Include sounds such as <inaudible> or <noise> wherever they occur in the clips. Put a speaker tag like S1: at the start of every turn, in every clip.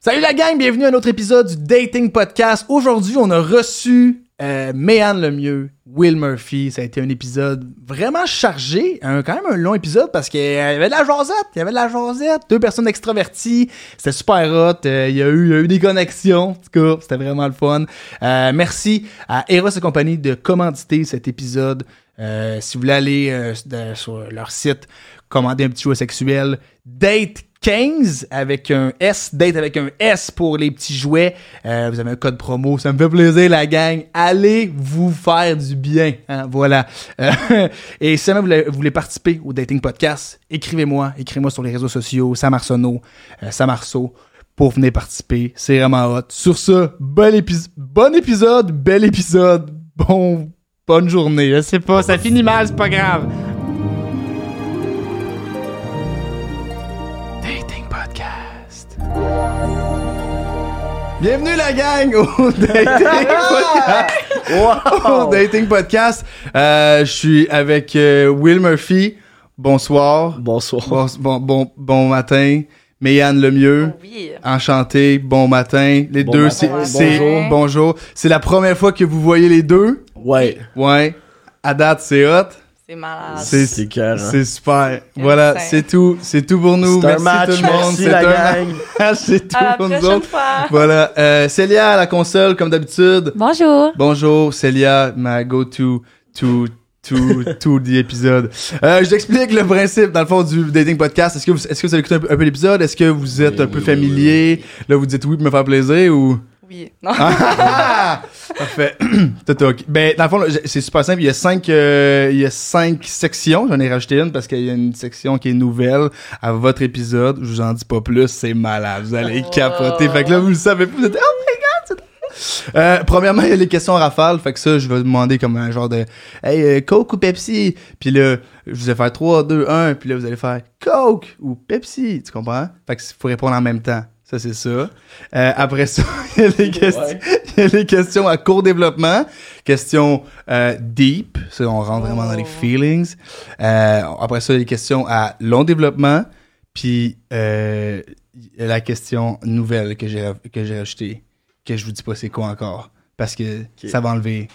S1: Salut la gang, bienvenue à un autre épisode du Dating Podcast. Aujourd'hui, on a reçu euh, Méanne Lemieux, Will Murphy. Ça a été un épisode vraiment chargé, un, quand même un long épisode parce qu'il y avait de la jasette, il y avait de la jasette. Deux personnes extraverties, c'était super hot, euh, il, y a eu, il y a eu des connexions. En tout cas, c'était vraiment le fun. Euh, merci à Eros et compagnie de commanditer cet épisode. Euh, si vous voulez aller euh, de- sur leur site, commander un petit jouet sexuel, date 15 avec un S, date avec un S pour les petits jouets. Euh, vous avez un code promo, ça me fait plaisir la gang. Allez vous faire du bien, hein, voilà. Euh, <laughs> et si jamais vous voulez, vous voulez participer au dating podcast, écrivez-moi, écrivez-moi sur les réseaux sociaux, Sam Arsenault, euh, Sam Arceau, pour venir participer. C'est vraiment hot. Sur ce, bon, épis- bon épisode, bel épisode, bon, bonne journée. Je sais pas, ça finit mal, c'est pas grave. Dating Podcast. Bienvenue la gang au <laughs> Dating
S2: <laughs>
S1: Podcast. Au Dating Podcast. Euh, je suis avec euh, Will Murphy. Bonsoir.
S2: Bonsoir.
S1: Bon, bon, bon, bon matin. Méanne Lemieux.
S3: Oui.
S1: Enchanté, bon matin. Les
S2: Bon
S1: deux,
S2: matin,
S1: c'est,
S3: bonjour.
S1: c'est- bonjour. C'est la première fois que vous voyez les deux.
S2: Ouais.
S1: Ouais. À date, c'est hot.
S3: C'est malade.
S1: C'est-
S2: C'est écœurant.
S1: C'est super. Voilà,
S3: Insane.
S1: c'est tout. C'est tout pour nous.
S2: C'est un
S1: Merci
S2: match,
S1: tout le monde.
S2: merci
S1: c'est
S2: la
S1: un
S2: gang.
S1: match. <laughs> C'est tout
S3: À la
S1: pour nous
S3: prochaine
S1: autres.
S3: fois.
S1: Voilà. Euh, Célia à la console, comme d'habitude.
S4: Bonjour.
S1: Bonjour, Célia, ma go-to, to, to, to the épisode. Euh, je t'explique le principe, dans le fond, du dating podcast. Est-ce que vous, est-ce que vous avez écouté un, peu- un peu l'épisode? Est-ce que vous êtes un peu familier? Là, vous dites oui pour me faire plaisir ou?
S3: Oui. Non.
S1: Ah! <laughs> Parfait. <clears throat> Tout est ok. Ben, dans le fond, là, j'ai- c'est super simple. Il y a cinq, euh, il y a cinq sections. J'en ai rajouté une parce qu'il y a une section qui est nouvelle à votre épisode. Je vous en dis pas plus. C'est malade. Vous allez
S3: Oh.
S1: capoter. Fait que là, vous le savez plus. Vous êtes, oh my god, c'est euh, premièrement, il y a les questions à rafale. Fait que ça, je vais demander comme un genre de Hey, euh, Coke ou Pepsi? Puis là, je vous vais faire 3, 2, 1. Puis là, vous allez faire Coke ou Pepsi. Tu comprends? Fait que faut répondre en même temps. Ça, c'est ça. Euh, après ça, <laughs> il y a les questions.
S2: Ouais.
S1: Il y a <laughs> les questions à court développement, questions euh, deep, ça on rentre vraiment dans les
S2: Oh.
S1: feelings. Euh, après ça, il y a les questions à long développement, puis euh, il y a la question nouvelle que j'ai que j'ai rajoutée, que je vous dis pas c'est quoi encore, parce que ça va enlever.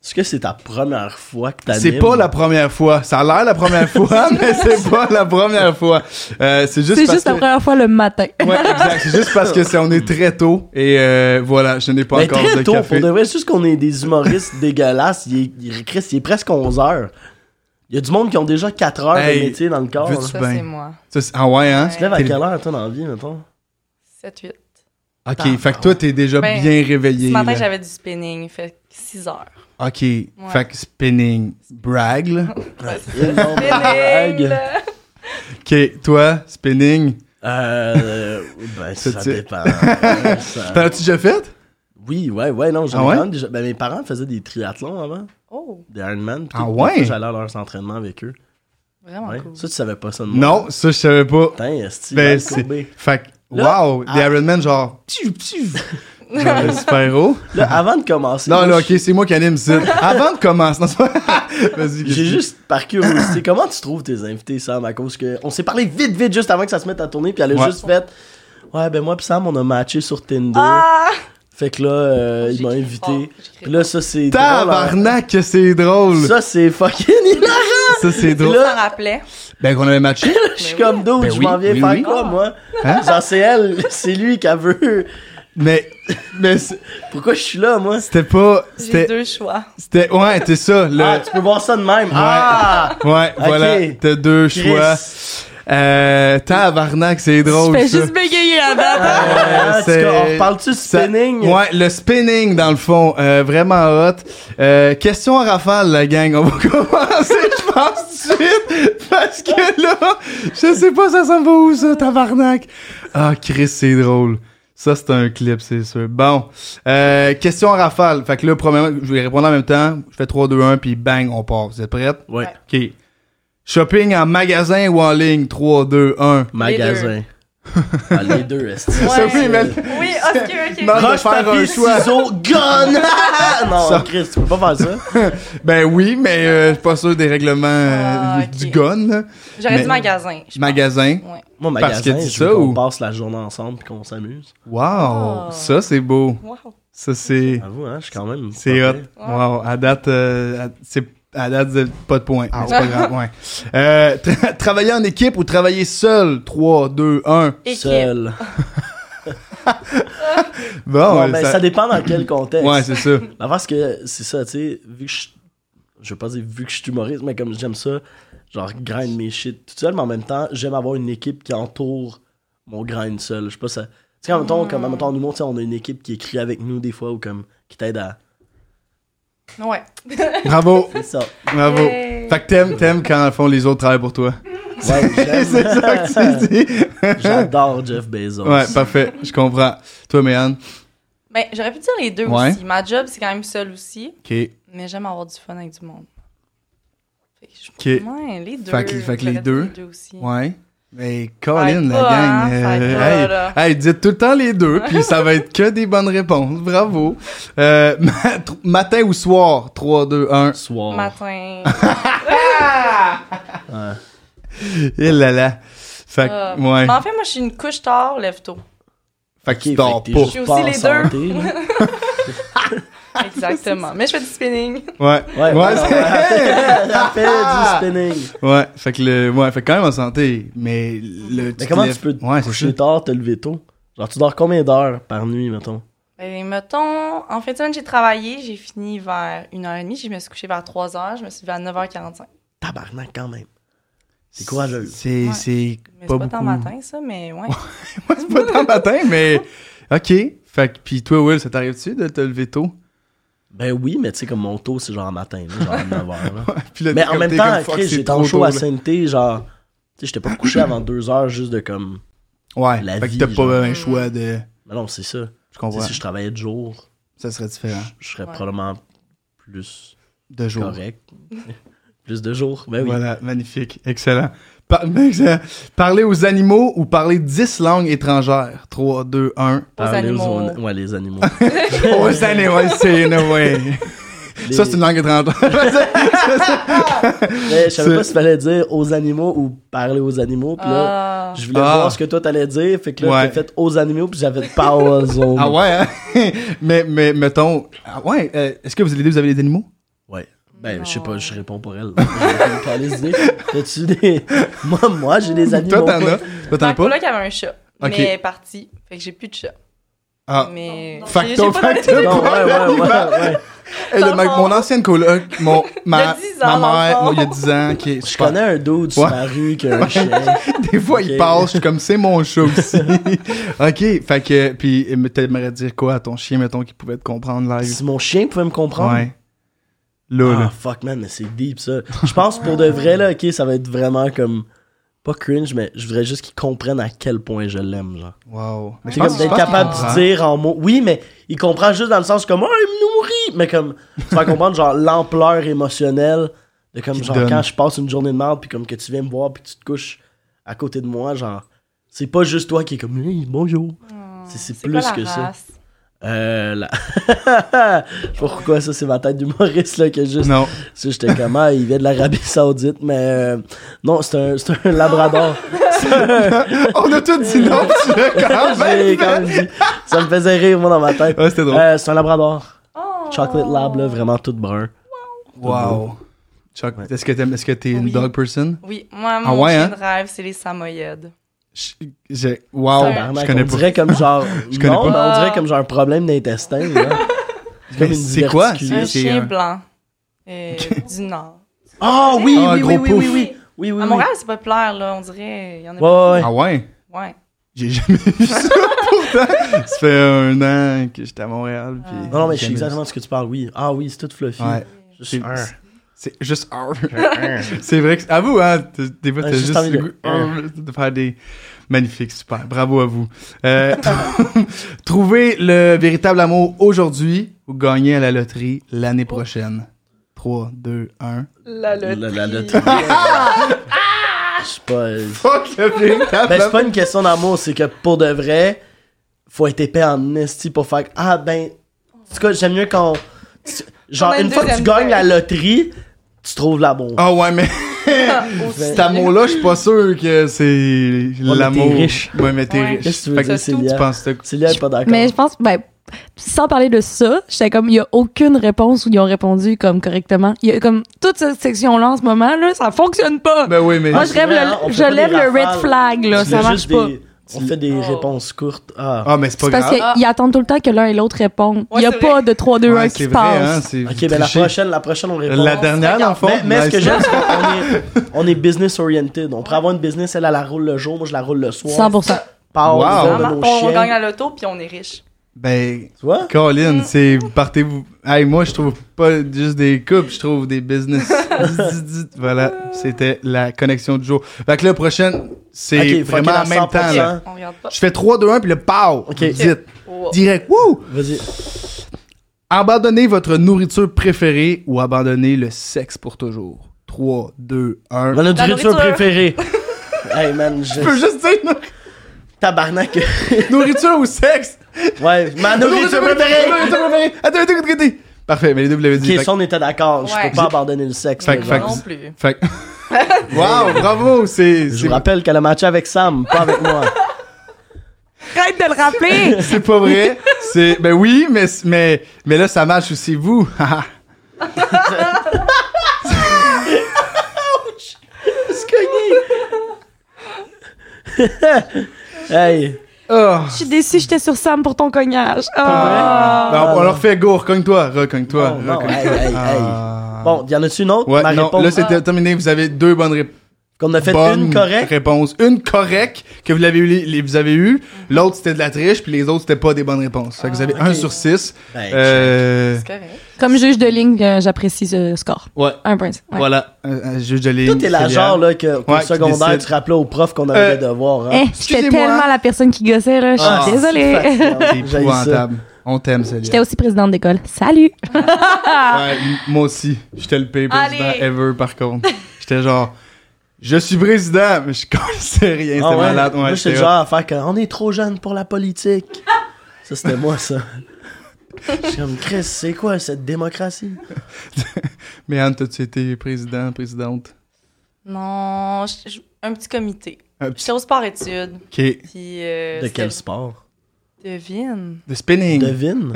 S2: Est-ce que c'est ta première fois que t'animes?
S1: C'est pas la première fois, ça a l'air la
S2: <laughs>
S1: première fois, mais c'est pas la première fois. Euh, c'est juste
S4: C'est
S1: parce
S4: juste la
S1: que-
S4: première fois le matin.
S1: Ouais, exact. C'est juste parce que c'est- on est très tôt et euh, voilà, je n'ai pas
S2: Mais
S1: encore de
S2: très tôt,
S1: café.
S2: pour de vrai, c'est juste qu'on est des humoristes <laughs> dégueulasses. Il est, il est- Chris, il est presque 11 heures. Il y a du monde qui ont déjà 4 heures
S1: Hey,
S2: de métier dans le corps.
S1: veux-tu-
S2: là.
S3: Ça,
S1: ben.
S3: c'est moi.
S1: Ça, c'est- ah ouais hein.
S3: Ouais.
S2: Tu te lèves à
S1: Télé-
S2: quelle heure, toi, dans la
S1: <laughs>
S2: vie, mettons?
S3: 7-8.
S1: OK,
S2: Attends.
S1: fait que toi, t'es déjà
S3: Ben,
S1: bien réveillé.
S3: Ce matin,
S1: là.
S3: j'avais du spinning. Fait
S1: <laughs>
S3: 6 heures.
S1: OK, fait que spinning brag, là.
S3: <laughs>
S2: Énorme
S3: Spinning!
S2: blague.
S3: là.
S1: OK, toi, spinning.
S2: Euh, ben, ça
S1: C'est-tu- <laughs>
S2: dépend. Ouais, ça-
S1: T'en as-tu déjà fait?
S2: Oui, ouais, ouais, non, j'en ai
S1: Ah ouais?
S2: quand même déjà... Ben, mes parents faisaient des triathlons avant,
S3: Oh,
S2: des Ironman. pis
S1: Ah
S2: tout. Des
S1: ouais?
S2: fois, J'allais à leurs entraînements avec eux.
S3: vraiment
S2: Ouais.
S3: cool.
S2: Ça, tu savais pas ça de moi?
S1: Non, ça, je savais pas.
S2: Putain, esti,
S1: Ben,
S2: mal
S1: c'est-
S2: courbé.
S1: Fait que,
S2: Là,
S1: wow, des
S2: ah.
S1: Iron Man, genre, pfiou, pfiou, genre
S3: <laughs>
S1: le super-héros. <laughs>
S2: Là, avant de commencer,
S1: Non,
S2: moi,
S1: là,
S2: je-
S1: OK, c'est moi qui anime ça. Avant de commencer, non, c'est pas... <laughs> Vas-y, qu'est-ce
S2: j'ai
S1: que-
S2: juste par curiosité, comment tu trouves tes invités, Sam, à cause que on s'est parlé vite, vite, juste avant que ça se mette à tourner, puis elle a
S1: Ouais.
S2: juste fait, ouais, ben moi pis Sam, on a matché sur Tinder,
S3: Ah!
S2: fait que là, euh, il m'a
S3: J'écris fort,
S2: invité,
S3: j'écris
S2: puis là, ça c'est drôle, hein.
S1: Tabarnak, que c'est drôle. Ça,
S2: ça c'est fucking hilarant,
S1: c'est
S2: Puis
S1: drôle.
S3: Je
S2: là-
S3: m'en rappelais.
S1: Ben, qu'on avait matché.
S2: je suis
S3: oui.
S2: comme d'autres,
S1: Ben
S2: je
S1: oui,
S2: m'en viens
S1: oui,
S2: faire
S1: oui.
S2: quoi, moi,
S1: Hein?
S2: genre c'est elle, c'est lui qui veut,
S1: Mais, mais c-
S2: pourquoi je suis là, moi,
S1: c'était pas...
S3: J'ai
S1: C'était...
S3: deux choix.
S1: c'était- Ouais, t'es ça, le...
S2: ah, tu peux voir ça de même, ah,
S1: Ouais,
S2: Ok.
S1: voilà, t'as deux
S2: Chris.
S1: choix. Euh, tabarnak, c'est <laughs> drôle.
S4: je fais
S1: ça.
S4: juste bégayer à date.
S2: Ah, en tout
S1: c'est-
S2: cas, on parle-tu de
S1: Ça-
S2: spinning?
S1: ouais, le spinning dans le fond, euh, vraiment hot. Euh, question à rafale, la gang, on va <laughs> commencer, je pense tout de suite, parce que là, je sais pas ça s'en va où ça, tabarnak. Ah, Chris, c'est drôle. Ça, c'est un clip, c'est sûr. Bon, euh, question à rafale. Fait que là, premièrement, je vais répondre en même temps. Je fais 3, 2, 1, puis bang, on part. Vous êtes prêtes?
S2: Ouais,
S1: OK. Shopping en magasin ou en ligne? 3, 2, 1.
S2: magasin. Ah, les deux, est-ce que-
S1: Ça, oui, man.
S3: <laughs> Oui, ok,
S1: <laughs>
S3: ok.
S1: Non.
S2: Roche,
S1: De faire
S2: papier,
S1: un choix.
S2: ciseaux,
S1: <laughs>
S2: gun! <laughs> non,
S1: Ça.
S2: Chris, tu peux pas faire ça.
S1: Ben oui, mais euh, je suis pas sûr des règlements euh,
S3: Ah, ok.
S1: du gun, là.
S3: J'aurais
S1: Mais-
S3: dit magasin. je pense.
S1: Magasin.
S3: Ouais.
S2: Moi,
S1: Parce
S2: magasin,
S1: que dis
S2: je veux
S1: ça
S2: qu'on
S1: ou-
S2: passe la journée ensemble puis qu'on s'amuse.
S1: Wow!
S3: Oh.
S1: Ça, c'est beau.
S3: Wow.
S1: Ça, c'est.
S2: Avoue, hein, je suis quand même...
S1: C'est
S2: pas
S1: hot.
S2: pire.
S1: Wow. À date, euh, à- c'est à date, c'est pas de points.
S3: Ah.
S1: mais C'est pas grave. Ouais. Euh, tra- travailler en équipe ou travailler seul? 3, 2, 1.
S3: Équipe.
S2: Seul.
S1: Bon,
S2: Non,
S1: euh,
S2: mais
S1: ça-
S2: ben, ça dépend dans
S1: <clears throat>
S2: quel contexte.
S1: Ouais, c'est ça.
S2: La face que c'est ça, tu sais, vu que je. Je veux pas dire vu que je suis humoriste, mais comme j'aime ça, genre grind mes shit tout seul, mais en même temps, j'aime avoir une équipe qui entoure mon grind seul. Je sais pas ça. Tu sais, en même temps, comme en même temps, nous, tu sais, on a une équipe qui écrit avec nous des fois ou comme qui t'aide à.
S3: Ouais.
S1: Bravo. <laughs>
S2: C'est ça.
S1: Bravo.
S3: Yay.
S1: Fait que t'aimes, t'aimes quand, en fond, les autres travaillent pour toi. <laughs>
S2: Ouais,
S1: c'est ça que tu dis.
S2: j'aime- <laughs> J'adore Jeff Bezos.
S1: Ouais, parfait. Je comprends. Toi, Méane.
S3: Ben, j'aurais pu dire les deux
S1: Ouais.
S3: aussi. Ma job, c'est quand même seule aussi,
S1: OK. Fait
S3: mais j'aime avoir du fun avec du monde. Fait que je-
S1: Ok.
S3: Ouais, les deux.
S1: Fait que- fait que les
S3: J'aurais dit
S1: deux.
S3: Les deux aussi.
S1: Ouais. Mais Colin,
S3: Fait
S1: la
S3: pas,
S1: gang.
S3: hein,
S1: euh,
S3: fait pas,
S1: hey,
S3: là.
S1: hey, dites tout le temps les deux, puis ça va être
S3: <laughs>
S1: que des bonnes réponses. Bravo. Euh, <laughs> mat- matin ou soir? 3, 2, 1.
S2: Soir.
S1: <laughs>
S3: Matin.
S2: Ouais.
S1: Et Eh là là. Fait que,
S3: Ah.
S1: ouais.
S3: Mais en fait, moi, je suis une couche tard,
S1: <laughs>
S3: lève tôt.
S1: Fait que
S2: Ok, fait
S1: tu dors
S2: que
S1: pas.
S2: t'es
S3: Je suis
S2: juste pas
S3: aussi
S2: en
S3: les deux.
S2: santé, là.
S3: Exactement. mais je fais du spinning.
S1: <laughs> Ouais.
S2: Ouais,
S1: Ouais,
S3: <laughs>
S2: ouais.
S1: Ah.
S2: Rappel du spinning.
S1: Ouais. Fait que le, ouais. Fait que quand même en santé. Mais le,
S2: Mais
S1: te
S2: comment tu
S1: lèves-
S2: peux te
S1: ouais, c'est
S2: coucher
S1: ça.
S2: tard, te lever tôt? Genre, tu dors combien d'heures par nuit, mettons?
S3: Ben, mettons, en fin de semaine, j'ai travaillé, j'ai fini vers 1h30, je me suis couchée vers 3h, je me suis levée à 9h45.
S2: Tabarnak, quand même. C'est courageux.
S1: C'est,
S3: Ouais.
S1: c'est pas
S3: Mais c'est pas
S1: beaucoup.
S3: tant matin, ça, mais ouais.
S1: Ouais, <laughs> c'est pas tant matin, mais OK. Fait que, puis toi, Will, ça t'arrive-tu de te lever tôt? <laughs>
S2: Ben oui, mais tu sais, comme mon taux, c'est genre matin, là, genre à 9 heures. là.
S1: Puis là,
S2: mais
S1: <laughs> t'es
S2: en
S1: comme-
S2: même
S1: t'es
S2: temps,
S1: comme, Fuck,
S2: Chris,
S1: c'est
S2: j'étais en
S1: trop
S2: show
S1: tôt,
S2: à
S1: là.
S2: saint genre, tu sais, j'étais pas couché avant 2 heures juste de comme.
S1: Ouais,
S2: la
S1: fait que
S2: vie,
S1: t'as pas
S2: genre.
S1: un choix de...
S2: Mais non, c'est ça.
S1: Je
S2: Tu sais,
S1: comprends.
S2: si je travaillais de jour,
S1: Ça serait différent.
S2: je serais
S3: Ouais.
S2: probablement plus
S1: De jour.
S2: correct. <laughs> plus de jour, ben oui.
S1: Voilà, magnifique. Excellent. Par- <laughs> excellent. Parler aux animaux ou parler 10 langues étrangères? 3, 2,
S2: <laughs>
S1: 1.
S3: Aux animaux.
S2: Ouais,
S1: <laughs>
S2: les animaux.
S1: Aux animaux, c'est no way.
S2: Les-
S1: Ça, c'est une langue
S2: <laughs>
S1: étrangère. <laughs> Ah
S2: Mais Ben, je savais
S1: C'est-
S2: pas s'il fallait dire aux animaux ou parler aux animaux. Puis là,
S3: Ah.
S2: je voulais
S1: Ah.
S2: voir ce que toi t'allais dire. Fait que là,
S1: Ouais.
S2: t'as fait aux animaux, puis j'avais pas
S1: <laughs>
S2: aux animaux.
S1: ah ouais, hein? <laughs> mais, mais mettons... Ah ouais, euh, est-ce que vous, les deux, vous avez des animaux?
S2: Ouais. Ben,
S3: Non.
S2: je sais pas, je réponds pour elle. <laughs> Je vais me idées. T'as-tu des. Moi, moi j'ai des animaux.
S1: Toi, t'en as? Toi, t'en as
S3: Ma
S1: pas?
S3: coloc avait un chat,
S1: Ok.
S3: mais elle est partie. Fait que j'ai plus de chat.
S1: Ah.
S3: Mais. j'ai-
S1: Facto,
S3: j'ai pas donné-
S1: facto.
S2: Non, ouais, ouais, ouais, ouais.
S1: Et Eh, le
S3: Dans
S1: mec-
S3: le
S1: mon
S3: fond.
S1: ancienne coloc, mon, ma,
S3: <laughs> Il y a 10
S1: ma
S3: ans,
S1: mère,
S3: dans
S1: non,
S3: le
S1: il y a 10 ans, qui est
S2: Je connais un dude sur
S1: Ouais.
S2: la rue qui a un chien.
S1: <laughs> Des fois, il
S2: Ok.
S1: passe, je suis comme, c'est mon chat aussi. <laughs> ok, fait que, puis, mais t'aimerais dire quoi à ton chien, mettons, qui pouvait te comprendre live?
S2: Si mon chien pouvait me comprendre.
S1: Ouais. Là,
S2: Ah,
S1: là.
S2: fuck, man, mais c'est deep, ça. Je pense pour de vrai, là, ok, ça va être vraiment comme. Pas cringe, mais je voudrais juste qu'ils comprennent à quel point je l'aime, genre.
S1: Wow. Mais
S2: C'est Ah. comme
S1: Ah, je
S2: d'être
S1: pense
S2: capable
S1: qu'il comprend.
S2: de dire en mots. Oui, mais il comprend juste dans le sens comme, oh, il me nourrit. Mais comme, tu vas comprendre, genre, l'ampleur émotionnelle de comme,
S1: Qu'il te
S2: genre,
S1: donne.
S2: quand je passe une journée de merde, puis comme que tu viens me voir, puis que tu te couches à côté de moi, genre, c'est pas juste toi qui est comme, Hey, bonjour. C'est- c'est
S3: Hmm, quoi
S2: plus
S3: la
S2: que ça.
S3: race?
S2: Euh, là. Je sais pas <laughs> pourquoi ça, c'est ma tête d'humoriste, là, que juste.
S1: Non. <laughs>
S2: Tu sais, j'étais comme, ah, il vient de l'Arabie Saoudite, mais euh, non, c'est un, c'est un Labrador.
S1: On a tout dit non, tu l'as quand
S2: J'ai
S1: même.
S2: quand même dit. Ça me faisait rire, moi, dans ma tête.
S1: Ah, c'était drôle.
S2: Euh, c'est un Labrador.
S3: Oh.
S2: Chocolate Lab, là, vraiment tout brun.
S1: wow. Chuck, est-ce que t'aimes, est-ce que t'es une
S3: Oui.
S1: dog person?
S3: Oui, moi, mon
S1: Ah ouais,
S3: chien
S1: hein?
S3: de rêve, c'est les Samoyèdes.
S1: Je, je- wow.
S2: Tabarnak,
S1: Je connais
S2: on
S1: pas.
S2: dirait comme genre.
S1: <laughs> Je connais pas.
S2: non, mais on dirait comme genre un problème d'intestin, là. C'est
S1: Mais
S2: comme une
S1: c'est quoi?
S2: diverticulite.
S1: C'est-
S3: Un
S1: c'est
S3: chien
S1: un-
S3: blanc euh, du Nord.
S2: Ah oui,
S1: Ah,
S2: oui,
S1: gros
S2: oui, oui,
S1: pouf.
S2: oui, oui. Oui, oui,
S3: À
S2: oui.
S3: Montréal, c'est populaire, là. On dirait. Il y en a
S2: Ouais, ouais, ouais.
S1: Ah ouais?
S3: plus. Ouais.
S1: J'ai jamais vu ça, <laughs> pourtant. Ça fait un an que j'étais à Montréal. puis
S2: Ah. Non, non, mais je sais
S1: jamais
S2: exactement de ce que tu parles, oui. Ah oui, c'est tout fluffy.
S1: Ouais.
S2: Juste
S1: C'est-
S2: un.
S1: C'est juste un. <laughs> c'est vrai que. À vous, hein. t'es- Des fois,
S2: Ouais,
S1: t'as
S2: juste
S1: juste
S2: envie
S1: le
S2: de-
S1: goût un, de faire des. Magnifique, super. Bravo à vous. Euh, <laughs> trou- trouver le véritable amour aujourd'hui ou gagner à la loterie l'année prochaine. 3, 2, 1.
S3: La
S2: La-
S3: <laughs> loterie.
S2: la loterie. Je pas. euh,
S1: Fuck le film.
S2: Ben, c'est pas une question d'amour, c'est que pour de vrai, faut être épais en esti pour faire. Ah, ben. En tout cas, j'aime mieux quand. tu- Genre,
S3: On a une
S2: une fois que tu
S3: deuxième
S2: gagnes la
S3: paire.
S2: loterie, tu trouves l'amour.
S1: Ah ouais, mais
S2: Ben-
S3: Aussi.
S1: cet amour-là, je suis pas sûr que c'est l'amour.
S2: t'es riche.
S1: Ouais, mais t'es
S3: Ouais.
S1: riche.
S2: Qu'est-ce que tu veux
S1: Fait que
S2: dire,
S3: c'est tout,
S1: tu
S2: Célia?
S1: penses que
S2: Célia est pas d'accord.
S4: Mais je pense, ben, sans parler de ça, j'étais comme, il y a aucune réponse où ils ont répondu comme correctement. Il y a comme toute cette section-là en ce moment, là, ça fonctionne pas.
S1: Ben oui, mais.
S4: Moi, Ah, je
S2: c'est
S4: rêve
S2: vrai,
S4: le-
S2: hein, on fait
S4: je
S2: pas
S4: lève
S2: des
S4: le red
S2: rafales.
S4: flag, là,
S2: Tu
S4: ça
S2: fais
S4: marche
S2: juste
S4: pas.
S2: des- On fait des
S3: Oh.
S2: réponses courtes. Ah.
S1: Ah, mais c'est pas
S4: C'est parce
S1: grave.
S4: qu'ils
S3: grave.
S4: attendent tout le temps que l'un et l'autre répondent. il y a
S3: Ouais, c'est
S4: pas de 3-2-1
S1: Ouais,
S4: qui
S1: c'est
S4: se
S1: vrai, hein,
S4: passe.
S1: c'est
S2: Ok, ben la
S1: triché.
S2: prochaine, la prochaine, on répond.
S1: La dernière, dans le fond. ben,
S2: Mais, mais ce que
S1: nice.
S2: j'aime,
S1: <laughs>
S2: c'est qu'on est, on est business oriented. On pourrait avoir une business, elle, elle la roule le jour, moi je la roule le soir.
S4: 100%.
S2: Par
S1: Wow.
S2: on
S3: Vraiment,
S2: de nos
S3: on,
S2: chiens.
S3: gagne à l'auto puis on est riche.
S1: Ben,
S2: Tu vois?
S1: Colin, c'est. Partez-vous. Hey, moi, je trouve pas juste des couples, je trouve des business. Zit, zit. voilà, c'était la connexion du jour. Fait que la prochaine, c'est
S2: Ok, fuck
S1: vraiment
S2: it, à
S1: en même temps. là.
S2: 100%.
S3: On regarde pas.
S1: Je fais 3, 2, 1, puis le pow!
S2: Ok.
S1: Dites.
S3: Oh.
S1: Direct. Wouh!
S2: Vas-y.
S1: Abandonner votre nourriture préférée ou abandonner le sexe pour toujours. 3, 2, 1.
S2: Voilà,
S3: La
S2: nourriture
S3: nourriture.
S2: préférée. hey man,
S1: Je peux
S2: je.
S1: juste dire nour-
S2: Tabarnak.
S1: nourriture ou sexe?
S2: ouais, ma nourriture préférée.
S1: Nourriture préférée! Attends, attends, attends, attends. Parfait, mais les deux, vous l'avez dit.
S2: Ok,
S1: Fait-
S2: ça on était d'accord. Je
S3: Ouais.
S2: peux pas abandonner le sexe.
S1: Fait-
S2: mais
S1: fait-
S2: bon.
S3: non plus.
S1: Fait que- <laughs> Wow, bravo! C'est
S2: Je
S1: c'est-
S2: vous rappelle qu'elle a matché avec Sam, pas avec moi.
S4: Arrête de le rappeler!
S1: c'est pas vrai. C'est ben oui, mais mais mais là ça marche aussi vous. <laughs> Ah. Haha.
S2: <laughs> Hey.
S1: oh.
S2: Ah.
S4: Je suis déçue, j'étais sur Sam pour ton cognage. Ah.
S1: Ben, on, on leur fait go, recogne-toi, recogne-toi,
S2: Oh, Non, non,
S1: recogne-toi.
S2: hey, hey, hey.
S1: Ah.
S2: Bon, y en a-tu une autre?
S1: Ouais,
S2: ma
S1: non,
S2: réponse.
S1: là c'était terminé, vous avez deux bonnes réponses.
S2: Qu'on a fait une
S1: bonne
S2: correcte.
S1: réponse. Une correcte que vous l'avez eu, les- les- vous avez eu. L'autre, c'était de la triche, puis les autres, c'était pas des bonnes réponses. Fait que vous avez
S2: Ah,
S1: un
S2: ok. Ben,
S1: sur six.
S2: Hey,
S1: Euh,
S3: C'est correct.
S4: Comme juge de ligne, euh, j'apprécie ce score.
S1: ouais,
S4: Un prince. Ouais.
S1: voilà. Euh, euh, juge de ligne.
S2: Toi, t'es la
S1: Célia.
S2: genre là, que, qu'au
S1: Ouais, qui
S2: secondaire,
S1: décide.
S2: tu rappelais au prof qu'on avait
S1: Euh,
S2: des devoirs. Hein?
S4: Eh, j'étais
S1: Excusez-moi.
S4: tellement la personne qui gossait, là. Je suis
S1: Ah, c'est
S4: désolée. Eh,
S1: T'es
S2: <laughs> J'haïs ça.
S1: épouvantable. On t'aime, Célia.
S4: J'étais aussi présidente d'école. Salut!
S1: Euh,
S4: Ah.
S1: Ouais, m- moi aussi. J'étais le pire président
S3: Allez.
S1: ever, par contre. J'étais genre, je suis président, mais je <laughs> connaissais rien. C'était
S2: Ah ouais?
S1: malade. Ouais,
S2: Moi, j'étais
S1: j'étais
S2: le genre à faire que, on est trop jeune pour la politique. ça, c'était moi, ça.
S1: <laughs>
S2: J'étais comme, Chris, c'est quoi cette démocratie?
S1: hot. Mais Anne, t'as-tu été président, présidente?
S3: Non, je- je- un petit comité.
S1: Un petit-
S3: J'étais au sport-études.
S1: Ok.
S3: Puis. euh,
S2: De quel
S3: c'était-
S2: sport?
S3: Devine.
S1: De spinning. <laughs>
S2: Devine.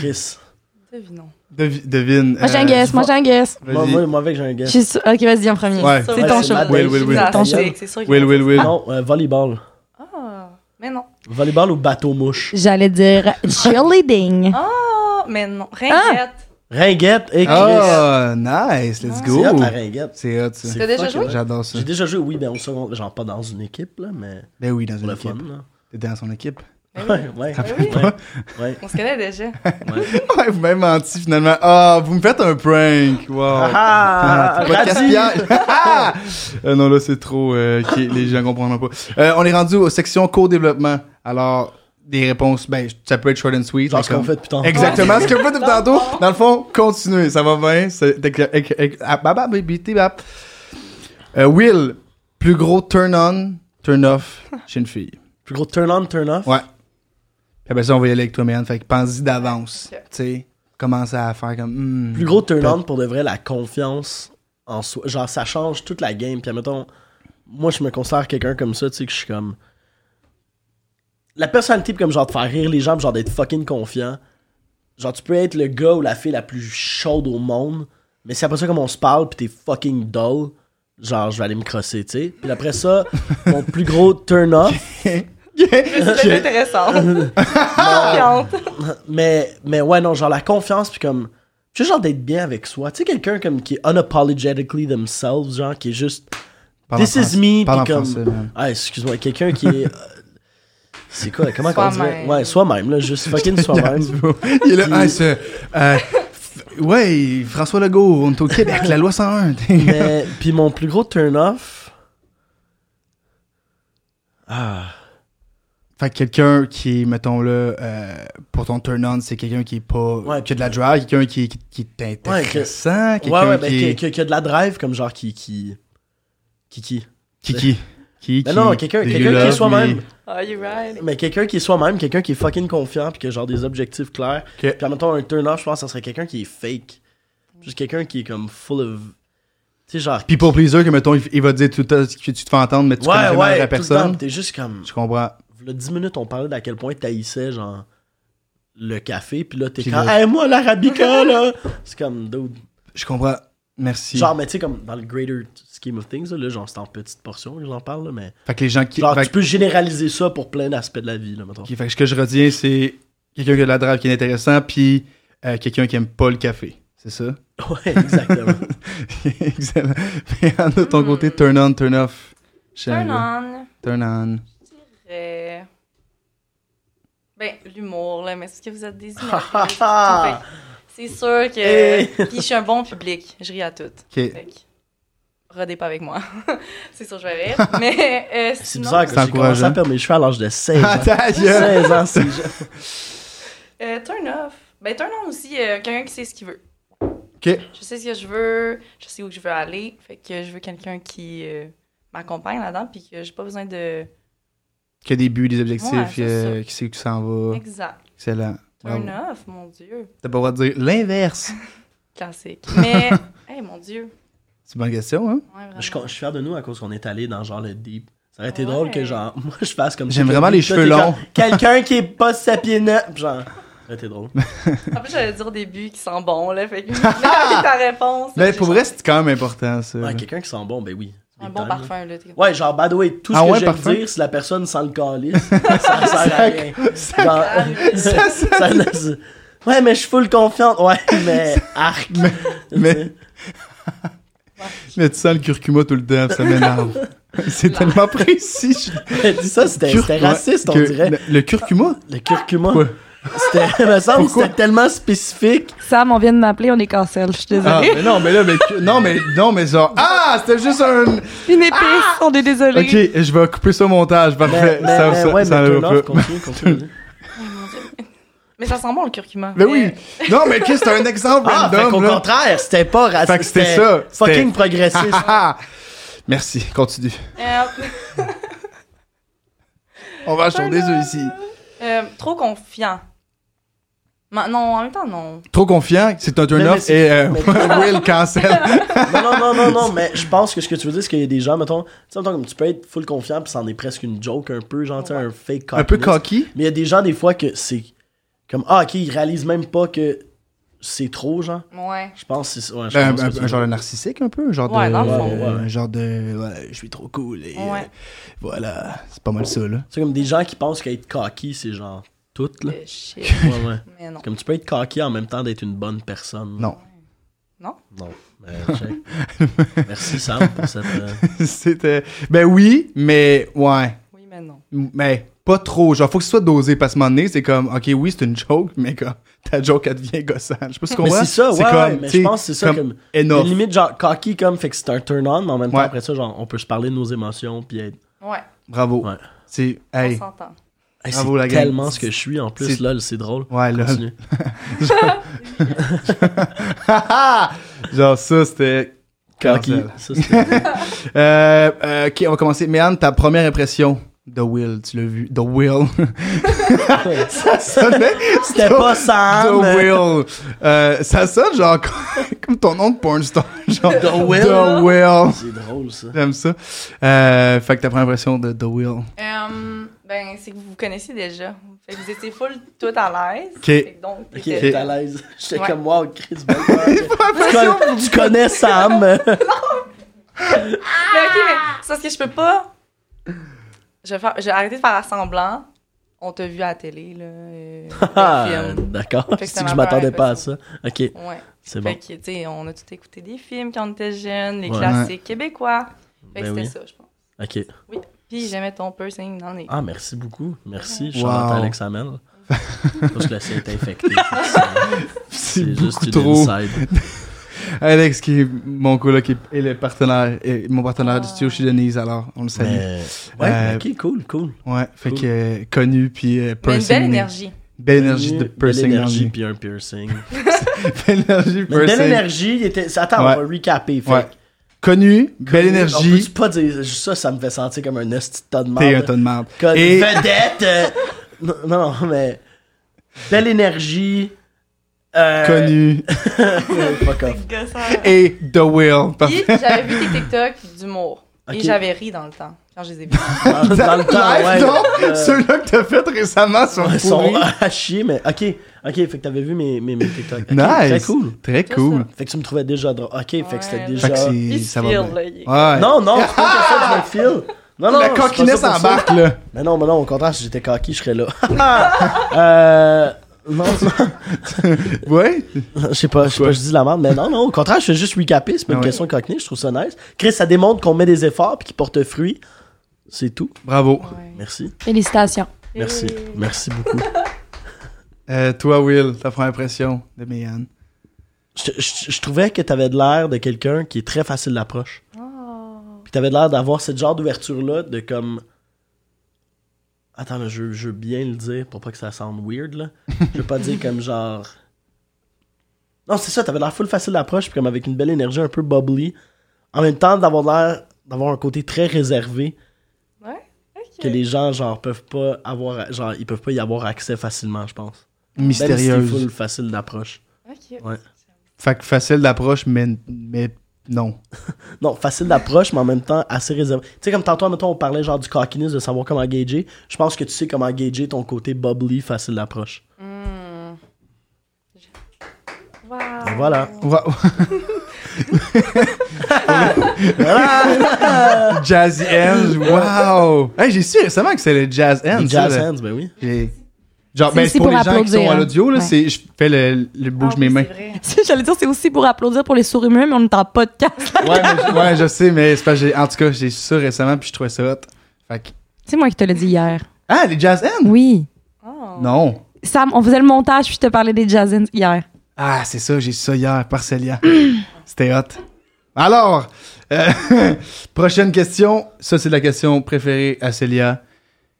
S2: Chris.
S3: Devinons.
S1: Devi- Devine.
S4: Moi, j'ai un
S1: euh,
S4: guess, moi, j'ai un guess.
S1: vas-y.
S2: Moi, moi, moi, avec, j'ai un
S4: Je
S2: guess.
S4: suis sûre- Ok, vas-y, en premier.
S1: Ouais.
S4: C'est
S2: Ouais,
S4: ton
S2: c'est
S4: show.
S2: ma
S1: Will, Will, Will.
S3: C'est
S4: Ton
S3: sûr,
S4: show.
S3: c'est sûr qu'il
S1: Will,
S3: va
S1: Will,
S3: dire
S1: Will.
S2: Non, euh, volleyball.
S3: ça. Ah, mais non.
S2: Volleyball ou bateau-mouche?
S1: <laughs>
S4: J'allais dire cheerleading.
S3: Ah, mais non.
S1: Ah!
S3: Ringuette.
S2: Ringuette
S4: Ah.
S2: et
S1: Oh,
S2: Chris.
S1: nice, let's go.
S2: C'est hot, la ringuette.
S1: C'est hot, ça.
S2: C'est
S3: T'as déjà
S2: fucking
S3: joué?
S2: hot.
S1: J'adore ça.
S2: J'ai déjà joué, oui, ben, au second, genre pas dans une équipe, là, mais
S1: Ben oui, dans
S2: pour
S1: une
S2: le fun,
S1: équipe.
S2: là.
S1: T'étais dans son équipe. <laughs>
S3: Ah
S2: Ouais, ouais.
S1: Rappelle
S2: ouais,
S1: pas.
S2: ouais.
S3: Ben On se connaît déjà.
S1: Ouais, vous m'avez menti finalement. Ah, vous me faites un prank. Wow.
S2: <laughs> Ah,
S1: Ah, c'est pas de
S2: gratuit.
S1: gaspillage. Ah! Euh, non, là, c'est trop. euh, ok, les gens comprendront pas. Euh, on est rendu aux sections co-développement. Alors, des réponses, ben, ça peut être short and sweet.
S2: Genre
S1: mais
S2: ce qu'on
S1: comme-
S2: fait depuis tantôt.
S1: Exactement, ce que vous faites depuis tantôt. Dans le fond, continuez, ça va bien. C'est- t'es- t'es- t'es- ah, bah, bah, bah, bah, t'es- bah. Euh, Will, plus gros turn-on, turn-off chez une fille.
S2: Plus gros turn on, turn off.
S1: Ouais. Puis après ça, on va y aller avec toi, man. Fait que pense-y d'avance.
S3: Ok.
S1: Tu sais, commence à faire comme. hmm.
S2: Plus gros turn on pour de vrai la confiance en soi. Genre ça change toute la game. Puis mettons, moi je me considère quelqu'un comme ça, tu sais que je suis comme la personnalité puis comme genre de faire rire les gens, puis genre d'être fucking confiant. Genre tu peux être le gars ou la fille la plus chaude au monde, mais si après ça comme on se parle puis t'es fucking dull, genre je vais aller me crosser, tu sais. Puis après ça, mon plus gros turn off,
S3: C'est <laughs> intéressant. Confiante.
S2: mais mais ouais non genre la confiance puis comme juste genre d'être bien avec soi. Tu sais quelqu'un comme qui est unapologetically themselves, genre qui est juste
S1: Parle en
S2: This is
S1: français.
S2: me,
S1: Parle en
S2: puis comme-
S1: français, man.
S2: Ah, excuse-moi, quelqu'un qui est. euh, C'est quoi, comment qu'on dit
S3: Soi-même.
S2: Ouais, soi-même,
S1: <laughs>
S2: là, juste fucking soi-même.
S1: Il est là, ah, c'est, euh, f- ouais, François Legault, on est au Québec, la loi <laughs> 101.
S2: Mais, puis mon plus gros turn-off. Ah.
S1: fait que quelqu'un qui est, mettons là, euh, pour ton turn-on, c'est quelqu'un qui est pas.
S2: Ouais,
S1: qui a de la drive, quelqu'un qui, qui, qui est
S2: Ouais, que-
S1: intéressant,
S2: Ouais,
S1: quelqu'un
S2: ouais,
S1: qui,
S2: ben,
S1: est-
S2: qui, qui- qui a de la drive, comme genre qui. Qui. Qui. qui.
S1: Kiki. Qui,
S2: Mais Ben non,
S1: do
S2: quelqu'un quelqu'un
S1: you
S2: qui est
S1: love
S2: soi-même.
S1: me?
S3: Are Ah, you right?
S2: Mais quelqu'un qui est soi-même, quelqu'un qui est fucking confiant, puis qui a genre des objectifs clairs.
S1: Ok.
S2: Puis en même temps, un turn-off, je pense que ça serait quelqu'un qui est fake. Juste quelqu'un qui est comme full of. Tu sais, genre.
S1: People pleaser, que mettons, il, il va te dire tout le temps ce que tu te fais entendre, mais tu connais
S2: ouais,
S1: jamais
S2: ouais,
S1: la
S2: tout le temps.
S1: personne.
S2: T'es juste comme.
S1: Je comprends.
S2: Là, 10 minutes, on parlait d'à quel point t'haïssais, genre, le café, puis là, t'es
S1: Puis
S2: comme.
S1: là-
S2: Hey, moi, l'arabica, là! C'est comme, dude.
S1: Je comprends. Merci.
S2: Genre, mais tu sais, comme dans le greater scheme of things, là, là, genre, c'est en petite portion que j'en parle, là, mais.
S1: fait que les gens qui.
S2: Genre,
S1: fait
S2: tu peux généraliser ça pour plein d'aspects de la vie, là, mettons.
S1: que- fait que ce que je retiens, c'est quelqu'un qui a de la drague qui est intéressant, puis euh, quelqu'un qui aime pas le café. C'est ça? <laughs>
S2: Ouais, exactement.
S1: Excellent. Mais Anne, de ton côté, turn on, turn off. Chez un
S3: Turn
S1: gars.
S3: on.
S1: Turn on.
S3: Euh, Ben, l'humour, là, mais c'est parce que vous êtes des
S2: <laughs>
S3: humains.
S2: Ha, ha, ha.
S3: c'est sûr que.
S2: Hey.
S3: Puis je suis un bon public. Je ris à toutes.
S1: Ok.
S3: Fait que, rodez pas avec moi. <laughs> c'est sûr que je
S2: <laughs>
S3: vais rire. mais. euh,
S2: C'est
S3: sinon,
S2: bizarre que
S1: C'est
S2: j'ai commencé
S1: encourageant.
S2: à perdre mes cheveux à l'âge de 16
S1: Ah,
S2: ans.
S1: ta gueule!
S2: 16
S1: <laughs>
S2: ans, c'est jeune.
S3: euh, turn off. Ben, turn on aussi, euh, quelqu'un qui sait ce qu'il veut.
S1: Ok.
S3: Je sais ce que je veux, je sais où je veux aller. Fait que je veux quelqu'un qui euh, m'accompagne là-dedans, puis que j'ai pas besoin de.
S1: Qui a des buts, des objectifs,
S3: Ouais, c'est
S1: euh, qui sait où tu s'en vas.
S3: Exact.
S1: Excellent.
S3: Turn
S1: Bravo.
S3: off, mon Dieu.
S1: T'as pas le droit de dire l'inverse.
S3: Classique. <laughs> Mais. hey, mon Dieu.
S1: C'est une bonne question, hein?
S3: Ouais, vraiment.
S2: Je suis con- je suis fier de nous à cause qu'on est allé dans genre le deep. Ça aurait été
S3: Ah Ouais.
S2: drôle que genre, <laughs> moi je fasse comme
S1: J'aime vraiment les
S2: Toi,
S1: cheveux
S2: t'es
S1: longs.
S2: comme, Quelqu'un qui est pas sapienant. Genre, ça aurait été drôle.
S3: En plus, j'allais dire au début qui sent bon, là. <laughs> Fait que. Là, ta réponse.
S1: Mais
S3: j'ai
S1: pour vrai, c'est quand même important, ça.
S2: Ouais,
S1: là.
S2: quelqu'un qui sent bon, ben oui.
S3: Un
S2: Big
S3: bon
S2: time, là.
S3: parfum, là. t'es-
S2: Ouais, genre, by the way, tout ce
S1: Ah
S2: que
S1: ouais,
S2: je viens de
S1: parfum?
S2: dire, si la personne sent
S1: <laughs>
S2: le calice, ça sert à rien. Genre,
S1: ça-
S2: <laughs> ça ne- ouais, mais je suis full confiante. Ouais, mais
S1: <laughs>
S2: arc.
S1: mais- Mais tu sens le curcuma tout le temps, ça m'énerve.
S3: <laughs>
S1: c'est tellement précis. je-
S2: <laughs> Dis ça, c'était
S1: Cur-
S2: c'était
S1: ouais,
S2: raciste, on
S1: que-
S2: dirait.
S1: Le, le curcuma?
S2: Le curcuma.
S1: Pourquoi?
S2: C'était, <laughs> me semble, que
S1: Pourquoi?
S2: c'était
S1: <laughs>
S2: tellement spécifique.
S4: Sam, on vient de m'appeler, on est cancel. Je suis
S1: Ah,
S4: désolée.
S1: mais non, mais là, mais, cu- non, mais, non, mais genre, ah, c'était juste un,
S4: Une épice, on est désolé.
S1: Ah. Ok, je vais couper ça au montage, parfait.
S2: Mais, mais,
S1: ça,
S2: mais
S1: ça,
S2: ouais,
S1: ça
S2: mais
S1: va
S2: turn off,
S1: pas. <laughs>
S2: continue, continue.
S3: Mais ça sent bon, le curcuma.
S1: Mais Ben oui! Non, mais Chris, c'est un exemple
S2: Ah, fait qu'au
S1: random, là.
S2: contraire, c'était pas raciste.
S1: Fait que c'était ça,
S2: Fucking
S1: c'était- <laughs>
S2: progressiste.
S1: Ah, ah. Merci, continue.
S3: Euh,
S1: On va acheter des œufs ici.
S3: euh, trop confiant. Ma- non, en même temps, non.
S1: Trop confiant, c'est un
S2: Mais- mais
S1: turn-off
S2: c'est-
S1: et euh,
S2: mais-
S1: <laughs> Will cancel.
S2: <laughs> non, non, non, non, non, mais je pense que ce que tu veux dire, c'est qu'il y a des gens, mettons, tu sais, mettons, comme tu peux être full confiant, puis c'en est presque une joke, un peu, genre, tu sais, un fake
S1: un peu
S2: cockiness.
S1: cocky.
S2: Mais il y a des gens, des fois, que c'est comme, ah, ok, ils réalisent même pas que c'est trop, genre.
S3: Ouais.
S2: Je pense que c'est ouais, je
S1: Un,
S2: pense que
S1: Euh, un- un
S2: c'est ça.
S1: Ben, genre de narcissique, un peu. Un genre
S3: Ouais,
S1: de. euh,
S3: dans le
S2: fond, ouais.
S1: Un genre de. ouais, je suis trop cool et. euh,
S3: Ouais.
S1: voilà, c'est pas mal ça, là. <laughs>
S2: C'est comme des gens qui pensent qu'être cocky, c'est genre tout, là.
S3: Euh, shit.
S2: Ouais, ouais.
S3: Mais non.
S2: Comme tu peux être cocky en même temps d'être une bonne personne.
S1: Non.
S3: Non?
S2: Non.
S1: <laughs>
S2: Euh, check. Merci Sam pour cette. euh,
S1: C'était. Ben oui, mais ouais.
S3: Oui, mais non.
S1: Mais pas trop. Genre, faut que ce soit dosé parce que à un moment donné, c'est comme, ok, oui, c'est une joke, mais comme, <laughs> ta joke, elle devient gossante. Je sais pas si tu
S2: Mais
S1: comprends.
S2: c'est ça, ouais, ouais, mais
S1: tu sais,
S2: je pense que c'est ça comme.
S1: énorme.
S2: Limite, genre, cocky comme, fait que c'est un turn-on, mais en même temps,
S1: Ouais.
S2: après ça, genre, on peut se parler de nos émotions, puis être.
S3: Ouais,
S1: Bravo.
S2: Ouais.
S1: C'est,
S3: on
S1: hey,
S3: s'entend.
S2: Hey,
S1: Bravo,
S2: c'est
S1: la gang.
S2: tellement ce que je suis, en plus,
S1: C'est-
S2: lol, c'est drôle.
S1: ouais, là.
S2: Continue.
S1: <laughs> genre, ça, c'était.
S2: Cocky.
S1: Cancel. <laughs>
S2: Ça, c'était-
S1: Euh, euh, ok, on va commencer. Méane, ta première impression de Will, tu l'as vu. The Will. <laughs> ça sonnait.
S2: C'était pas Sam.
S1: The Will. Euh, ça sonne genre <laughs> comme ton nom de pornstar. <laughs> Genre,
S2: The Will.
S1: The Will.
S2: C'est drôle, ça.
S1: J'aime ça. Euh, fait que ta première impression de The Will. <laughs>
S3: Euh, ben, c'est que vous vous connaissez déjà. Fait que vous étiez full tout à l'aise.
S1: Ok.
S3: Fait que Donc,
S2: Ok,
S3: t'étais-
S2: t'es à l'aise. <laughs> J'étais
S3: Ouais.
S2: comme, wow, Chris,
S1: <laughs>
S2: bonne tu, connais, tu connais
S3: <laughs>
S2: Sam.
S3: Mais ok, mais c'est parce que je peux pas. Je vais, faire- je vais arrêter de faire semblant. On t'a vu à la télé, là. euh,
S2: Ah,
S3: le film.
S2: D'accord.
S3: Fait que
S2: C'est
S3: ça
S2: que
S3: m'a
S2: je m'attendais
S3: pas
S2: pas à ça. Ok,
S3: Ouais.
S2: c'est
S3: Fait
S2: bon.
S3: que, tu sais, on a tout écouté des films quand on était jeunes, les
S2: Ouais.
S3: classiques québécois. Fait
S2: Ben
S3: que c'était
S2: oui.
S3: ça, je pense.
S2: Ok.
S3: Puis j'aimais ton piercing dans les.
S2: Ah, merci beaucoup. Merci. Je
S1: Wow.
S2: chante
S1: <laughs>
S2: Alex Amel. Parce que le sien est infecté.
S1: <laughs> C'est
S2: C'est juste
S1: beaucoup
S2: une
S1: trop.
S2: inside.
S1: Alex, qui est mon coloc et et le partenaire, et mon partenaire du
S3: Ah.
S1: studio chez Denise, alors on le salue.
S2: Mais... Ouais,
S1: Euh,
S2: ok, cool, cool.
S1: Ouais, fait
S2: cool.
S1: que euh, connu puis euh,
S3: Mais une
S1: piercing.
S3: belle énergie.
S1: Belle énergie <laughs> de
S2: Belle
S1: piercing. dans le
S2: énergie
S1: nez.
S2: puis un piercing.
S1: Belle énergie
S2: Mais belle
S1: piercing.
S2: énergie, il était... Attends, on va recaper. Fait
S1: Ouais.
S2: que
S1: Connu, belle
S2: On peut
S1: énergie,
S2: pas dire ça, ça me fait sentir comme un esti de tas de
S1: t'es un
S2: merde.
S1: tas de merde.
S2: Code
S1: Et <laughs>
S2: vedette. euh, non, non, mais belle énergie. euh,
S1: connu.
S2: <laughs> Fuck off.
S1: Et The
S3: <laughs>
S1: Will.
S3: Puis, j'avais vu tes TikTok d'humour.
S2: Ok.
S3: Et j'avais ri dans le temps, quand je les ai vus.
S2: Dans, dans le temps, ouais.
S1: Donc,
S2: euh,
S1: ceux-là que t'as fait récemment sont
S2: ils sont
S1: pourris.
S2: à chier, mais ok, ok, fait que t'avais vu mes, mes, mes TikTok. <laughs> Ok,
S1: Nice.
S2: Très cool.
S1: Très
S3: Juste
S1: cool.
S2: Fait que tu me trouvais déjà drôle. Ok, fait
S3: Ouais,
S2: que c'était
S3: là.
S2: déjà.
S1: Fait que c'est.
S3: Il
S1: Ça
S3: se
S1: va.
S3: feel,
S1: bien.
S3: là, il est-
S1: Ouais. <laughs>
S2: Non, non, c'est pas que ça, je me le file. Non, non,
S1: la
S2: c'est pas
S1: coquinette
S2: ça pour
S1: en
S2: ça.
S1: barque, là.
S2: Mais non, mais non, au contraire, si j'étais coquille, je
S1: <laughs>
S2: serais là. euh. Non,
S1: Ouais.
S2: je sais pas, je sais pas, je dis de la merde, mais non, non, au contraire, je fais juste recapper, c'est pas une
S1: Ah ouais.
S2: question de coquinée, je trouve ça nice. Chris, ça démontre qu'on met des efforts puis qu'ils portent fruit. C'est tout.
S1: Bravo.
S3: Ouais.
S2: Merci.
S4: Félicitations. <laughs>
S2: Merci.
S3: Et-
S2: Merci beaucoup.
S1: Euh, toi, Will, ta première impression de Mayan.
S2: je, je- je trouvais que t'avais de l'air de quelqu'un qui est très facile d'approche.
S3: Oh.
S2: Puis t'avais de l'air d'avoir cette genre d'ouverture-là de comme. Attends, là, je, veux- je veux bien le dire pour pas que ça semble weird, là. Je veux pas dire comme genre. Non, c'est ça, t'avais l'air full facile d'approche, puis comme avec une belle énergie un peu bubbly. En même temps, d'avoir l'air d'avoir un côté très réservé
S3: Ouais. ok.
S2: que les gens, genre, peuvent pas avoir. à- Genre, ils peuvent pas y avoir accès facilement, je pense. Même si c'est
S1: Mystérieuse.
S2: full facile d'approche.
S3: Ok.
S2: Ouais.
S1: Fait que facile d'approche, mais, mais non.
S2: Non, facile d'approche, mais en même temps assez réservé. Tu sais, comme tantôt, mettons, on parlait genre du cockiness, de savoir comment gager. Je pense que tu sais comment gager ton côté bubbly, facile d'approche.
S3: Hmm. Je- Wow.
S2: Et Voilà.
S1: Va- <laughs> Ah!
S2: <laughs>
S1: Jazzy Hands, wow! Hey, j'ai su récemment que c'est le Jazz Hands.
S2: Les
S1: ça,
S2: jazz
S1: là.
S2: hands, ben oui.
S1: J'ai- Genre,
S4: C'est
S1: ben,
S4: aussi
S1: c'est pour,
S4: pour
S1: les gens qui
S4: applaudir,
S1: sont à
S4: hein.
S1: l'audio, là,
S4: Ouais.
S1: c'est- je fais le, le
S3: Ah
S1: bouge
S3: oui,
S1: mes mains.
S3: c'est vrai.
S4: J'allais dire, c'est aussi pour applaudir pour les sourires muets, mais on est en podcast.
S1: Ouais, mais je- ouais, je sais, mais c'est parce que j'ai- en tout cas, j'ai su ça récemment puis je trouvais ça hot. Fait que-
S4: C'est moi qui te l'ai dit hier.
S1: Ah, les Jazz Hands?
S4: Oui.
S3: Oh.
S1: Non.
S4: Sam, on faisait le montage, puis je te parlais des Jazzins hier.
S1: Ah, c'est ça, j'ai su ça hier,
S4: <clears throat>
S1: parcellia. C'était hot. Alors, euh, <laughs> prochaine question. Ça, c'est la question préférée à Célia.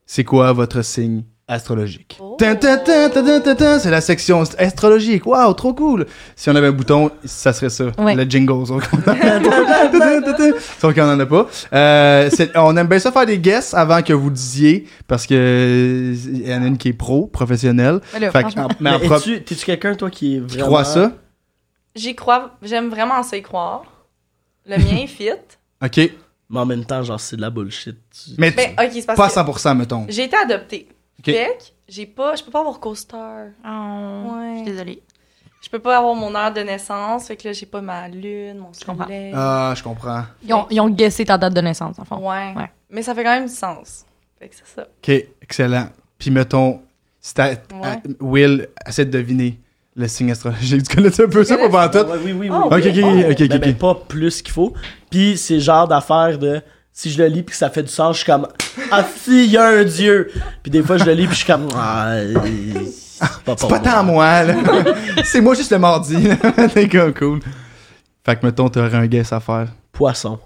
S1: C'est quoi votre signe astrologique?
S3: Oh.
S1: Tin, tin, tin, tin, tin, tin, tin. C'est la section ast- astrologique. Waouh, trop cool! Si on avait un bouton, ça serait ça.
S4: Ouais.
S1: Le jingle. Sauf qu'on en a pas.
S4: <laughs>
S1: Tin, tin, tin, tin. Sauf qu'on en a pas. Euh, c'est- on aime bien ça faire des guesses avant que vous disiez, parce que euh, il y en a une qui est pro, professionnelle.
S4: Mais là,
S1: Fait que-
S4: franchement.
S1: mais en
S2: Mais
S1: pro-
S2: es-tu t'es-tu quelqu'un, toi, qui est vraiment.
S1: qui croit ça?
S3: J'y crois, j'aime vraiment ça y croire.
S1: <laughs>
S3: Le mien fit.
S1: OK.
S2: Mais en même temps, genre, c'est de la bullshit. Tu-
S1: Mais tu-
S3: Ben, ok, c'est
S1: pas à
S3: parce que
S1: 100%, mettons.
S3: j'ai été adoptée.
S1: Ok.
S3: Fait que j'ai pas, je peux pas avoir co-star.
S4: Je suis désolée.
S3: Je peux pas avoir mon heure de naissance, fait que là j'ai pas ma lune, mon
S4: comprends.
S3: soleil.
S1: Ah, je comprends.
S4: Ils ont, ils ont guessé ta date de naissance, en fait.
S3: Ouais.
S4: Ouais.
S3: Mais ça fait quand même du sens. Fait que c'est ça.
S1: OK, excellent. Puis mettons, si t'as- à- Will essaie de deviner le signe astrologique. Tu connais un peu ça pour voir
S2: Ah Ouais,
S1: tout? Ah,
S2: oui, oui, oui.
S3: Oh,
S1: OK, OK, OK, OK,
S2: Mais,
S1: OK.
S2: mais pas plus qu'il faut. Puis c'est genre d'affaire de. Si je le lis puis que ça fait du sens, je suis comme. Ah, si, il y a un dieu! Puis des fois, je le lis puis je suis comme. Ah, euh, c'est pas,
S1: C'est pas tant moi, là. <laughs> C'est moi juste le mardi. là. <laughs> T'es comme cool. Fait que mettons, t'aurais un guess à faire.
S2: Poisson.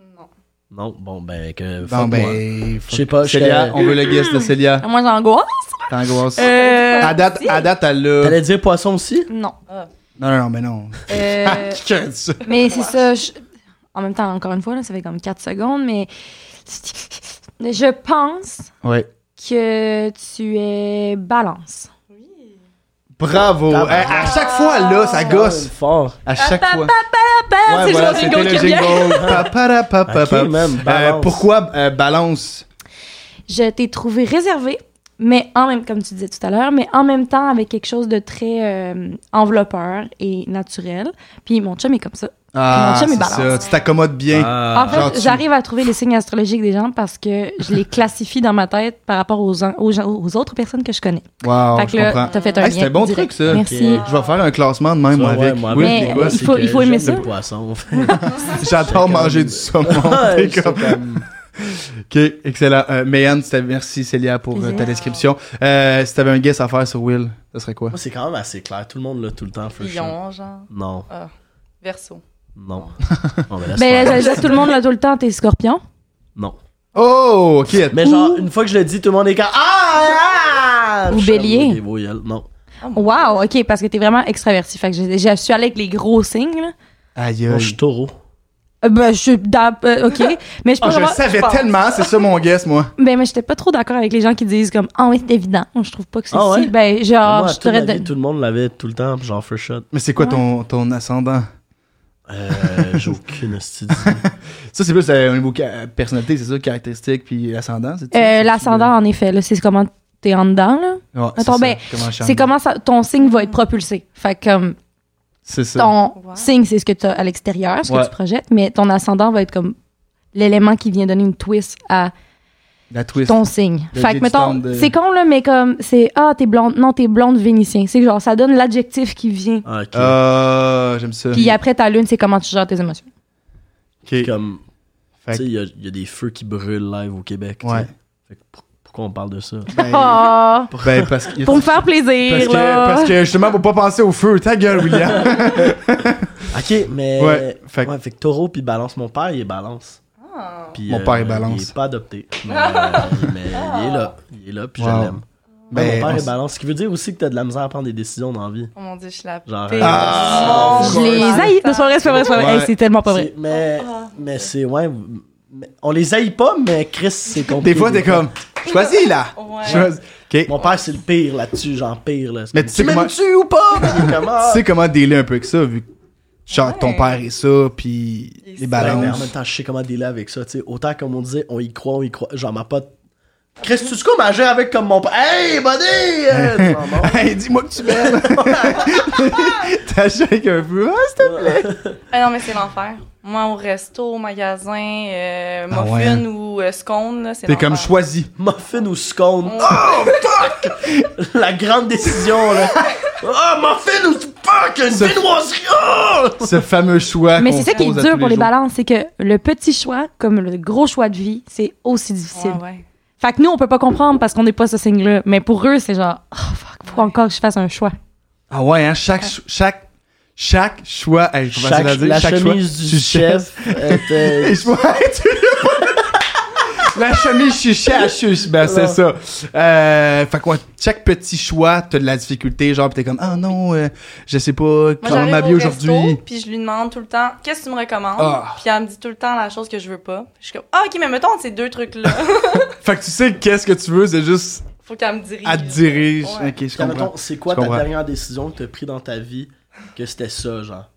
S3: Non.
S2: Non, bon, ben, que.
S1: Bon,
S2: fuck moi.
S1: ben. fuck.
S2: Je sais pas, je
S1: Célia, on veut le guess de Célia.
S4: Moi, j'angoisse.
S1: T'angoisses.
S4: Euh,
S1: À date, à date, elle l'a.
S2: T'allais dire poisson aussi?
S4: non.
S1: Non, non, non, mais non. <laughs>
S4: Euh,
S1: Qui a dit ça?
S4: mais c'est ça. je- En même temps, encore une fois, là, ça fait comme 4 secondes, mais <laughs> je pense
S1: Ouais.
S4: que tu es balance.
S3: Oui.
S1: Bravo!
S2: Ah,
S1: Hey, à chaque fois, là, ça gosse.
S2: Fort.
S1: À chaque
S4: pa,
S1: fois.
S4: Papa,
S1: Ouais, voilà, c'était le jingle.
S2: <laughs>
S1: Pa, pa, da, pa, pa,
S2: Ok,
S1: pa.
S2: man,
S1: Euh,
S2: balance.
S1: pourquoi euh, balance?
S4: Je t'ai trouvé réservé, mais en même comme tu disais tout à l'heure, mais en même temps avec quelque chose de très euh, enveloppeur et naturel. Puis mon chum est comme ça.
S1: Ah,
S4: Mon chum, il
S1: c'est
S4: balance.
S1: ça. Tu t'accommodes bien.
S2: Ah.
S4: En
S1: Ah. genre, tu-
S4: fait, j'arrive à trouver les signes astrologiques des gens parce que je les classifie dans ma tête par rapport aux, en- aux, gens- aux autres personnes que je connais.
S1: Wow,
S4: fait
S1: Ah, je
S4: que là,
S1: comprends.
S4: t'as fait un
S1: Hey,
S4: lien
S1: c'était un bon
S4: direct.
S1: truc, ça.
S4: Merci.
S1: Je vais faire un classement de même, moi, avec Will,
S4: Mais
S1: c'est quoi?
S4: il faut- il faut aimer ça.
S1: <laughs>
S2: Le poisson.
S1: J'adore
S2: c'est
S1: manger
S2: comme-
S1: du saumon.
S2: <laughs>
S1: T'es
S2: Ouais, c'est
S1: comme- OK, excellent. Euh, Mayan, c'était- merci, Célia, pour euh, ta
S4: Plaisir.
S1: description. Euh, si t'avais un guess à faire sur Will, ça serait quoi?
S2: Moi, c'est quand même assez clair. Tout le monde l'a tout le temps, for sure.
S3: Lion, genre.
S2: Non,
S3: Verso.
S1: <laughs>
S2: non. Bon, ben, laisse
S4: Ben,
S2: faire.
S4: je- je- tout le monde l'a tout le temps, t'es scorpion.
S2: Non.
S1: Oh, OK.
S2: Mais genre, une fois que je le dis, tout le monde est comme. Ah! ah!
S4: Ou
S2: Je suis comme,
S4: bélier.
S2: des voyelles. Non.
S3: Oh, mon-
S4: Wow, ok, parce que t'es vraiment extraverti. Fait que je, je suis allée avec les gros signes. là.
S1: Aïe,
S2: Moi,
S1: aïe.
S2: je suis taureau.
S4: Euh, ben, je suis d'a- euh, OK. mais je, peux
S1: Ah, je
S4: vraiment-
S1: savais
S3: pense.
S1: tellement, c'est ça mon guess, moi.
S4: Ben, mais j'étais pas trop d'accord avec les gens qui disent comme Ah oui, c'est évident. Moi, Je trouve pas que c'est
S2: Ah ouais?
S4: si. Ben, genre,
S2: Moi, à
S4: je
S2: toute ma
S4: t'aurais.
S2: vie,
S4: de- Euh,
S2: tout le monde l'avait tout le temps, genre first shot.
S1: Mais c'est quoi
S4: Ouais.
S1: ton, ton ascendant?
S2: Euh,
S1: <laughs>
S2: j'ai aucune hostie.
S1: Ça, c'est plus euh, au niveau ca- personnalité, c'est ça, caractéristique, puis ascendant, c'est
S4: Euh, L'ascendant, en effet, là, c'est comment t'es en dedans, là.
S1: Ouais, c'est ça,
S4: Attends, ben,
S1: comment je
S4: C'est
S1: chante.
S4: comment ça- ton signe va être propulsé. Fait que, comme
S1: C'est ça.
S4: ton
S3: Wow.
S4: signe, c'est ce que tu as à l'extérieur, ce
S1: Ouais.
S4: que tu projettes, mais ton ascendant va être comme l'élément qui vient donner une twist à
S1: La twist.
S4: ton signe.
S1: Le
S4: fait
S1: J
S4: que,
S1: du
S4: mettons,
S1: temple de-
S4: c'est con, là, mais comme, c'est Ah, t'es blonde. Non, t'es blonde vénitien. C'est que, genre, ça donne l'adjectif qui vient.
S2: Ah, ok.
S1: Ah, j'aime ça.
S4: Puis après, ta lune, c'est comment tu gères tes émotions.
S1: Ok.
S2: Comme,
S1: Fait
S2: tu
S1: que-
S2: sais, il y, a- il y a des feux qui brûlent live au Québec. tu sais.
S1: Ouais.
S2: Fait que pour- pourquoi on parle de ça?
S1: Ben,
S4: Ah,
S1: ben, parce que.
S4: pour me faire plaisir,
S1: Parce que,
S4: là.
S1: parce que justement, pour pas penser au feu, ta gueule, William.
S2: <laughs>
S1: <laughs>
S2: Ok, mais.
S1: Ouais,
S2: Ouais,
S1: fait
S2: fait
S1: que-
S2: que, Taureau puis Balance. Mon père, il est Balance.
S3: Ah.
S2: Puis,
S1: Mon père est
S2: il
S1: Balance.
S2: Il est pas <laughs> adopté. Mais, euh, mais il est là. Il est là, puis
S1: Wow.
S2: je l'aime.
S1: Ben,
S2: Ouais, mon
S1: on
S2: père
S1: s-
S2: est Balance. Ce qui veut dire aussi que t'as de la misère à prendre des décisions dans la vie.
S3: Oh mon dieu, je suis la
S2: Genre,
S3: pire.
S1: euh, Ah,
S3: Mon
S4: Je les
S3: Dieu.
S4: haïs. Non, C'est pas vrai, c'est pas vrai, c'est pas vrai.
S1: Ouais.
S4: Hey, c'est tellement pas vrai. Ah,
S2: C'est- Mais, mais c'est, ouais. mais- on les haït pas, mais Chris, c'est compliqué.
S1: Des fois, t'es comme, choisis là.
S3: Ouais.
S1: Choisis. Ok.
S2: Mon père, c'est le pire là-dessus, genre pire. Là. C'est
S1: Mais
S2: comme,
S1: tu sais comment-
S2: m'aimes-tu ou pas? Puis il est <laughs> comme, ah.
S1: Tu sais comment dealer un peu avec ça, vu que genre,
S3: Ouais.
S1: ton père est ça, puis
S3: Il est
S1: les
S3: ça.
S2: Ouais, mais en
S1: balances.
S2: même temps, je sais comment délai avec ça. tu sais Autant, comme on disait, on y croit, on y croit. Genre, ma pote. Chris, tu sais comment agir avec comme mon père? Hey, buddy!
S1: <laughs>
S2: Euh, tu m'en manges.
S1: Hey, dis-moi que tu
S4: <laughs>
S1: m'aimes. T'achètes un peu. Ah, c'est-
S3: Ah non, mais c'est l'enfer. Moi, au resto, au magasin, euh,
S1: Ah
S3: muffin
S1: ouais.
S3: ou euh, scone, là, c'est
S1: T'es comme
S3: l'enfer.
S1: choisi.
S2: Muffin ou scone? Oh, fuck! La grande décision, là. Oh, muffin ou fuck! Une
S1: Ça-
S2: viennoiserie! Oh!
S1: Ce fameux choix.
S4: Mais
S1: qu'on
S4: c'est ça qui est
S1: pose à
S4: dur
S1: tous
S4: pour les
S1: jours.
S4: balances, c'est que le petit choix, comme le gros choix de vie, c'est aussi difficile.
S3: Ouais, ouais.
S4: Fait que nous, on peut pas comprendre parce qu'on n'est pas ce signe-là. Mais pour eux, c'est genre, oh fuck, faut encore que je fasse un choix.
S1: Ah ouais, hein, chaque, cho- chaque, chaque choix. Hey, je vais
S2: Chaque-
S1: essayer de dire,
S2: la
S1: chaque
S2: chemise
S1: choix,
S2: du
S1: du <laughs>
S2: chef euh, était-
S1: Et je vois, tu l'as pas- <laughs> La chemise chuchée à chuche. Ben, c'est
S2: Ouais.
S1: ça. Euh, fait quoi, chaque petit choix, t'as de la difficulté. Genre, pis t'es comme, ah non, euh, je sais pas
S3: Moi,
S1: comment
S3: j'arrive
S1: m'habiller
S3: au resto,
S1: aujourd'hui.
S3: puis je lui demande tout le temps « Qu'est-ce que tu me recommandes?
S1: Ah.
S3: Puis elle me dit tout le temps la chose que je veux pas. Je suis comme « Ah, OK, mais mettons ces deux trucs-là. <laughs>
S1: Fait que tu sais qu'est-ce que tu veux, c'est juste
S3: Faut qu'elle me dirige. »
S1: à te dirige.
S3: Ouais.
S1: Ok, je
S2: Puis,
S1: comprends.
S2: mettons, c'est quoi
S1: Je
S2: ta
S1: comprends.
S2: dernière décision que t'as prise dans ta vie que c'était ça, genre?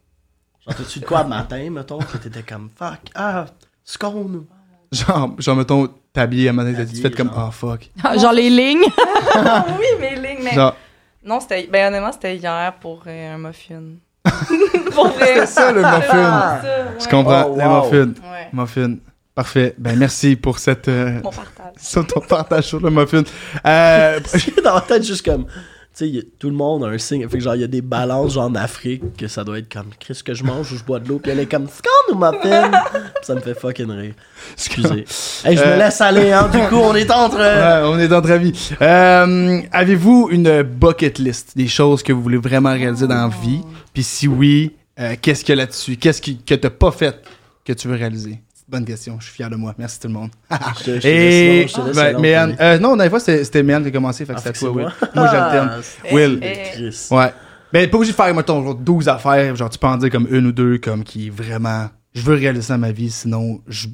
S2: Genre, t'as-tu de quoi le matin, mettons, que t'étais comme fuck, ah, scone?
S1: Genre, genre, mettons, t'habiller à un moment donné, tu
S2: T'habiller,
S1: fais comme,
S2: genre.
S1: ah fuck.
S4: genre les lignes.
S3: Ah oui, mais lignes, mais...
S1: Genre,
S3: Non, c'était... Ben honnêtement, c'était hier pour euh,
S1: <laughs>
S3: un muffin. pour vrai.
S1: c'est ça le muffin.
S3: Ah, ça, ouais.
S1: Je comprends,
S2: Oh,
S1: le
S2: wow.
S1: muffin.
S3: Ouais.
S1: Muffin. Parfait. Ben, merci pour cette. euh,
S3: Mon partage.
S1: <laughs> sur ton partage sur le muffin. Euh,
S2: <laughs> J'ai dans la tête juste comme. Tu sais, y a- tout le monde a un signe. Fait que genre, il y a des balances, genre, d'Afrique, que ça doit être comme, qu'est-ce que je mange ou je bois de l'eau, puis elle est comme, scone ou muffin? Puis ça me fait fucking rire. Excusez. hey, je
S1: Euh.
S2: me laisse aller, hein, du coup, on est entre.
S1: <laughs>
S2: euh,
S1: Ouais, on est dans notre vie. Euh, Avez-vous une bucket list des choses que vous voulez vraiment réaliser dans la vie? Puis si oui, euh, qu'est-ce qu'il y a là-dessus? Qu'est-ce qui- que t'as pas fait que tu veux réaliser? Bonne question, je suis fier de moi. Merci tout le monde.
S2: Ah, Je te- je te
S1: Et
S2: laisse, non, je te laisse,
S1: ben,
S2: non,
S1: Méane-
S2: allez.
S1: euh, non, la dernière fois c'était c'était Méane qui a commencé, fait que
S2: Ah,
S1: c'est à
S2: fait que
S1: toi,
S2: c'est
S1: Will.
S2: moi.
S1: Moi
S2: <laughs>
S1: j'alterne.
S2: Ah,
S1: Will.
S3: Eh, eh.
S2: Chris.
S1: Ouais. Ben pas obligé de faire mettons genre 12 affaires, genre tu peux en dire comme une ou deux comme qui est vraiment je veux réaliser ça dans ma vie sinon je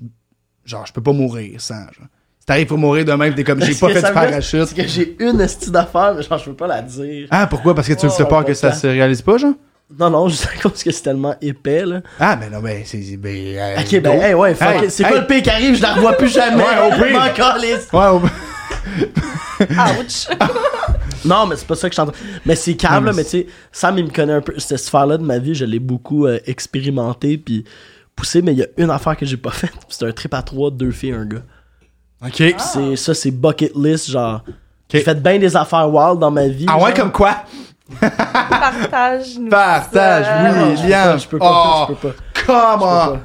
S1: genre je peux pas mourir sans genre. Si t'arrives pour mourir demain, pis t'es comme
S2: <laughs>
S1: j'ai
S2: Parce
S1: pas
S2: que
S1: fait
S2: ça
S1: de
S2: me-
S1: parachute.
S2: C'est que j'ai une esti d'affaires, mais genre, je peux pas la dire.
S1: Ah, pourquoi? Parce que tu
S2: Oh,
S1: te
S2: ouais,
S1: peur que
S2: ouais,
S1: ça
S2: ouais.
S1: se réalise pas, genre?
S2: Non, non, <laughs> juste à cause que c'est tellement épais, là.
S1: Ah, ben non, ben c'est... ben, euh,
S2: Ok, ben,
S1: go.
S2: hey, ouais, fuck
S1: Hey,
S2: it. C'est
S1: hey.
S2: pas le pire qui arrive, je la revois plus
S1: Ouais,
S2: jamais.
S1: au pire.
S2: <laughs> M'en calisse.
S1: Ouais, on-
S3: Ouch.
S1: <laughs>
S2: Non, mais c'est pas ça que je t'entends. Mais c'est
S1: Non,
S2: calme,
S1: mais
S2: là, mais tu sais, Sam, il me connaît un peu. Cette sphère-là de ma vie, je l'ai beaucoup euh, expérimenté, puis poussé, mais il y a une affaire que j'ai pas <laughs> faite. puis C'est un trip à trois, deux filles, un gars.
S1: <laughs> OK.
S2: Puis Ah, c'est ça, c'est bucket list, genre. J'ai
S1: Ok.
S2: fait bien des affaires wild dans ma vie.
S1: Ah ouais,
S2: genre.
S1: comme quoi?
S3: Partage. nous
S1: Partage,
S3: ça.
S2: Non,
S1: oui,
S2: Ah, je peux
S1: Liam. Oh,
S2: pas, Je peux pas, je peux pas.
S1: come
S2: Je peux
S1: on!
S2: pas.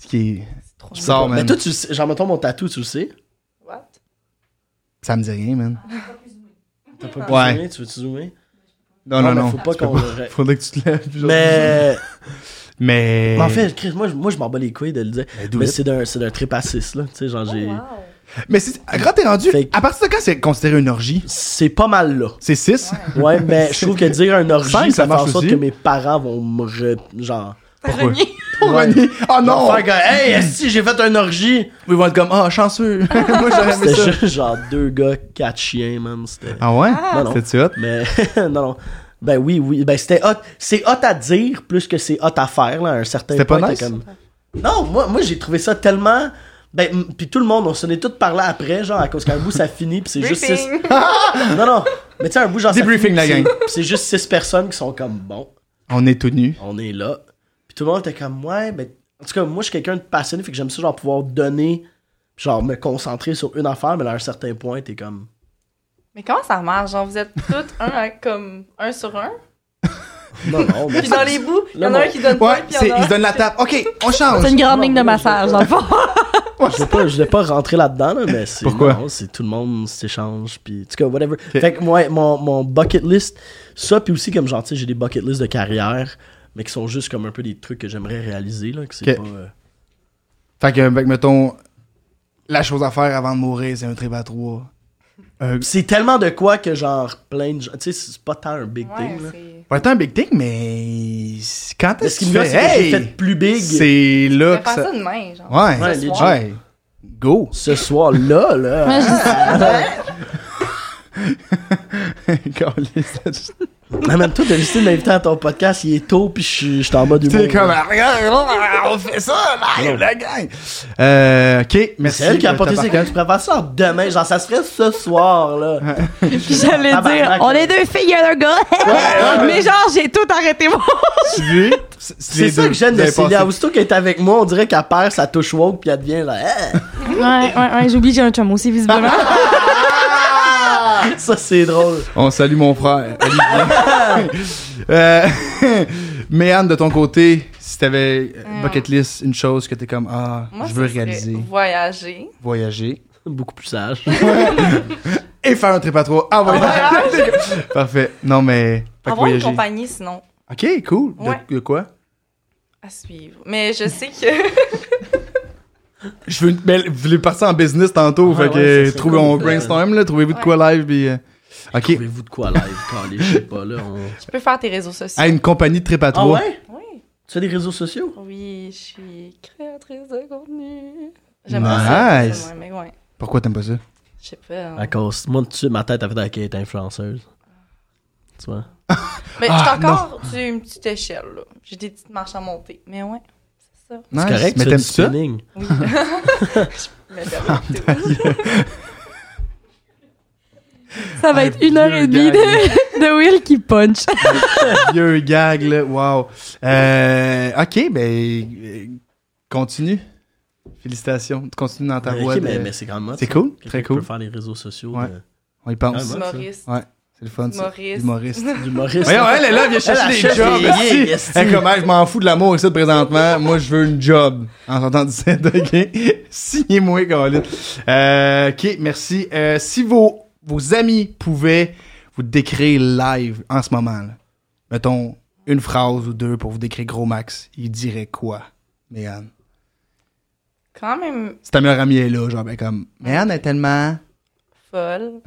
S1: Ce qui est-
S3: Trop
S1: Tu sors,
S2: Mais
S1: Ah. man.
S2: Ben, toi, tu le sais, genre, mettons mon tatou, tu le sais.
S3: What?
S1: Ça me dit rien, man.
S2: T'as pas
S1: Ouais.
S2: zoomer, tu veux-tu zoomer?
S1: Non, non,
S2: mais
S1: non.
S2: Faut pas
S1: Tu peux
S2: qu'on.
S1: pas- Faudrait que tu te lèves. genre.
S2: Mais.
S1: Mais...
S2: Mais En fait, Chris, moi, je- moi je m'en bats les couilles de le dire.
S1: Ben, do
S2: Mais
S1: it.
S2: c'est d'un, c'est d'un trip à 6, là. Tu sais, genre, j'ai.
S1: Mais c'est... Quand t'es rendu...
S2: Fait que-
S1: À partir de quand c'est considéré une orgie?
S2: C'est pas mal là.
S1: C'est 6? <laughs>
S2: Ouais, mais ben, je trouve que dire un orgie,
S1: Cinq, ça
S2: ça, fait
S1: marche
S2: en sorte
S1: aussi.
S2: que mes parents vont me. re- Genre.
S1: Pourquoi?
S4: Renier.
S1: Pour
S2: Ouais.
S1: René. Oh non!
S2: Faire que, hey, si j'ai fait un orgie.
S1: Ils vont être comme, ah, chanceux. <laughs> Moi, j'aurais aimé
S2: C'était
S1: ça.
S2: juste genre deux gars, quatre chiens, man. C'était.
S1: Ah ouais?
S2: Non, non.
S1: C'était hot?
S2: Mais <laughs> non, non. Ben oui, oui. Ben c'était hot. C'est hot à dire plus que c'est hot à faire, là, à un certain
S1: C'était pas
S2: point,
S1: nice?
S2: t'es Non, moi, moi j'ai trouvé ça tellement. Ben, m- puis tout le monde, on s'en est tous parlé après, genre, à cause qu'un bout ça finit, puis c'est juste six.
S3: Briefing.
S2: Non, non. Mais tu sais, un bout, genre. ça
S1: Débriefing,
S2: finit,
S1: la
S2: puis
S1: gang.
S2: c'est- puis C'est juste six personnes qui sont comme bon
S1: On est tout nus.
S2: on est là. Puis tout le monde était comme, ouais, ben. En tout cas, moi, je suis quelqu'un de passionné, fait que j'aime ça, genre, pouvoir donner, genre, me concentrer sur une affaire, mais là, à un certain point, t'es comme.
S3: Mais comment ça marche? Genre, vous êtes tous un, à- comme un sur un.
S2: Non,
S3: <laughs>
S2: non, mais.
S3: Puis dans les bouts, il y en
S2: Non,
S3: a un
S2: non.
S3: qui donne pas,
S1: Ouais,
S3: puis il
S1: c'est-
S3: y en a
S1: ils se
S3: un.
S1: donnent la tape. OK, on change.
S4: C'est une grande ligne de massage, dans le fond.
S2: Je vais pas, je vais pas rentrer là-dedans, là, mais c'est.
S1: Pourquoi?
S2: non, c'est tout le monde s'échange, puis. En tout cas, whatever. Fait que, ouais, mon, mon bucket list, ça, puis aussi, comme, genre, tu sais, j'ai des bucket list de carrière, mais qui sont juste comme un peu des trucs que j'aimerais réaliser, là, que c'est
S1: Ok.
S2: pas. euh,
S1: Fait que, ben, mettons, la chose à faire avant de mourir, c'est un trip à trois. Euh,
S2: C'est tellement de quoi que, genre, plein de gens. Tu sais, c'est pas tant un big
S3: Ouais,
S2: thing, là.
S3: c'est-
S1: pas tant un big thing, mais c'est- quand
S2: Mais
S1: est-ce
S2: ce qui
S1: qu'il
S2: me gosse, c'est que
S1: fait
S2: j'ai
S1: hey,
S2: fait plus big.
S1: C'est là
S3: Mais
S1: que
S3: faire
S1: ça.
S3: ça demain, genre.
S1: Ouais,
S2: Ouais,
S3: les
S1: ouais.
S3: gens.
S1: Go. <laughs>
S2: ce soir-là, là.
S4: Moi, je dis ça.
S2: <laughs>
S1: Caliste.
S2: <laughs> Ah, man, toi, t'as décidé de l'inviter à ton podcast, il est tôt, puis je suis- je suis en mode humour.
S1: T'es comme, regarde, on fait ça, live, la gang. Euh, ok, merci.
S2: C'est elle qui a
S1: euh,
S2: apporté ses
S1: Tabarnak.
S2: gars, tu préfères ça demain, genre ça serait ce soir, là.
S4: Puis j'allais
S2: Tabarnak,
S4: dire, on
S2: là.
S4: est deux filles et un gars. <laughs> mais genre, j'ai tout arrêté mon.
S1: Tu veux? C'est
S2: C'est
S1: les
S2: ça
S1: deux.
S2: que j'aime
S1: Vous
S2: de
S1: avez
S2: Célia.
S1: passé-
S2: Aussitôt qu'elle est avec moi, on dirait qu'elle perd sa touche woke, puis elle devient là. Hein?
S4: ouais, ouais, ouais, j'oublie, j'ai un chum aussi,
S1: <laughs>
S4: visiblement.
S2: Ça, c'est drôle.
S1: On salue mon
S2: <laughs>
S1: frère, Olivier. euh, <laughs> mais Anne, de ton côté, si t'avais euh, bucket list, une chose que t'es comme, ah,
S3: Moi,
S1: je veux
S3: ce serait
S1: réaliser,
S3: Voyager.
S1: voyager.
S2: Beaucoup plus sage.
S1: Et faire un trip à trois. Ah, ouais.
S3: voyage.
S1: <laughs> Parfait. Non, mais. fait que
S3: hein? Avoir une
S1: voyager.
S3: compagnie, sinon,
S1: Ok, cool. De-
S3: Ouais.
S1: De, quoi
S3: à suivre. Mais je sais que. <laughs>
S1: Je veux. une- Mais vous voulez partir en business tantôt.
S2: Ah Ouais,
S1: fait que.
S2: ouais, ça,
S1: euh,
S2: c'est
S1: trouvez,
S2: cool.
S1: on brainstorm, là. Trouvez-vous de quoi live. Puis, euh, Ok.
S2: Trouvez-vous de quoi live, quand je sais pas, là. on-
S3: tu peux faire tes réseaux sociaux.
S1: À une compagnie de trip à
S2: Ah
S1: trois.
S2: ouais?
S3: Oui.
S2: Tu as des réseaux sociaux?
S3: Oui, je suis créatrice de contenu.
S1: Nice.
S3: ça. Mais ouais.
S1: Pourquoi t'aimes pas ça
S3: Je sais pas. hein.
S2: À cause. Moi, tu sais, ma tête, elle fait qu'elle est influenceuse. Tu vois?
S3: Mais je suis
S1: Ah,
S3: encore sur une petite échelle, là. J'ai des petites marches à monter. Mais ouais, c'est ça.
S1: Nice.
S2: C'est correct,
S1: Mais
S2: tu fais
S1: t'aimes
S2: du
S1: ça
S2: spinning.
S1: <laughs>
S3: Oui. <laughs> Je me
S1: Ah,
S3: permets,
S4: Ça va
S1: Un
S4: être une heure
S1: vieux
S4: et demie
S1: gag.
S4: de, <laughs> de Will qui punch.
S1: Vieux gag, là. Wow. Euh, ok, ben. euh, Continue. Félicitations. Continue dans ta
S2: Ok,
S1: voie.
S2: mais,
S1: de-
S2: mais c'est quand même hot,
S1: C'est
S2: ça.
S1: cool.
S2: Quelqu'un
S1: Très
S2: qui peut
S1: cool.
S2: faire les réseaux sociaux.
S1: Ouais.
S2: de-
S1: On y pense.
S2: Ah,
S3: t'es
S2: ouais.
S3: Humoriste.
S1: C'est le fun, ça.
S3: Humoriste.
S1: Humoriste.
S2: Humoriste.
S1: Voyons, elle est là, viens chercher
S2: Elle
S1: des jobs.
S2: achète des
S1: esti.
S2: gigs, esti.
S1: Elle est comme, Hey, je m'en fous de l'amour ici présentement. Moi, je veux une job. En s'entendant 17, ok? <laughs> Signez-moi, Colin. Euh, ok, merci. Euh, si vos, vos amis pouvaient vous décrire live en ce moment, là, mettons une phrase ou deux pour vous décrire Gros Max, ils diraient quoi, Méane?
S3: Quand même
S1: Si ta meilleure amie est là, genre, ben comme, Méane est tellement. <laughs>
S3: folle.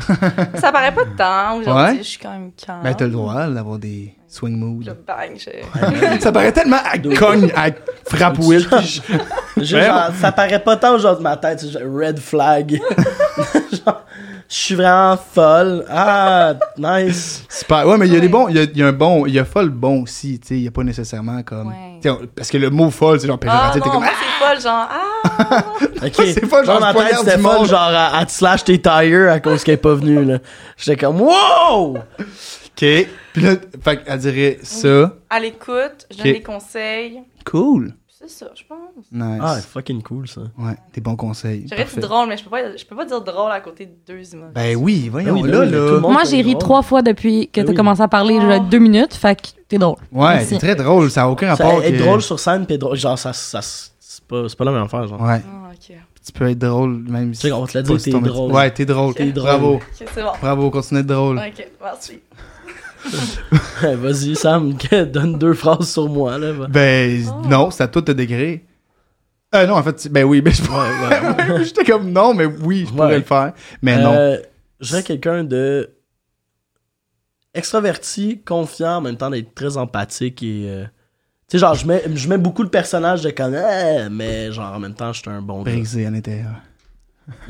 S3: ça paraît pas de temps. Aujourd'hui,
S1: Ouais.
S3: je suis quand même calme.
S1: Ben, t'as le droit là, d'avoir des swing
S3: Là,
S1: moods.
S3: bang, je...
S1: Ça paraît tellement à cogne, à frappe Will.
S2: J'ai genre, ça paraît pas tant genre de ma tête, c'est genre,
S1: <laughs>
S2: red flag. genre, je suis vraiment folle. Ah, nice.
S1: Super. Ouais, mais il y a
S3: Ouais.
S1: des bons. Il y a, il y a un bon. Il y a folle bon aussi. Tu sais, il n'y a pas nécessairement comme.
S3: Ouais.
S1: tu sais, on- parce que le mot folle, c'est genre
S3: Ah
S1: péjoratif.
S3: non,
S1: T'es comme.
S3: moi, c'est folle, genre... Ah!
S2: Ok.
S1: C'est folle, genre,
S2: ma
S1: je poignarde
S2: tête, c'était
S1: du
S2: folle,
S1: monde.
S2: genre, à, à te slash tes tires à cause qu'elle est pas venue, là. J'étais comme, wow!
S1: OK. Puis là, fait qu'elle dirait ça.
S3: À l'écoute, je donne
S1: Ok.
S3: des conseils.
S1: Cool.
S3: C'est ça, je pense.
S1: Nice.
S2: Ah, fucking cool, ça.
S1: ouais, des bons conseils.
S3: J'aurais dit
S1: Parfait.
S3: drôle, mais je peux pas, je peux pas dire drôle à côté de deux humoristes.
S1: Ben oui, voyons.
S2: Ben oui,
S1: là,
S2: ben oui, tout
S1: là.
S2: le monde-
S4: Moi, j'ai ri trois fois depuis que
S2: Ben
S4: t'as
S2: oui.
S4: commencé à parler là, deux minutes, fait que t'es drôle.
S1: Ouais,
S4: Merci.
S1: c'est très drôle. Ça n'a aucun
S2: Ça,
S1: rapport.
S2: être
S1: que-
S2: drôle sur scène, pis drôle, genre, ça, ça, c'est pas, c'est pas la même affaire, genre.
S1: Ouais.
S3: Ah, ok.
S1: Tu peux être drôle, même si.
S2: Tu sais, on te l'a
S1: pas
S2: dit,
S1: si
S2: t'es
S1: ton métier-
S2: drôle.
S1: Ouais, t'es drôle.
S2: T'es drôle.
S1: Bravo.
S3: Ok, c'est bon.
S1: Bravo, continue d'être drôle.
S3: Ok, merci.
S2: <laughs> Vas-y, Sam, que- donne deux phrases sur moi, là. va.
S1: Ben
S3: Oh.
S1: non, c'est à toi de te décrire. Euh, non, en fait, tu- ben oui, ben je
S2: Ouais, ouais.
S1: <laughs> J'étais comme non, mais oui, je pourrais
S2: Ouais.
S1: le faire. Mais Eh non.
S2: Euh, je dirais quelqu'un de extraverti, confiant, en même temps d'être très empathique et euh, Tu sais, genre, je mets, je mets beaucoup le personnage de comme, Eh, mais genre, en même temps, je suis un bon gars.
S1: Brisé à l'intérieur.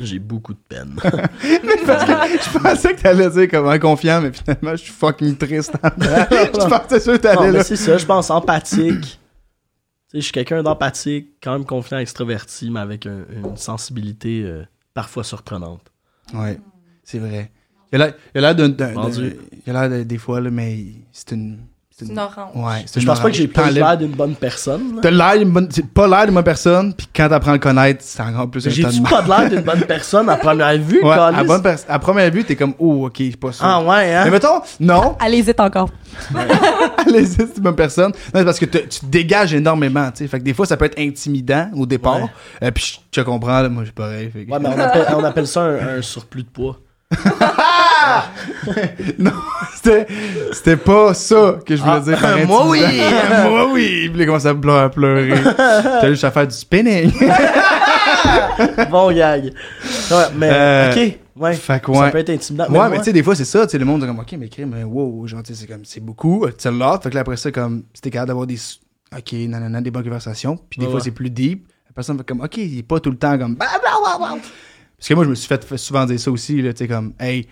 S2: J'ai beaucoup de peine.
S1: <laughs> Je pensais que t'allais dire comme un confiant, mais finalement, je suis fucking triste. en dedans. <laughs> <laughs> je pensais sûr que
S2: non,
S1: t'allais
S2: mais
S1: là.
S2: c'est ça, je pense empathique. Tu sais, je suis quelqu'un d'empathique, quand même confiant, extraverti, mais avec un- une sensibilité euh, parfois surprenante.
S1: Ouais, c'est vrai. Il a l'air- il a l'air d'un. d'un- d'un-
S2: Vendu.
S1: Il a l'air de- des fois, là, mais il- c'est une. C'est
S3: C'est une orange.
S1: Ouais, c'est
S2: Je
S1: une
S2: pense pas
S1: orange.
S2: que j'ai pas
S1: T'enlèves-
S2: l'air d'une bonne personne. là.
S1: T'as l'air d'une bonne. C'est pas l'air d'une bonne personne, puis quand t'apprends à le connaître, c'est encore plus un tas de
S2: J'ai-tu
S1: mal.
S2: pas de l'air d'une bonne personne à première vue,
S1: Ouais, à,
S2: câlisse?
S1: bonne pers- à première vue, t'es comme, oh, ok, je suis pas sûr.
S2: Ah ouais, hein?
S1: Mais mettons, non,
S4: Allez-y encore.
S1: <laughs> allez-y, c'est une bonne personne. Non, c'est parce que te- tu te dégages énormément, tu sais. Fait que des fois, ça peut être intimidant au départ.
S2: Ouais.
S1: Euh, puis je je comprends, là, moi, j'ai pareil. fait que-
S2: Ouais, mais on appelle, on appelle ça un, un surplus de poids.
S1: Non, <laughs> c'était, c'était pas ça que je voulais
S2: Ah,
S1: dire par
S2: <laughs> moi oui!
S1: intimidant. <laughs> Moi oui! Puis il commence à pleurer. à pleurer.
S2: <laughs>
S1: T'as juste à faire du spinning.
S2: <laughs> Bon gag. Ouais, mais
S1: Euh,
S2: ok, ouais.
S1: fait que
S2: Ça
S1: ouais.
S2: peut être intimidant.
S1: Ouais, mais
S2: moi-
S1: tu sais, des fois, c'est ça, tu sais, le monde est comme, ok, mais crime, euh, wow, genre, tu sais, c'est comme, c'est beaucoup, euh, c'est l'autre. Fait que là, après ça, comme, si t'es capable d'avoir des, s- ok, nanana, des bonnes conversations, puis des
S2: Ouais,
S1: fois,
S2: ouais.
S1: c'est plus deep. La personne fait comme, ok, il est pas tout le temps comme, bah, bah, bah, bah. Parce que moi, je me suis fait, fait souvent dire ça aussi, là, tu sais, comme, hey,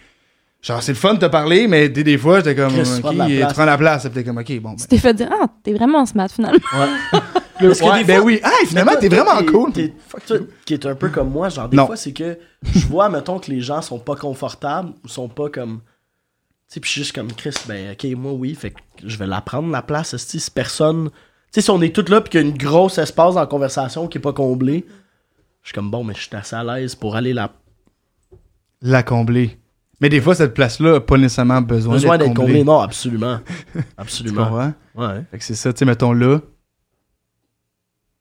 S1: genre, c'est le fun de te parler, mais des, des fois, j'étais comme,
S2: Chris, tu
S1: ok,
S2: prends de la
S1: tu
S2: place.
S1: prends la place, puis t'es comme, ok, bon, ben.
S4: Tu t'es fait dire, ah, t'es vraiment smart finalement.
S2: Ouais. Parce que
S1: Ouais,
S2: des
S1: ben
S2: fois-
S1: oui, ah, finalement,
S2: Mais
S1: t'es
S2: toi,
S1: vraiment
S2: t'es-
S1: cool.
S2: t'es- toi, qui est un peu comme moi, genre des
S1: Non.
S2: fois, c'est que je vois, mettons, que les gens sont pas confortables ou sont pas comme. Tu sais, puis je suis juste comme Chris, ben ok, moi oui, fait que je vais la prendre la place. esti, Si personne. Tu sais, si on est tous là puis qu'il y a une grosse espace dans la conversation qui est pas comblée, je suis comme bon, mais je suis assez à l'aise pour aller la.
S1: La combler. Mais des fois, cette place-là a pas nécessairement besoin,
S2: Besoin
S1: d'être
S2: d'être
S1: comblée.
S2: comblée. Non, absolument.
S1: Tu
S2: Absolument.
S1: comprends?
S2: Ouais.
S1: Fait que c'est ça, tu sais, mettons là.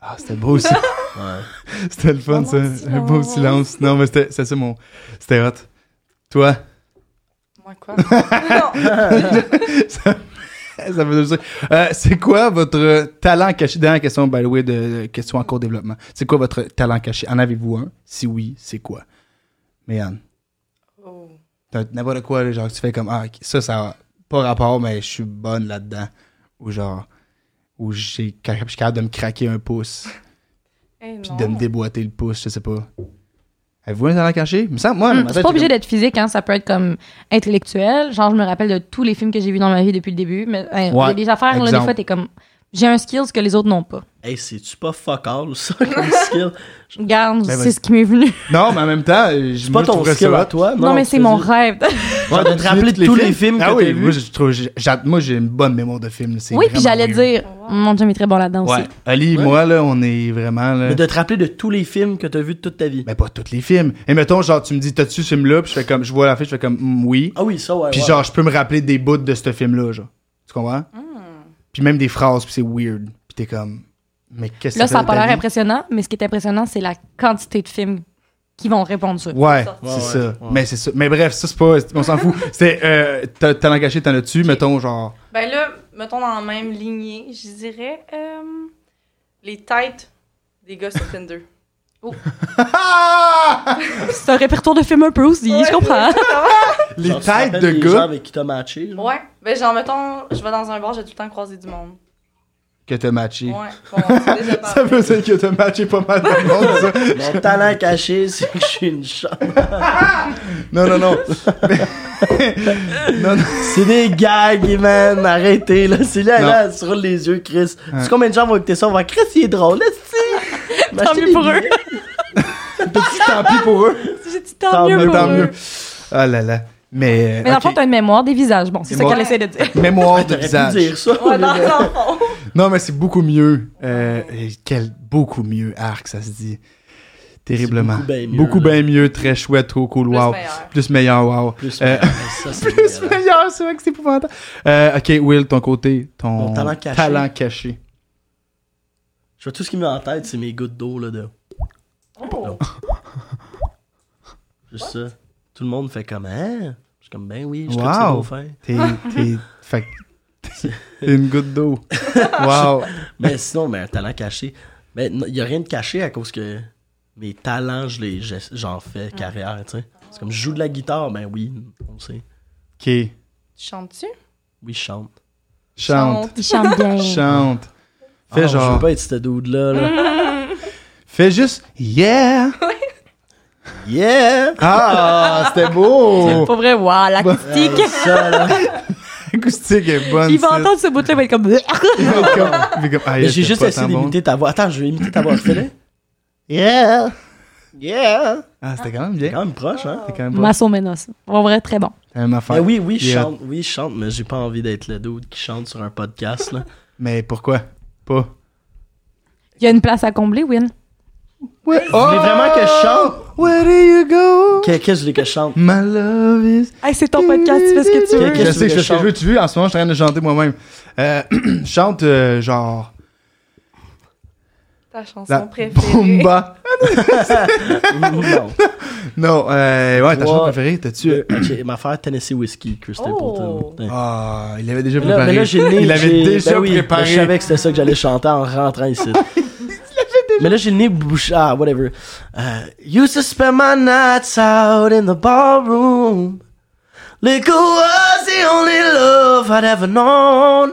S1: Ah, c'était beau aussi.
S2: Ouais.
S1: <laughs> c'était le fun,
S4: Un
S1: ça.
S4: long
S1: Un beau
S4: silence.
S1: silence. Non, mais c'était c'était ça mon. C'était hot. Toi, <laughs>
S3: Moi, quoi? non,
S1: ça veut dire ça. Euh, c'est quoi votre talent caché Dernière question, by the way, de, de question en cours de développement. C'est quoi votre talent caché En avez-vous un Si oui, c'est quoi Mais Anne,
S3: Oh.
S1: t'as n'importe quoi, là, genre, tu fais comme Ah, ok, ça, ça a pas rapport, mais je suis bonne là-dedans. Ou genre, ou j'ai je suis capable de me craquer un pouce.
S3: Eh,
S1: puis
S3: non.
S1: de me déboîter le pouce, je sais pas. Avez-vous un talent caché? Il me semble,
S4: <laughs>
S1: moi, dans ma
S4: c'est
S1: tête,
S4: Hmm,
S1: j'ai
S4: pas obligé
S1: comme-
S4: d'être physique, hein, ça peut être comme intellectuel. Genre, je me rappelle de tous les films que j'ai vus dans ma vie depuis le début. Mais hein, il y
S1: Ouais,
S4: a des affaires, là, des
S1: exemple.
S4: fois, t'es comme, j'ai un skills que les autres n'ont pas.
S2: Hey, c'est-tu pas fuck all, ça,
S4: <laughs>
S2: comme skill?
S4: Regarde,
S1: Ben,
S4: c'est
S1: vas-y.
S4: ce qui m'est venu.
S1: Non, mais en même temps, euh, je
S2: C'est pas ton
S1: trouverais
S2: skill
S1: ça
S2: à
S1: hot.
S2: toi?
S4: Non, mais c'est
S2: tu
S4: mon
S2: dis-
S4: rêve.
S2: Ouais, de te rappeler de tous les films
S1: ah
S2: que
S1: oui,
S2: t'as vus.
S1: moi, je trouve, j'ai- j'a- moi, j'ai une bonne mémoire de films. c'est
S4: oui, puis
S1: vraiment
S4: j'allais
S1: weird.
S4: dire,
S3: Wow.
S4: mon Dieu, mais très bon là-dedans
S1: Ouais.
S4: aussi.
S1: Ali et
S2: Ouais.
S1: moi, là, on est vraiment. Là,
S2: Mais de te rappeler de tous les films que t'as vus de toute ta vie.
S1: Mais pas tous les films. Et mettons, genre, tu me dis, t'as-tu ce film-là? Puis je fais comme, je vois la fiche, je fais comme, Hmm, oui.
S2: Ah oui, ça, ouais.
S1: Puis
S2: ouais.
S1: genre, je peux me rappeler des bouts de ce film-là, genre. Tu comprends?
S4: Hmm.
S1: Puis même des phrases, puis c'est weird. Puis t'es comme, mais qu'est-ce que
S4: Là, ça n'a
S1: fait de
S4: pas
S1: ta
S4: l'air
S1: vie?
S4: impressionnant, mais ce qui est impressionnant, c'est la quantité de films qui vont répondre sur.
S1: Ouais, c'est
S2: Ouais, ouais,
S1: ça.
S2: ouais.
S1: Mais c'est ça. Mais bref, ça c'est pas. On
S2: <laughs>
S1: s'en fout. C'était euh, t'as- talent caché, t'en as-tu, mettons genre.
S3: Ben là, mettons dans la même lignée, je dirais euh, les têtes des gars sur Tinder.
S1: Ah!
S4: C'est un répertoire de films un peu aussi, je <laughs> comprends.
S1: Les
S2: Genre, tu te
S1: têtes
S2: rappelles
S1: de
S2: des gens
S1: gars
S2: avec qui t'as matché. genre.
S3: Ouais. Ben genre, mettons, je vais dans un bar, j'ai tout le temps croisé du monde.
S1: que t'as matché.
S3: Ouais. Bon, on s'est déjà
S1: <laughs> Ça
S3: parlé.
S1: veut dire que t'as matché pas mal de monde, ça.
S2: Mon talent caché, <laughs> c'est que je suis une chante.
S1: Non, non,
S2: <laughs>
S1: non. non, non.
S2: C'est des gags, man. Arrêtez, là. C'est là,
S1: Non.
S2: là, elle se roule les yeux, Chris. Tu
S1: Ouais.
S2: sais combien de gens vont écouter ça? On va, Chris, il est drôle, là, c'est.
S4: <laughs> Tant mieux pour eux.
S1: Petit tant pis pour eux.
S4: J'ai dit tant,
S2: Tant
S4: mieux,
S2: mieux,
S4: pour
S1: Tant
S4: eux.
S1: mieux. Ah là là. Mais.
S4: Mais dans
S1: euh,
S4: le fond,
S1: ok.
S4: t'as une mémoire des visages. Bon, c'est ça
S1: Mémoire.
S4: qu'elle essaie de dire.
S1: Mémoire de
S2: T'aurais pu dire
S1: visage.
S2: ça.
S3: Ouais, dans
S4: <laughs>
S3: le fond.
S1: Non, mais c'est beaucoup mieux. Euh, et quel beaucoup mieux arc, ça se dit. Terriblement.
S2: beaucoup ben mieux,
S1: Beaucoup
S2: là.
S1: bien mieux, très chouette, trop cool,
S3: Plus
S1: wow.
S3: meilleur.
S1: Plus meilleur, wow.
S2: Plus
S1: Euh,
S2: meilleur. Ça, c'est
S1: plus
S2: dégueulasse.
S1: meilleur, c'est vrai que c'est épouvantable. Euh, ok, Will, ton côté, ton
S2: Mon talent caché.
S1: talent caché.
S2: Je vois tout ce qui me vient en tête, c'est mes gouttes d'eau, là, de. Non. Juste ça. Tout le monde fait comme, hein? Je suis comme, ben oui, je trouve que c'est
S1: Wow.
S2: beau faire.
S1: T'es, t'es, fait que- t'es une goutte
S2: <laughs>
S1: d'eau. Wow.
S2: Mais sinon, mais un talent caché. Mais il n'y a rien de caché à cause que mes talents, je les, je- j'en fais carrière, tu sais. C'est comme je joue de la guitare, ben oui, on sait.
S1: Ok,
S3: Tu chantes-tu?
S2: Oui, je chante.
S1: chante,
S4: Il chante
S1: <laughs>
S4: bien.
S1: chante. Fais
S2: Ah, Je
S1: genre.
S2: veux pas être ce dude-là. là.
S1: Fais juste yeah!
S2: Yeah!
S1: Ah, c'était beau!
S4: Pour vrai, waouh, l'acoustique.
S2: Ça, là.
S1: <laughs> L'acoustique est bonne.
S4: Il va
S1: c'est-
S4: entendre ce bout-là, il va être comme.
S1: Il va être comme- il va être comme, Ah, yeah,
S2: Mais j'ai
S1: c'était
S2: juste
S1: pas
S2: essayé
S1: tant bon.
S2: d'imiter ta voix. Attends, je vais imiter ta voix. Fais-le. Yeah! Yeah!
S1: Ah, c'était quand même
S2: C'est
S1: bien.
S2: quand même proche, hein?
S1: C'était quand
S4: <laughs>
S1: même bon.
S4: Masso Menos. En vrai, très bon.
S1: C'était la même affaire.
S2: Mais Ben oui, oui, je
S1: Yeah.
S2: chante, oui, je chante, mais j'ai pas envie d'être le dude qui chante sur un podcast, là.
S1: Mais pourquoi? Pas.
S4: Il y a une place à combler, Win.
S1: Ouais.
S2: voulez vraiment que je chante?
S1: Oh! Where do you go?
S2: <laughs> Qu'est-ce que je voulais que je chante?
S1: My love is.
S4: Hey, c'est ton podcast, tu fais ce que tu
S2: Quelqu'un-
S4: veux.
S1: Je
S2: Qu'est-ce
S1: sais,
S2: que
S1: je
S2: tu
S1: sais ce que je veux. Tu veux, en ce moment, je suis en train de chanter moi-même. Euh, <clears throat> je chante euh, genre.
S3: Ta chanson
S1: La
S3: préférée.
S1: Bomba.
S2: non.
S1: Non, euh, ouais, ta
S2: Trois,
S1: chanson préférée, t'as-tu.
S2: Ok, ma affaire Tennessee Whiskey, Chris
S3: Oh.
S2: Stapleton. Ouais.
S1: Ah, il avait déjà
S2: Mais là, mais
S1: préparé.
S2: là, j'ai le nez.
S1: il avait
S2: j'ai-
S1: déjà
S2: ben oui, mais Je
S1: préparé.
S2: savais que c'était ça que j'allais chanter en rentrant <laughs> ici. Mais là, j'ai le nez bouché. Ah, whatever. Euh, used to spend my nights out in the ballroom. Liquor was the only love I'd ever known.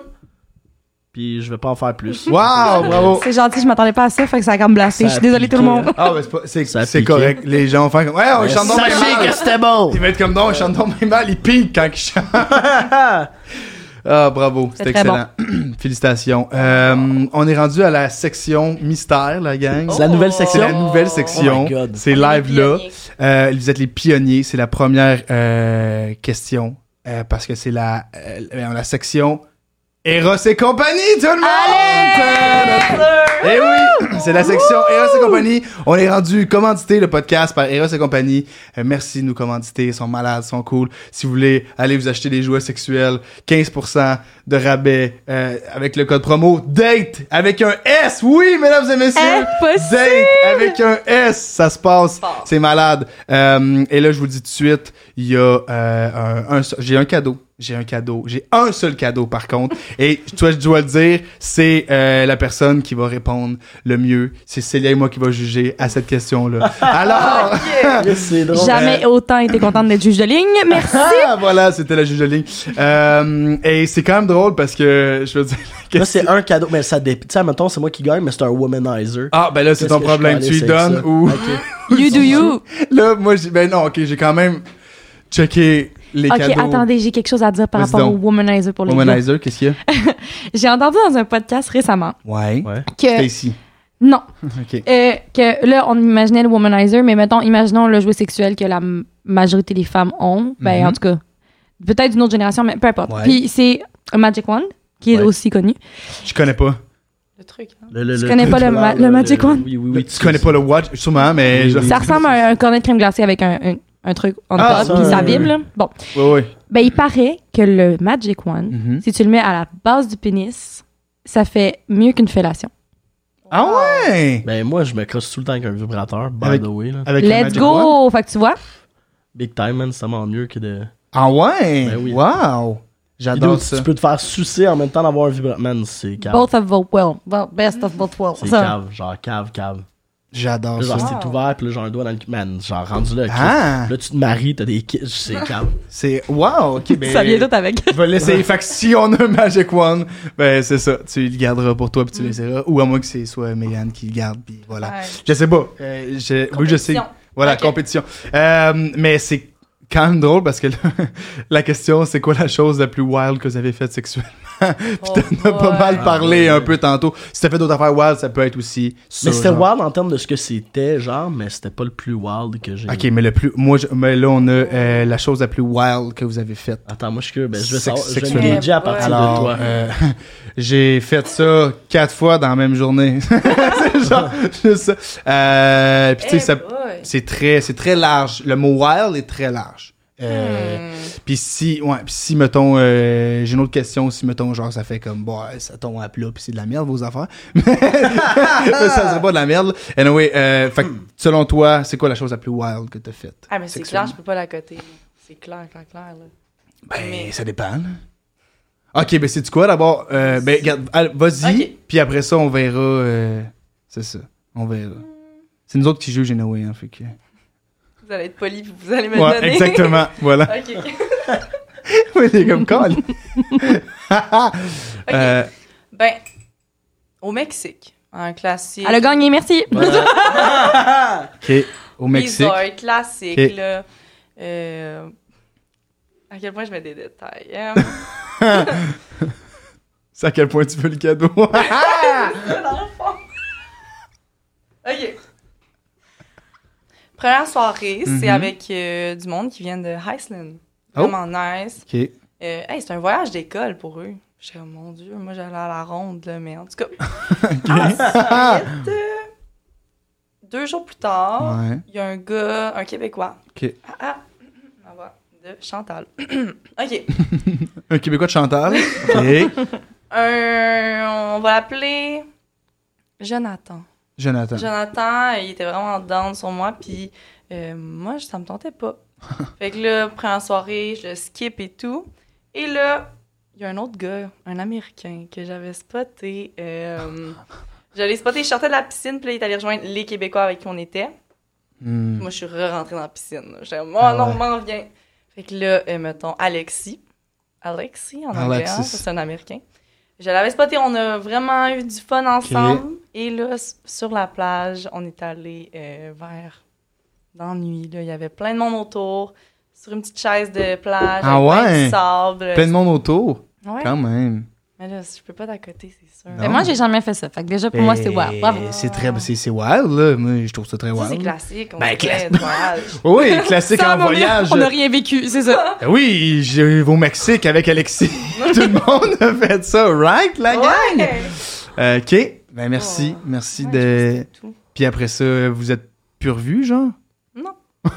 S2: Puis je vais pas en faire plus.
S1: Wow, bravo.
S4: C'est gentil, je m'attendais pas à ça, fait que ça a comme blasté.
S2: Ça a
S4: Je suis désolée tout le
S2: piqué, hein.
S4: monde.
S1: Ah, ben c'est pas- c'est
S2: Ça a
S1: c'est
S2: piqué. Ben,
S1: correct. Les gens vont faire comme. Ouais, on
S2: Mais
S1: chante donc bien
S2: Sachez que
S1: mal.
S2: c'était bon. <laughs>
S1: Ils vont être comme non, ils chantent donc bien mal. Ils piquent quand ils chantent. Ah, bravo. C'était
S4: très
S1: excellent. <clears throat> Félicitations. Euh, on est rendu à la section mystère, la gang.
S2: C'est la nouvelle section.
S1: Oh, C'est la nouvelle
S2: Oh
S1: section.
S2: my God.
S1: C'est
S3: On est
S1: live là.
S3: pionniers.
S1: Euh, vous êtes les pionniers. C'est la première euh, question euh, parce que c'est la euh, la section Eros et compagnie, tout le monde. Et oui, c'est la section Eros et compagnie. On est rendu commandité le podcast par Eros et compagnie. Euh, merci de nous commanditer. Ils sont malades, ils sont cool. Si vous voulez aller vous acheter des jouets sexuels, 15% de rabais euh, avec le code promo DATE avec un S. Oui, mesdames et messieurs.
S4: Impossible.
S1: Date avec un S, ça se passe.
S3: Fort.
S1: C'est malade. Euh, et là, je vous le dis tout de suite, il y a euh, un, un seul- j'ai un cadeau. J'ai un cadeau. J'ai un seul cadeau, par contre. Et toi, je dois le dire, c'est euh, la personne qui va répondre le mieux. C'est Célia et moi qui va juger à cette
S4: <laughs>
S1: question-là. Alors, <laughs>
S2: Chris, C'est drôle.
S4: Jamais autant été contente d'être juge de ligne. Merci.
S1: ah, voilà, c'était la juge de ligne. Euh, et c'est quand même drôle parce que, je veux dire, la
S2: Là,
S1: question-
S2: c'est un cadeau. Mais ça dépend. Tu sais, mettons, c'est moi qui gagne, mais c'est un womanizer.
S1: <laughs> Ah, ben là, c'est
S2: Qu'est-ce
S1: ton
S2: que je
S1: problème.
S2: peux
S1: Tu lui
S2: aller essayer
S1: donnes
S2: ça?
S1: ou...
S2: Ok.
S4: You do you.
S1: Là, moi, j'ai, ben non, ok, j'ai quand même checké les
S4: Ok,
S1: cadeaux.
S4: attendez, j'ai quelque chose à dire par
S1: Vas-y
S4: rapport au
S1: donc.
S4: womanizer pour les gars.
S1: Womanizer, qu'est-ce qu'il y a?
S4: J'ai entendu dans un podcast récemment
S1: Ouais.
S2: Ouais.
S1: C'était
S4: que
S1: ici.
S4: non,
S1: Ok.
S4: Euh, que là, on imaginait le womanizer, mais mettons, imaginons le jouet sexuel que la m- majorité des femmes ont. Ben,
S1: Mhm.
S4: en tout cas, peut-être d'une autre génération, mais peu importe.
S1: Ouais.
S4: Puis c'est un Magic Wand, qui est
S2: Ouais.
S4: aussi connu.
S1: Je connais pas.
S3: Le truc. hein.
S2: Le, le,
S4: Tu connais pas le ma- le Magic Wand?
S2: Oui, oui, oui.
S1: tu connais pas le watch, sûrement, mais.
S2: Oui,
S1: je-
S2: oui.
S4: Ça ressemble à un cornet de crème glacée avec un, un- un truc en
S1: Ah,
S4: top,
S2: ça,
S4: puis ça
S2: oui,
S4: vibre,
S2: oui.
S4: là. Bon.
S1: Ouais, ouais.
S4: Ben, il paraît que le Magic Wand,
S1: Mhm.
S4: si tu le mets à la base du pénis, ça fait mieux qu'une fellation.
S1: Ah ouais!
S2: Ben, moi, je me crosse tout le temps avec un vibrateur, by
S1: Avec-
S2: the way. Là.
S1: Avec le
S4: Let's
S1: Magic
S4: go!
S1: Wand.
S4: Fait que tu vois,
S2: Big time, man, c'est tellement mieux que de.
S1: Ah ouais!
S2: Ben oui.
S1: Wow!
S2: Vidéo,
S1: J'adore
S2: tu-
S1: ça.
S2: Tu peux te faire sucer en même temps d'avoir un vibrateur. Man, c'est cave.
S4: both of both worlds. Well, best of both worlds.
S2: C'est
S4: Ça.
S2: cave, genre cave, cave.
S1: J'adore
S2: Là, genre,
S1: ça.
S2: c'est ouvert, puis là, genre, un doigt dans le. Man, genre, rendu là. Chris.
S1: Ah!
S2: Là, tu te maries, t'as des kids. C'est
S4: <laughs>
S2: cave.
S1: C'est. Wow! Ok, ben.
S4: Ça vient tout avec.
S1: Je vais l'essayer. Fait que si on a un Magic Wand, ben c'est ça. Tu le garderas pour toi puis
S4: Mm.
S1: tu l'essayeras. Ou à moins que c'est soit Mégane qui le garde puis voilà. <laughs>
S3: Ouais.
S1: Je sais pas. Euh, je- Oui, je sais.
S3: Compétition.
S1: Voilà,
S3: Ok.
S1: compétition. Euh, mais c'est quand même drôle parce que là, <laughs> la question, c'est quoi la chose la plus wild que vous avez faite sexuellement? puis t'en as
S3: Oh
S1: pas
S3: boy.
S1: mal parlé
S2: Ah,
S1: un
S2: ouais.
S1: peu tantôt. Si t'as fait d'autres affaires wild, ça peut être aussi. ça,
S2: Mais c'était
S1: genre.
S2: wild en termes de ce que c'était, genre, mais c'était pas le plus wild que j'ai.
S1: Ok, mais le plus. Moi, je- mais là, on a euh, la chose la plus wild que vous avez faite.
S2: Attends, moi, je suis curieux. Ben, je vais
S1: Sex-
S2: savoir. Je vais
S1: sexuellement.
S2: me gager à partir de
S1: Alors,
S2: toi.
S1: euh, <laughs> j'ai fait ça quatre fois dans la même journée. <laughs> c'est genre juste ça. Euh, puis tu sais,
S3: Eh
S1: ça-
S3: boy.
S1: c'est très, c'est très large. Le mot wild est très large. Euh,
S3: Hmm.
S1: Puis si, ouais, puis si mettons, euh, j'ai une autre question. Si mettons, genre, ça fait comme, bon, ça tombe à plat, puis c'est de la merde vos affaires. <laughs> Mais ça serait pas de la merde. Anyway, euh, fait que, selon toi, c'est quoi la chose la plus wild que t'as faite
S3: Ah, mais c'est clair,
S1: sexuellement?
S3: je peux pas la coter. là. C'est clair, clair, clair. Là.
S1: Ben,
S3: Mais-
S1: ça dépend. là. Ok, ben c'est du quoi d'abord? Euh, ben, regarde, allez, vas-y,
S3: Ok.
S1: puis après ça, on verra. euh, c'est ça, on verra. C'est nous autres qui jouons Genoa, hein, fait que...
S3: Vous allez être poli puis vous allez me le
S1: Ouais,
S3: donner.
S1: exactement, <laughs> voilà.
S3: <laughs> ok. <laughs>
S1: <laughs> Oui, c'est comme Colin. Euh,
S3: Ben, Au Mexique. Un classique.
S4: Elle a gagné, merci. <laughs>
S1: OK. Au Mexique.
S3: Resort, classique,
S1: Ok.
S3: là. Euh, à quel point je mets des détails. Euh,
S1: C'est à quel point tu veux le cadeau. <laughs>
S3: Ah, dans le fond. OK. Première soirée, c'est
S1: Mhm.
S3: avec euh, du monde qui vient de Iceland.
S1: Oh.
S3: Vraiment nice.
S1: OK.
S3: Euh, hey, c'est un voyage d'école pour eux. J'étais comme, mon Dieu, moi j'allais à la ronde, là, mais en tout cas. Ah,
S1: Ah.
S3: ensuite, euh, deux jours plus tard,
S1: Ouais.
S3: il y a un gars, un Québécois.
S1: OK.
S3: Ah, ah, la voix de Chantal. <clears throat> OK.
S1: Un Québécois de Chantal. OK.
S3: Un- on va l'appeler Jonathan.
S1: <laughs> Jonathan.
S3: Jonathan, il était vraiment down sur moi, puis euh, moi, ça me tentait pas. fait que là, première soirée, je le skip et tout. Et là, il y a un autre gars, un Américain, que j'avais spoté. euh, J'allais spotter, je sortais de la piscine, puis là, il est allé rejoindre les Québécois avec qui on était.
S1: Hmm.
S3: Moi, je suis re-rentrée dans la piscine. là. J'étais comme, oh
S1: Ah
S3: non,
S1: ouais.
S3: m'en viens. Fait que là, euh, mettons, Alexis. Alexis, en anglais, hein,
S1: Alexis.
S3: ça, c'est un américain. Je l'avais spoté, on a vraiment eu du fun ensemble. Et là, s- sur la plage, on est allé euh, vers dans la nuit. là. Il y avait plein de monde autour, sur une petite chaise de plage,
S1: Ah
S3: avec plein
S1: ouais?
S3: de sable.
S1: Plein de monde autour.
S3: Ouais.
S1: Quand même.
S3: Mais là, je peux pas t'accoter, c'est sûr.
S1: Non.
S4: Mais moi, j'ai jamais fait ça. Fait que déjà, pour moi, c'est wow. Bravo.
S1: Ben, C'est très... C'est c'est wild, là. Moi, je trouve ça très
S3: Ça, c'est
S1: wild.
S3: classique. On
S1: Ben,
S3: est
S1: cla-
S3: plein de voyages.
S1: oui, classique en voyage.
S4: On n'a rien vécu, c'est <laughs> ça.
S1: Ben Oui, j'ai au Mexique avec Alexis. Tout le monde a fait ça, right, <laughs> la gang?
S3: Ouais.
S1: Euh, OK. Ben, merci.
S3: Oh.
S1: Merci
S3: Ouais, je pense que
S1: de...
S3: c'est tout.
S1: Puis après ça, vous êtes plus revus, genre?
S3: Non.
S1: <laughs>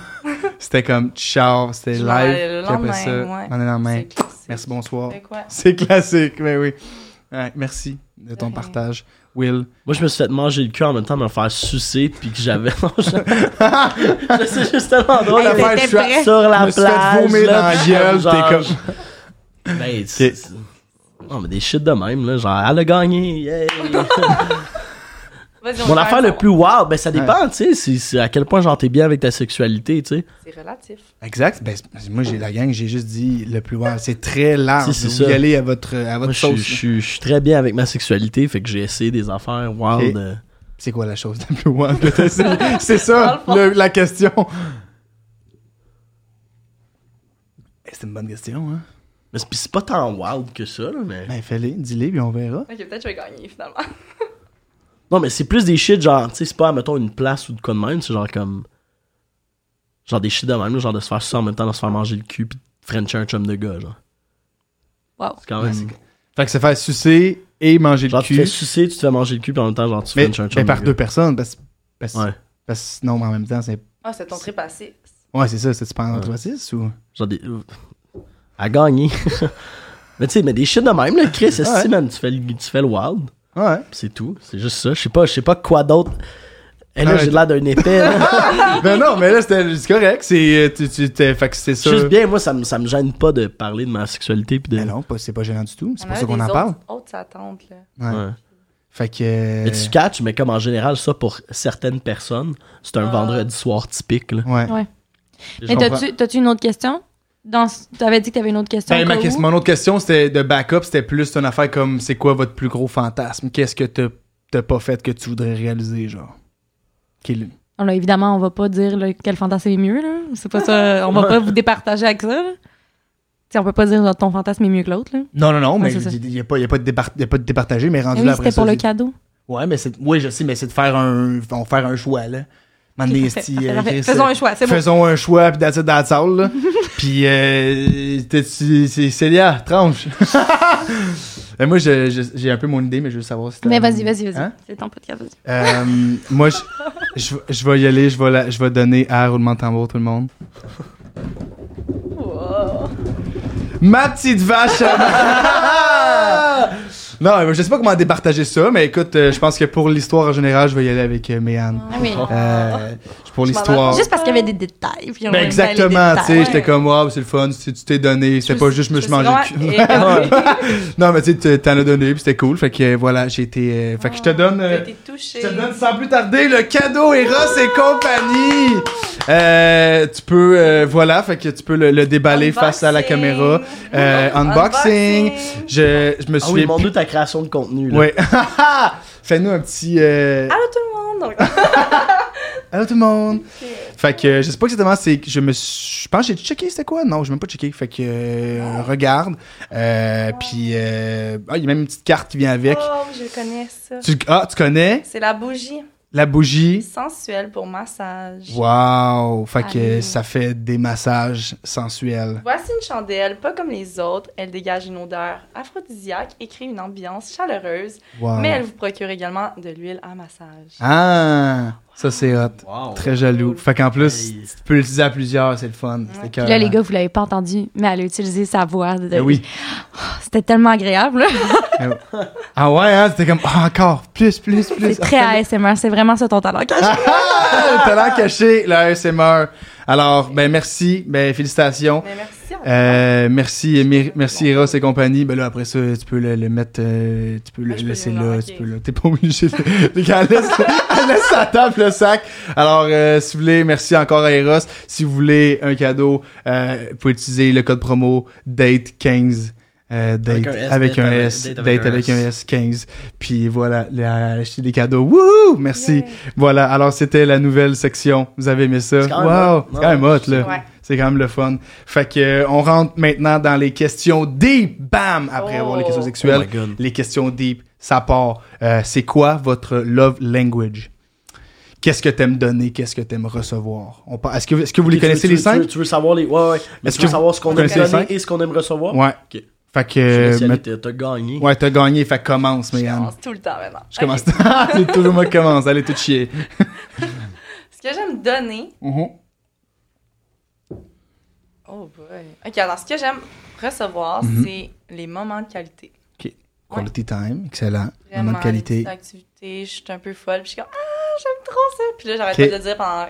S1: C'était comme ciao, c'était
S3: Je
S1: live.
S3: m'en allais le
S1: Puis après
S3: lendemain,
S1: ça,
S3: ouais.
S1: on est dans
S3: C'est classique.
S1: Merci, bonsoir.
S3: Ben, quoi?
S1: C'est classique, mais oui. Ouais, merci de ton
S3: rien.
S1: partage, Will.
S2: Moi, je me suis fait manger le cul en même temps, me faire sucer, puis que j'avais. <laughs> Non,
S1: <laughs>
S2: je- je sais juste tellement drôle.
S4: Hey,
S2: la
S4: t'étais
S2: fois-
S1: je suis à-
S4: prêt?
S2: sur
S1: Je
S2: la
S1: me suis fait
S2: plage.
S1: vomir
S2: là,
S1: dans la
S2: <laughs> puis
S1: gueule,
S2: genre,
S1: t'es comme- <laughs>
S2: je- Ben, c'est. c'est- Non, mais des shit de même, là. Genre, elle a gagné, yay!
S3: Vas-y, on
S2: Mon
S3: va
S2: affaire
S3: faire
S2: le
S3: ça.
S2: plus wow, ben ça dépend, tu sais, c'est- c'est à quel point genre t'es bien avec ta sexualité, tu sais.
S3: C'est relatif.
S1: Exact. Ben, c'est- moi, j'ai la gang, j'ai juste dit le plus loin. C'est très large.
S2: Si, c'est
S1: vous
S2: ça.
S1: y allez à votre, à votre
S2: Moi, je suis-
S1: sauce.
S2: je suis je suis très bien avec ma sexualité, fait que j'ai essayé des affaires wild.
S1: Ok.
S2: euh.
S1: C'est quoi la chose la plus
S2: <laughs>
S1: loin que t'as essayé? C'est
S3: Dans
S1: ça,
S3: le fond.
S1: le- la question. Eh, C'est une bonne question, hein?
S2: Mais c'est- pis c'est pas tant wild que ça, là, mais.
S1: Ben, fais-les, dis-les, puis on verra.
S3: Ok, peut-être que je vais gagner finalement.
S2: Non, mais c'est plus des shit, genre, tu sais, c'est pas, mettons, une place ou de quoi de même, c'est genre comme. Genre des shit de même, là, genre de se faire ça en même temps, de se faire manger le cul, pis de frencher un chum de gars, genre.
S4: Wow.
S2: C'est quand même.
S1: Ouais, Fait que se faire sucer et manger
S2: genre,
S1: Mm. le
S2: tu te fais
S1: cul.
S2: sucer, tu te fais manger le cul, pis en même temps, genre, tu
S1: Mais,
S2: frenches un
S1: mais
S2: chum
S1: par
S2: de
S1: deux
S2: gars.
S1: personnes, parce, parce,
S2: Ouais.
S1: parce que sinon, en même temps, c'est.
S3: Ah, c'est ton trip assez.
S1: Ouais, c'est ça, c'est pas
S2: Ouais.
S1: en 3-6 ou.
S2: Genre des. À gagner. <laughs> mais tu sais, mais des shit de même, là, Chris,
S1: Ouais.
S2: si, man, tu fais, le, tu fais le wild,
S1: Ouais.
S2: pis c'est tout. C'est juste ça. Je sais pas, je sais pas quoi d'autre. Et là,
S1: Arrête.
S2: j'ai l'air d'un épais, là.
S1: <laughs> ben non, mais là, c'était c'est correct. C'est. euh, Tu, tu, t'es- fait que c'est ça.
S2: Juste bien, moi, ça me, ça me gêne pas de parler de ma sexualité pis de.
S1: Ben non, pas- c'est pas gênant du tout. C'est
S3: On
S1: pour
S3: avait
S1: ça qu'on
S3: des
S1: en
S3: autres-
S1: parle.
S3: Autres attentes, là.
S1: Ouais.
S2: Ouais.
S1: Fait que. euh,
S2: Mais tu catches, mais comme en général, ça, pour certaines personnes, c'est un
S3: Ah.
S2: vendredi soir typique, là.
S1: Ouais.
S4: Ouais.
S2: Je
S4: Mais
S1: comprends.
S4: t'as-tu t'as-tu une autre question? Dans... T'avais dit que t'avais une autre question.
S1: Ben,
S4: au
S1: ma
S4: cas
S1: question-
S4: où.
S1: mon autre question, c'était de backup, c'était plus une affaire comme c'est quoi votre plus gros fantasme? Qu'est-ce que t'as t'as pas fait que tu voudrais réaliser, genre? Qu'il-
S4: Alors, évidemment, on va pas dire là, quel fantasme est mieux. Là. C'est pas ça. On va pas vous départager avec ça. Là. T'sais, on peut pas dire genre, ton fantasme est mieux que l'autre. Là.
S1: Non, non, non, mais
S4: Ah, c'est ça.
S1: il n'y a, pas- y a pas de débar- y a pas de départagé, mais rendu là
S4: Ah oui,
S1: après
S4: c'était
S1: ça,
S4: pour le
S1: c'est-
S4: cadeau.
S1: Ouais, mais c'est. Oui, je sais, mais c'est de faire un. On va faire un choix, là. Man,
S4: Ok,
S1: des
S4: parfait,
S1: petits,
S4: parfait,
S1: euh,
S4: parfait.
S1: Chris,
S4: Faisons
S1: euh,
S4: un choix, c'est bon.
S1: Faisons un choix, puis that's it, that's all,
S4: <laughs>
S1: là. puis, euh, t'es- tu- c'est Célia, tranche. <laughs> Ben, moi, je- je- j'ai un peu mon idée, mais je veux savoir si t'as-
S4: Mais vas-y, vas-y, vas-y.
S1: Hein?
S4: C'est ton podcast, vas-y.
S1: Euh, moi, je, je, je vais y aller, je vais, la- je vais donner à roulement de tambour, tout le monde.
S3: Wow.
S1: Ma petite vache! à- non, je sais pas comment départager ça, mais écoute, euh, je pense que pour l'histoire en général, je vais y aller avec euh, Méane.
S4: Ah oui.
S1: Euh, pour
S3: Je m'en
S1: l'histoire.
S3: vais-
S4: Juste parce qu'il y avait des détails.
S1: Ben
S4: Puis on aime bien les
S1: exactement, tu sais,
S4: détails.
S1: j'étais comme, waouh, c'est le fun, si tu t'es donné, c'était pas juste, je me suis mangé le cul.
S3: <laughs>
S1: Ah. non, mais tu sais, tu- t'en as donné, puis c'était cool, fait que euh, voilà, j'ai été. euh, fait que je te donne. euh,
S3: J'ai été
S1: je
S3: touchée.
S1: te donne sans plus tarder le cadeau Eros et compagnie! Euh, tu peux, euh, voilà, fait que tu peux le, le déballer face à la
S3: Unboxing.
S1: caméra. Euh, unboxing.
S3: Unboxing.
S1: Je, je me
S2: Ah oui,
S1: souviens.
S2: demande-nous ta création de contenu. Là.
S1: Ouais. <laughs> Fais-nous un petit. euh,
S3: Allô tout le monde! Donc,
S1: Allô tout le monde. Fait que euh, je sais pas exactement c'est je me suis- je pense que j'ai checké c'était quoi non j'ai même pas checké fait que euh, regarde euh, puis euh, ah, il y a même une petite carte qui vient avec
S3: oh, je connais ça.
S1: tu, ah tu connais
S3: C'est la bougie
S1: la bougie
S3: sensuelle pour massage.
S1: wow fait que
S4: Allez.
S1: ça fait des massages sensuels
S3: Voici une chandelle, pas comme les autres. Elle dégage une odeur aphrodisiaque et crée une ambiance chaleureuse,
S1: wow
S3: mais elle vous procure également de l'huile à massage.
S1: ah ça c'est hot
S2: Wow.
S1: très jaloux fait qu'en plus
S2: Hey.
S1: tu peux l'utiliser à plusieurs c'est le fun c'est
S4: Puis là, les gars, vous l'avez pas entendu, mais elle a utilisé sa voix. de- Oh,
S1: Eh oui
S4: C'était tellement agréable. là.
S1: ah ouais hein c'était comme ah, encore plus plus plus
S4: <laughs> C'est très ASMR. C'est vraiment ça ton talent.
S1: Ah, le talent caché, la ASMR. Alors, ben merci, ben félicitations.
S3: Mais merci. on-
S1: Euh, merci, Émi- merci Eros et compagnie. Ben là, après ça, tu peux le, le mettre, euh, tu peux le
S3: Ah, je peux
S1: laisser
S3: le
S1: là,
S3: remarquer.
S1: tu peux là. T'es pas
S2: <laughs>
S1: obligé. De... elle, laisse, <laughs> elle laisse sa table, le sac. Alors, euh, si vous voulez, merci encore à Eros. Si vous voulez un cadeau, euh, vous pouvez utiliser le code promo DATE15. euh, date avec
S2: Avec un S,
S1: un
S2: date avec-
S1: S,
S2: date avec
S1: date
S2: un
S1: avec
S2: S.
S1: un S 15. Puis voilà, les- acheter des cadeaux. Wouhou! Merci. Voilà, alors c'était la nouvelle section. Vous avez aimé ça?
S2: C'est quand même
S1: Wow!
S2: hot.
S1: C'est quand même hot, là.
S3: Ouais.
S1: C'est quand même le fun. Fait que, euh, on rentre maintenant dans les questions deep. Bam! Après avoir les questions
S3: Oh.
S2: Oh my
S1: sexuelles,
S2: god.
S1: les questions deep, ça part. Euh, c'est quoi votre love language? Qu'est-ce que t'aimes donner? Qu'est-ce que t'aimes recevoir? On part- Est-ce que, est-ce que vous les
S2: Ok, tu veux-
S1: connaissez
S2: tu
S1: les
S2: veux-
S1: cinq?
S2: tu veux- Tu veux savoir les. Ouais, ouais. Mais
S1: Est-ce
S2: tu veux
S1: que
S2: savoir ce qu'on
S1: vous
S2: aime
S1: connaissez les
S2: donner
S1: cinq?
S2: et ce qu'on aime recevoir
S1: Ouais.
S2: Ok.
S1: Fait que,
S2: Je
S1: euh,
S2: sais
S1: met-
S2: que t'as- T'as gagné.
S1: ouais, t'as gagné, fait que commence,
S3: Je
S1: Megan.
S3: commence tout le temps maintenant.
S1: Je commence. <laughs> c'est toujours moi qui commence. Allez, tout chier.
S3: Ok. Ce que j'aime donner.
S2: Mhm.
S3: Oh boy. Ok, alors ce que j'aime recevoir,
S1: Mhm.
S3: c'est les moments de qualité.
S1: Quality time, excellent.
S3: Vraiment,
S1: Moment de qualité.
S3: les petites activités, je suis un peu folle, puis je suis comme ah, j'aime trop ça. Puis là, j'arrête
S1: Ok.
S3: pas de dire pendant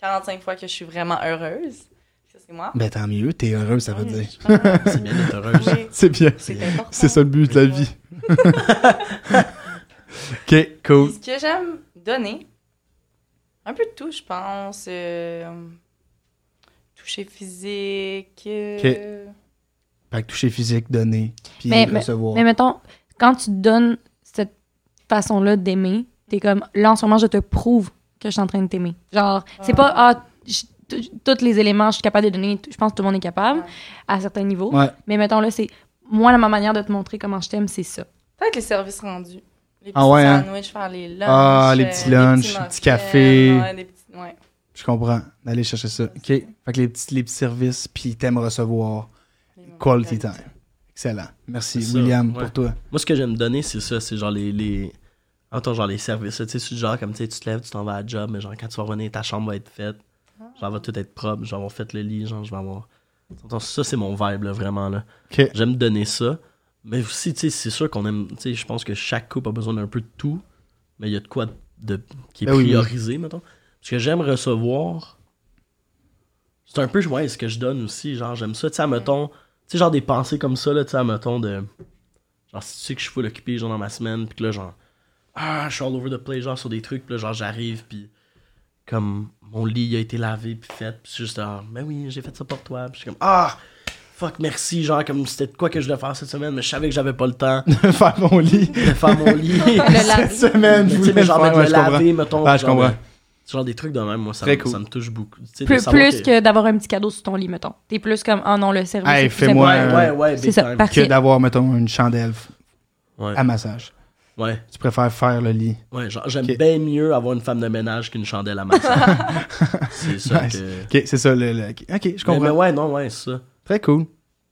S3: 45 fois que je suis vraiment heureuse. Ça c'est moi.
S1: Ben tant mieux, t'es heureux, ça veut dire.
S3: dire.
S1: <laughs>
S2: C'est
S3: <laughs>
S2: bien d'être heureuse.
S1: C'est bien.
S3: C'est important.
S1: C'est ça le but de la vie. <laughs> ok, cool.
S3: Puis Ce que j'aime donner, un peu de tout, je pense. euh, toucher physique. euh,
S1: Fait que toucher physique, donner, puis
S4: Mais-
S1: recevoir.
S4: Mais mettons, quand tu te donnes cette façon-là d'aimer, t'es comme, là, en ce moment, je te prouve que je suis en train de t'aimer. Genre, c'est pas, ah, je- t- tous les éléments, je suis capable de donner, t- je pense que tout le monde est capable
S3: Ouais.
S4: à certains niveaux.
S1: Ouais.
S4: Mais mettons, là, c'est, moi, la ma manière de te montrer comment je t'aime, c'est ça.
S3: Peut-être les services rendus. Les petits
S1: Ah ouais, hein?
S3: sandwichs, faire les lunchs.
S1: Ah, les
S3: euh,
S1: petits lunchs, les petits cafés.
S3: Ouais, des petits... ouais.
S1: Je comprends. D'aller chercher ça. Ok. Fait que les petits, les petits services, puis t'aimes recevoir.
S3: les moments de
S1: Quality
S3: qualité.
S1: time. Excellent. Merci,
S2: C'est ça,
S1: William,
S2: ouais.
S1: pour toi.
S2: Moi, ce que j'aime donner, c'est ça, c'est genre les. les... Attends, genre les services, là, tu sais, c'est genre comme tu sais, tu te lèves, tu t'en vas à la job, mais genre quand tu vas revenir, ta chambre va être faite, genre va tout être propre, je vais avoir fait le lit, genre je vais avoir. Attends, ça, c'est mon vibe, là, vraiment, là.
S1: Ok. <laughs>
S2: J'aime donner ça, mais aussi, tu sais, c'est sûr qu'on aime, tu sais, je pense que chaque couple a besoin d'un peu de tout, mais il y a de quoi de, qui est
S1: Ben oui, oui.
S2: priorisé, mettons. Ce que j'aime recevoir, c'est un peu, ouais, ce que je donne aussi, genre j'aime ça, tu sais, mettons, tu sais, genre des pensées comme ça, là, tu sais, mettons, de. Genre, si tu sais que je suis full occupé, genre, dans ma semaine, puis que là, genre, ah, je suis all over the place, genre, sur des trucs, puis là, genre, j'arrive, puis comme, mon lit a été lavé, puis fait, puis c'est juste, ah, ben oui, j'ai fait ça pour toi, puis je suis comme, ah, fuck, merci, genre, comme, c'était de quoi que je devais faire cette semaine, mais je savais que j'avais pas le temps
S1: Faire mon lit.
S2: de faire mon lit.
S3: Ah,
S4: Le
S1: Cette
S4: laver.
S1: semaine, je
S2: Tu
S1: voulais
S2: sais, mais
S1: le
S2: genre,
S1: faire.
S2: de
S1: Ouais,
S2: le
S1: je comprends.
S2: laver, mettons.
S1: Ah, je
S2: genre,
S1: comprends.
S2: de- genre, des trucs de même, moi, ça,
S1: Très
S2: me-
S1: cool.
S2: ça me touche beaucoup. Tu sais, de
S4: Plus,
S2: savoir
S4: plus que d'avoir un petit cadeau sous ton lit, mettons. T'es plus comme, ah non, le service.
S1: Hey,
S4: c'est plus
S1: fais-moi
S4: important.
S1: un-
S2: Ouais, ouais, ouais,
S4: C'est
S2: big
S4: ça,
S2: time.
S4: parfait.
S1: Que d'avoir, mettons, une chandelle
S2: Ouais,
S1: à massage.
S2: ouais,
S1: Tu préfères faire le lit.
S2: ouais, genre, j'aime
S1: Ok.
S2: bien mieux avoir une femme de ménage qu'une chandelle à massage.
S1: <laughs>
S2: c'est ça
S1: Nice.
S2: que.
S1: Ok, c'est ça le. le- Ok, je
S2: Mais,
S1: comprends.
S2: mais ouais, non, ouais, c'est ça.
S1: Très cool.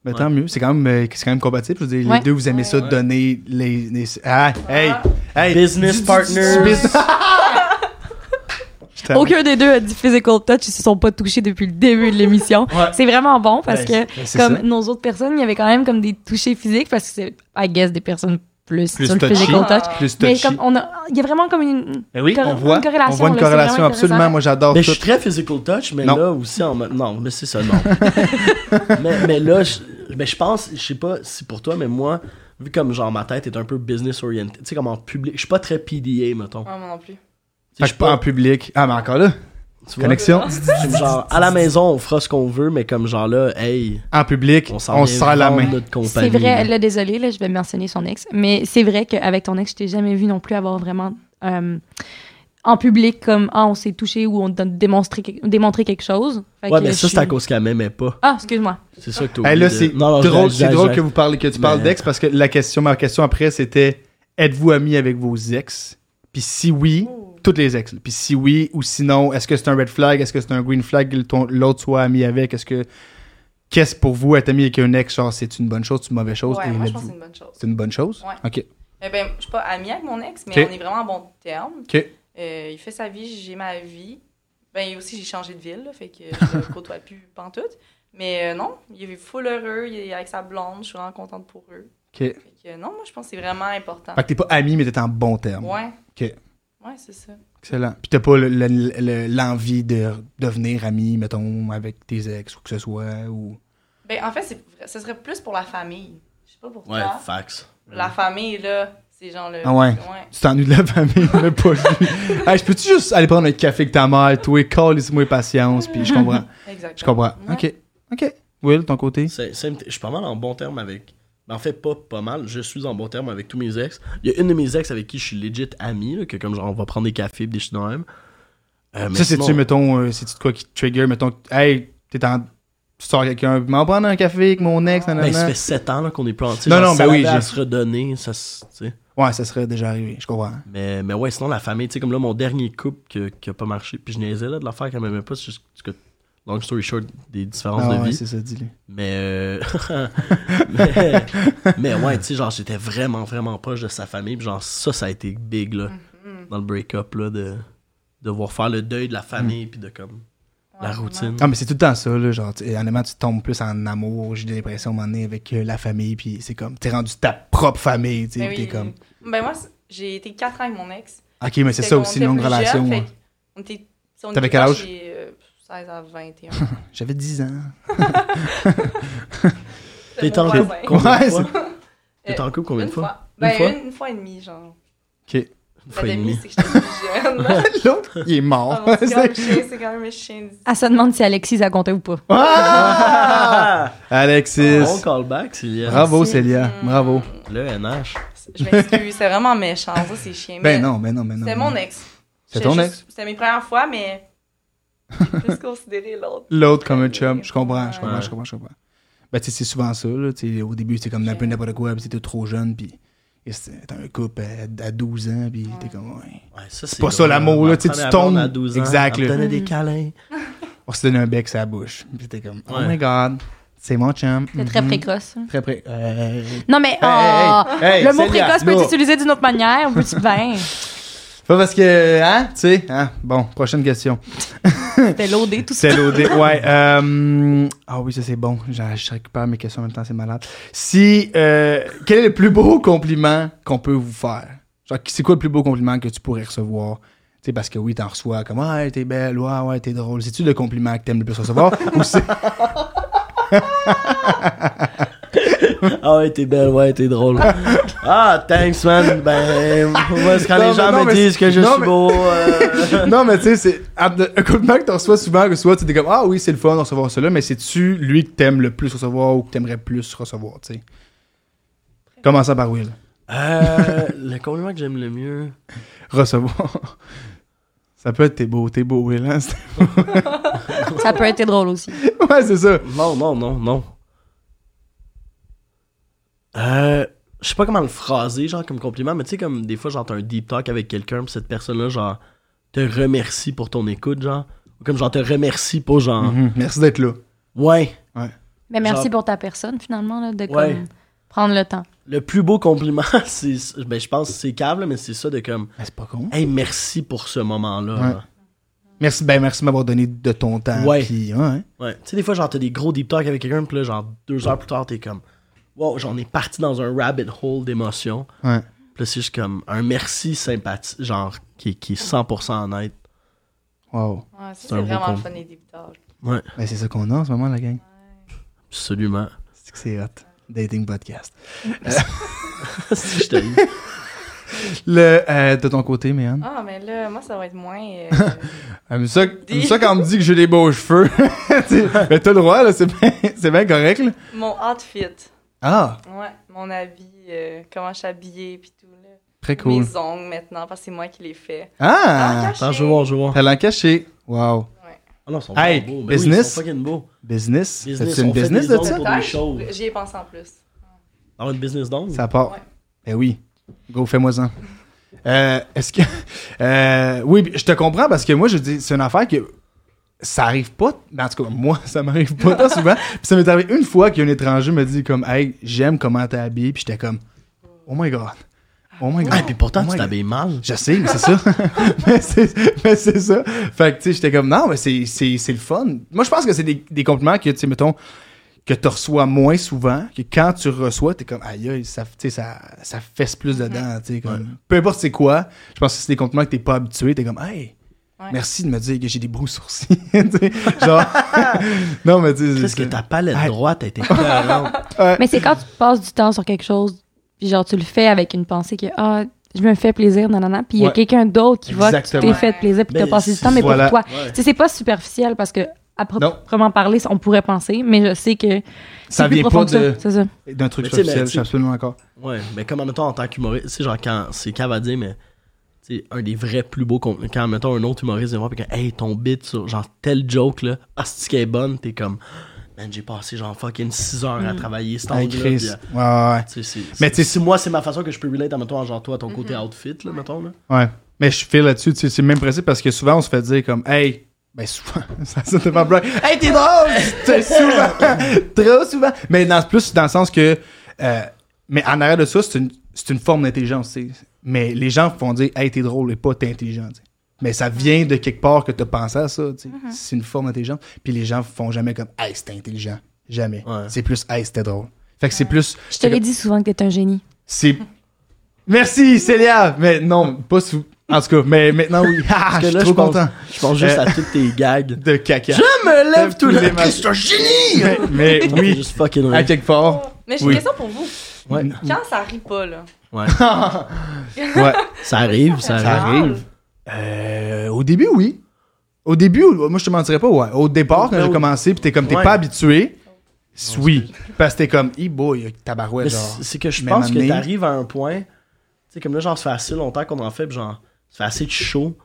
S1: Mais
S2: Ouais.
S1: tant mieux. C'est quand même, euh, c'est quand même compatible. Je veux dire,
S4: Ouais.
S1: les deux, vous aimez ça,
S2: Ouais.
S1: donner les. les- Ah, hey! Hey!
S2: Business
S1: Du- du-
S2: partners.
S1: du business- Je t'aime.
S4: Aucun des deux a dit physical touch, ils se sont pas touchés depuis le début de l'émission. C'est vraiment bon parce
S1: Ben,
S4: que,
S1: ben, c'est
S4: comme
S1: ça.
S4: nos autres personnes, il y avait quand même comme des touchés physiques parce que c'est, I guess, des personnes plus,
S1: Plus
S4: sur le
S1: touchy.
S4: physical touch.
S3: Ah.
S1: Plus
S4: Mais
S1: touchy.
S4: comme on a, il y a vraiment comme une.
S1: Ben oui,
S4: cor-
S1: on voit.
S4: une corrélation,
S1: on voit une
S4: là, c'est
S1: corrélation
S4: vraiment
S1: absolument.
S4: intéressant.
S1: Moi, j'adore
S2: Mais Ben, je
S1: tout.
S2: suis très physical touch, mais
S1: Non.
S2: là aussi en mode. Non, mais c'est ça,
S1: <laughs>
S2: non. mais, mais là, je, mais je pense, je sais pas si pour toi, mais moi, vu comme genre ma tête est un peu business oriented, tu sais, comme en public, je suis pas très PDA, mettons.
S3: Ouais, moi non
S2: Tu sais,
S3: plus.
S1: Fait que
S2: je suis pas
S1: en public. Ah, mais encore là.
S2: Tu vois?
S1: Connexion.
S2: Comme genre, à la maison, on fera ce qu'on veut, mais comme genre là, hey,
S1: En public,
S2: on
S1: on,
S2: s'en
S1: se
S2: vient
S1: serre la
S2: vendre
S1: main.
S2: notre compagnie.
S4: C'est vrai, là, désolé, là, je vais mentionner son ex, mais c'est vrai qu'avec ton ex, je t'ai jamais vu non plus avoir vraiment euh, en public comme Ah, on s'est touché ou on t'a démontré, que- démontré quelque chose. Fait
S2: Ouais,
S4: que
S2: mais
S4: je
S2: ça,
S4: suis-
S2: c'est à cause qu'elle m'aimait pas.
S4: Ah, excuse-moi.
S2: C'est ça que t'as
S1: Hey, Eh, là,
S2: oublié de-
S1: c'est
S2: Non, non, je
S1: drôle,
S2: réalise,
S1: c'est drôle
S2: je-
S1: que vous parlez, que tu parles
S2: Mais-
S1: d'ex parce que la question, ma question après, c'était êtes-vous amis avec vos ex Puis si oui, toutes les ex. Puis si oui ou sinon, est-ce que c'est un red flag Est-ce que c'est un green flag que ton- l'autre soit ami avec Est-ce que qu'est-ce pour vous être ami avec un ex Genre, c'est une bonne chose, c'est une mauvaise chose
S3: Ouais,
S1: Et
S3: moi, je pense que
S1: l'êtes-vous?
S3: c'est une bonne chose.
S1: C'est une bonne chose
S3: Ouais.
S1: Ok.
S3: Eh ben, je suis pas amie avec mon ex, mais
S1: Ok.
S3: on est vraiment en bon terme.
S1: Ok.
S3: Euh, il fait sa vie, j'ai ma vie. Ben aussi, j'ai changé de ville, là, fait que je
S1: <laughs>
S3: le côtoie plus pantoute. Mais euh, non, il est full heureux, il est avec sa blonde, je suis vraiment contente pour eux.
S1: Ok.
S3: Fait que, euh, non, moi, je pense que c'est vraiment important.
S1: Fait que t'es pas ami, mais t'es en bon terme.
S3: Ouais.
S1: Ok.
S3: Ouais, c'est ça.
S1: Excellent. Puis t'as pas le- le- le- l'envie de devenir ami, mettons, avec tes ex ou que ce soit ou.
S3: Ben, en fait, c'est vrai- ce serait plus pour la famille. Je sais pas pour
S2: Ouais,
S3: toi.
S2: fax.
S3: La famille, là, c'est genre le.
S1: Ah ouais. Tu t'ennuies de la famille, <laughs> je l'ai pas vu. hey, je peux-tu juste aller prendre un café avec ta mère, toi, call moi patience, puis je comprends.
S3: exactement.
S1: Je comprends.
S3: Ouais.
S1: OK. OK. Will, ton côté?
S2: C'est- c'est- Je suis pas mal en bon terme avec. mais En fait, pas pas mal. Je suis en bon terme avec tous mes ex. Il y a une de mes ex avec qui je suis legit ami, là, que comme genre on va prendre des cafés, pis des choses de même. Euh, mais
S1: Ça, c'est-tu,
S2: sinon-
S1: mettons, euh, c'est-tu de quoi qui te trigger? Mettons, hey, t'es en... Tu sors quelqu'un, m'en prendre un café avec mon ex,
S3: Ben,
S2: Ben, ça
S1: nanana.
S2: fait 7 ans là, qu'on est plus en tu sais,
S1: Non,
S2: genre,
S1: non,
S2: si
S1: ben
S2: elle
S1: oui,
S2: avait à
S1: j'ai-
S2: se redonner, ça se- tu sais.
S1: Ouais, ça serait déjà arrivé, je comprends.
S2: Mais, mais ouais, sinon, la famille, tu sais, comme là, mon dernier couple qui a- qui a pas marché, puis je niaisais là, de l'affaire qu'elle m'aimait pas, c'est juste que, long story short, des différences
S1: Ah
S2: de
S1: ouais,
S2: vie.
S1: c'est ça, dis-le.
S2: Mais, euh, <laughs> mais, <laughs> mais ouais, tu sais, genre, j'étais vraiment, vraiment proche de sa famille. Puis genre, ça, ça a été big, là,
S3: Mm-hmm.
S2: dans le break-up, là, de de devoir faire le deuil de la famille, puis de comme la
S3: Ouais, Ben
S2: routine.
S1: Ah, mais c'est tout le temps ça, là, genre, tu- honnêtement, tu tombes plus en amour, j'ai l'impression, à un moment donné, avec euh, la famille, puis c'est comme, t'es rendu ta propre famille, tu sais,
S3: Ben
S1: puis
S3: oui.
S1: t'es comme...
S3: Ben moi, c'est- j'ai été 4 ans avec mon ex.
S1: OK, mais c'est
S3: Fait
S1: ça
S3: qu'on
S1: aussi,
S3: était
S1: une longue
S3: plus jeunes,
S1: relation.
S3: fait
S1: hein.
S3: qu'on était- si on
S1: T'avais
S3: était
S1: quel
S3: proches,
S1: âge?
S3: j'ai, euh, 16 à
S1: <laughs>
S3: 21.
S1: J'avais 10 ans.
S2: T'es
S3: Mon
S2: en couple
S3: voisin.
S2: combien de
S1: Ouais,
S2: fois?
S3: c'est-
S2: T'es en couple combien de
S3: Une
S2: fois?
S3: fois. Ben,
S1: Une fois?
S3: une fois et demie, genre.
S1: OK.
S2: Une
S3: La
S2: fois et
S3: demi,
S2: demie.
S3: c'est que j'étais
S1: <laughs>
S3: plus jeune. <laughs> là.
S1: L'autre, il est
S3: Ah,
S1: mort. <laughs>
S3: mon Dieu, quand même chien, c'est quand même un chien.
S4: Elle se demande si Alexis a compté ou pas.
S1: Ah!
S2: Ah!
S1: Alexis.
S2: Bon callback, Sylvia.
S1: Bravo,
S4: Merci.
S1: Célia. Ah, Bravo.
S2: Le NH.
S3: Mm. Je m'excuse, c'est vraiment méchant, ça, c'est chien.
S1: Ben non, ben non, ben non. ben
S3: C'était
S1: non.
S3: mon ex.
S1: C'est
S3: J'étais
S1: ton
S3: juste-
S1: ex.
S3: C'était mes premières fois, mais j'ai
S1: <laughs>
S3: plus considéré l'autre.
S1: L'autre comme un chum. Je comprends, je
S3: Ouais.
S1: comprends, je comprends, je comprends. Ben, tu sais, c'est souvent ça, là. Tu sais, au début, c'est comme un peu n'importe quoi, puis t'es trop jeune, puis et c'est- t'as un couple à, à 12 ans, puis t'es comme, ouais.
S2: Ouais, ça, c'est
S1: pas
S2: drôle,
S1: ça, l'amour,
S2: hein.
S1: là, tu sais,
S2: Ma
S1: tu
S2: première blonde
S1: tombes.
S2: à 12 ans,
S1: Exact,
S2: Elle me
S1: là.
S2: donnait des câlins.
S1: On se donne un bec sur la bouche. Puis t'es comme, oh
S2: Ouais.
S1: my god, c'est mon chum.
S4: C'est très
S1: Mhm.
S4: précoce.
S1: Très pré. Euh,
S4: Non, mais
S1: hey,
S4: ah,
S1: hey, hey,
S4: le mot
S1: Célia,
S4: précoce peut
S1: là.
S4: être utilisé d'une autre manière. Veux-tu
S1: <laughs>
S4: bien?
S1: Pas parce que, hein, tu sais, hein. Bon, prochaine question.
S4: C'était loadé, tout ça.
S1: C'est l'OD. Ouais. euh, Ah oui, ça c'est bon. Je, je récupère mes questions en même temps, c'est malade. Si. euh, quel est le plus beau <laughs> compliment qu'on peut vous faire? Genre, c'est quoi le plus beau compliment que tu pourrais recevoir? Tu sais, parce que oui, t'en reçois comme Ah, t'es belle, ouais, ouais, t'es drôle. C'est-tu le compliment que t'aimes le plus recevoir? <laughs> Ou c'est.
S2: Ah ouais, t'es belle, ouais, t'es drôle. <laughs> ah, thanks, man. Ben, moi, c'est quand
S1: Non,
S2: les gens
S1: mais non,
S2: me
S1: mais
S2: disent
S1: c'est-
S2: que je
S1: non,
S2: suis
S1: mais-
S2: beau.
S1: <laughs>
S2: euh,
S1: non, mais tu sais, c'est entre un compliment que t'en reçois souvent, que soit tu t'es comme Ah oui, c'est le fun de recevoir cela, mais c'est-tu lui que t'aimes le plus recevoir ou que t'aimerais plus recevoir, tu sais? Commençons par Will.
S2: Euh, le compliment que j'aime le mieux.
S1: recevoir. <laughs> Ça peut être t'es beau, t'es beau, Will. hein? <laughs> C'est-
S4: Ça peut être drôle aussi.
S1: Ouais, c'est ça.
S2: Non, non, non, non. Euh, je sais pas comment le phraser, genre, comme compliment, mais tu sais, comme des fois, j'entends un deep talk avec quelqu'un, puis cette personne-là, genre, te remercie pour ton écoute, genre. Ou comme, genre, te remercie pour, genre,
S1: Mhm. Merci d'être là.
S2: ouais.
S4: Mais merci
S2: Genre-
S4: pour ta personne, finalement, là, de
S2: Ouais.
S4: comme, prendre le temps.
S2: Le plus beau compliment, <laughs> c'est. Ben, je pense que c'est câble, mais c'est ça de comme.
S1: Ben, c'est pas con.
S2: Hey, merci pour ce moment-là.
S1: Ouais.
S2: genre.
S1: Merci, ben, merci de m'avoir donné de ton temps.
S2: Ouais.
S1: puis, ouais. hein.
S2: Ouais. Tu sais, des fois, genre, t'as des gros deep talks avec quelqu'un, puis là, genre, deux heures plus tard, t'es comme, wow, j'en ai parti dans un rabbit hole d'émotions.
S1: ouais.
S2: Puis là, c'est juste comme un merci sympathique, genre, qui, qui est 100% honnête.
S1: Wow.
S3: Ouais, Ah, ça,
S2: C'est
S3: c'est
S2: un
S3: vraiment
S2: beau
S3: le
S2: con.
S3: fun des débutants.
S2: Ouais,
S1: Ben, c'est ça qu'on a en ce moment, la gang.
S2: absolument. <laughs>
S1: C'est que c'est hot. Dating podcast.
S2: si je t'ai eu.
S1: Le, euh, de ton côté, Méane.
S3: Ah, mais là, moi, ça va être moins. euh,
S1: <laughs> Aime ça, aime ça quand on me dit que j'ai des beaux cheveux. <laughs> Tu sais, mais t'as le droit, là, c'est bien <laughs> c'est bien correct. Là.
S3: mon outfit.
S1: Ah,
S3: Ouais, mon habit, euh, comment je suis habillée, puis tout. Là.
S1: très cool.
S3: Mes ongles maintenant, parce que c'est moi qui les fais.
S1: Ah,
S2: Attends, je vais voir, je vais voir.
S1: talent caché. Wow.
S2: Ah non, ils sont
S1: Hey,
S2: fucking beaux. Ben oui,
S1: business.
S2: ils sont fucking beaux.
S1: Business?
S2: Business,
S1: C'est une
S2: on fait
S1: business
S2: des
S1: de ça?
S2: pour des choses.
S3: J'y ai pensé en plus.
S2: Dans une business donc.
S1: Ça part.
S3: Ouais.
S1: Ben oui. Go, fais-moi-en. Euh, Est-ce que. <laughs> Euh, oui, puis je te comprends parce que moi, je dis, c'est une affaire que. Ça arrive pas. ben, en tout cas, moi, <laughs> ça m'arrive pas tant
S2: <laughs>
S1: souvent. Puis ça m'est arrivé une fois qu'un étranger me dit, comme, hey, j'aime comment t'es habillé. Puis j'étais comme, oh my god. Oh my god.
S2: Hey, Ah, puis pourtant,
S1: Oh my
S2: tu
S1: God.
S2: t'habilles mal.
S1: Je sais, mais c'est ça. <laughs> mais c'est mais c'est ça. Fait que, tu sais, j'étais comme, non, mais c'est- c'est c'est le fun. Moi, je pense que c'est des, des compliments que, tu sais, mettons, que tu reçois moins souvent, que quand tu reçois, t'es comme, aïe, aïe, ça, tu sais, ça, ça fesse plus dedans, tu sais, comme, peu importe c'est quoi, je pense que c'est des compliments que t'es pas habitué, t'es comme, hey,
S3: Ouais.
S1: merci de me dire que j'ai des beaux sourcils, <laughs> tu sais, genre, non, mais tu sais,
S2: Qu'est-ce que
S1: c'est-
S2: ta palette
S1: Hey.
S2: droite a
S1: <laughs>
S2: été écœurante.
S4: Mais c'est quand tu passes du temps sur quelque chose, puis genre tu le fais avec une pensée que ah, je me fais plaisir, nanana, puis il y a
S1: Ouais.
S4: quelqu'un d'autre qui voit que tu
S1: Exactement.
S4: t'es fait plaisir, puis
S2: Ben,
S4: t'as passé du
S2: c'est-
S4: temps, mais
S1: voilà.
S4: pour toi.
S2: Ouais.
S4: Tu sais, c'est pas superficiel parce que à
S1: Non.
S4: proprement parler, on pourrait penser, mais je sais que
S1: ça
S4: c'est plus
S1: vient
S4: profond
S1: pas
S4: que ça,
S1: de-
S4: C'est ça.
S1: d'un truc
S2: Mais tu sais, mais
S1: officiel,
S2: tu-
S1: je suis absolument d'accord.
S2: Ouais, mais comme mettons en tant qu'humoriste, tu sais, genre quand c'est cavadé, mais tu sais, un des vrais plus beaux compliments. Quand mettons un autre humoriste vient voir, puis que, hey, ton bit sur genre tel joke là, ah, c'est qu'elle est bonne, t'es comme, man, j'ai passé genre fucking 6 heures à travailler cet
S1: Hmm. Hey,
S2: angle-là.
S1: Chris.
S2: puis, euh,
S1: Ouais, ouais,
S2: tu sais, c'est-
S1: Mais
S2: c'est-
S1: tu sais, Mm-hmm.
S2: si moi, c'est ma façon que je peux relate à mettons, genre toi, à ton côté outfit, là, mettons, là.
S1: ouais. Ah, Mais je fais là-dessus, tu sais, c'est le même principe parce que souvent, on se fait dire, comme, hey, ben souvent, <laughs> ça, ça te fait blague. Hey, t'es drôle! <laughs> T'es souvent, trop souvent. Mais dans, plus dans le sens que, euh, mais en arrière de ça, c'est une, c'est une forme d'intelligence, tu sais. Mais les gens vont dire, hey, t'es drôle et pas t'es intelligent, tu sais. Mais ça vient de quelque part que t'as pensé à ça, tu sais.
S4: Mm-hmm.
S1: C'est une forme d'intelligence. Puis les gens font jamais comme, hey, c'était intelligent. Jamais.
S2: Ouais.
S1: C'est plus, hey, c'était drôle. Fait que c'est plus.
S4: Je te l'ai dit souvent que t'es un génie.
S1: C'est. Merci, Célia! Mais non, pas sous. En tout cas, mais maintenant, oui. Ah,
S2: Parce
S1: je
S2: que
S1: suis
S2: là,
S1: trop
S2: je pense-
S1: content.
S2: Je pense juste
S1: Euh,
S2: à toutes tes
S1: <laughs>
S2: gags.
S1: De caca.
S2: Je me
S1: lève tous les matins.
S2: C'est un génie!
S1: Mais, mais
S2: <laughs> Toi, t'es
S1: oui,
S2: juste fucking
S1: à
S2: rire.
S1: quelque part.
S3: Mais j'ai
S1: Oui.
S3: une question pour vous.
S2: Ouais.
S3: Quand ça rit pas, là,
S2: Ouais.
S1: Ouais.
S2: Ça arrive, ça
S1: Ça
S2: arrive.
S1: arrive. Euh, au début, oui. Au début, moi, je te mentirais pas, ouais. Au départ, quand
S2: Ouais,
S1: j'ai
S2: au-
S1: commencé, pis t'es comme, t'es
S2: Ouais.
S1: pas habitué. Oui. Parce que t'es comme, e boy,
S2: Mais
S1: tabarouette, genre.
S2: c'est c'est que je
S1: même
S2: pense que
S1: année.
S2: t'arrives à un point, tu sais, comme là, genre, ça fait assez longtemps qu'on en fait, puis genre, ça fait assez de chaud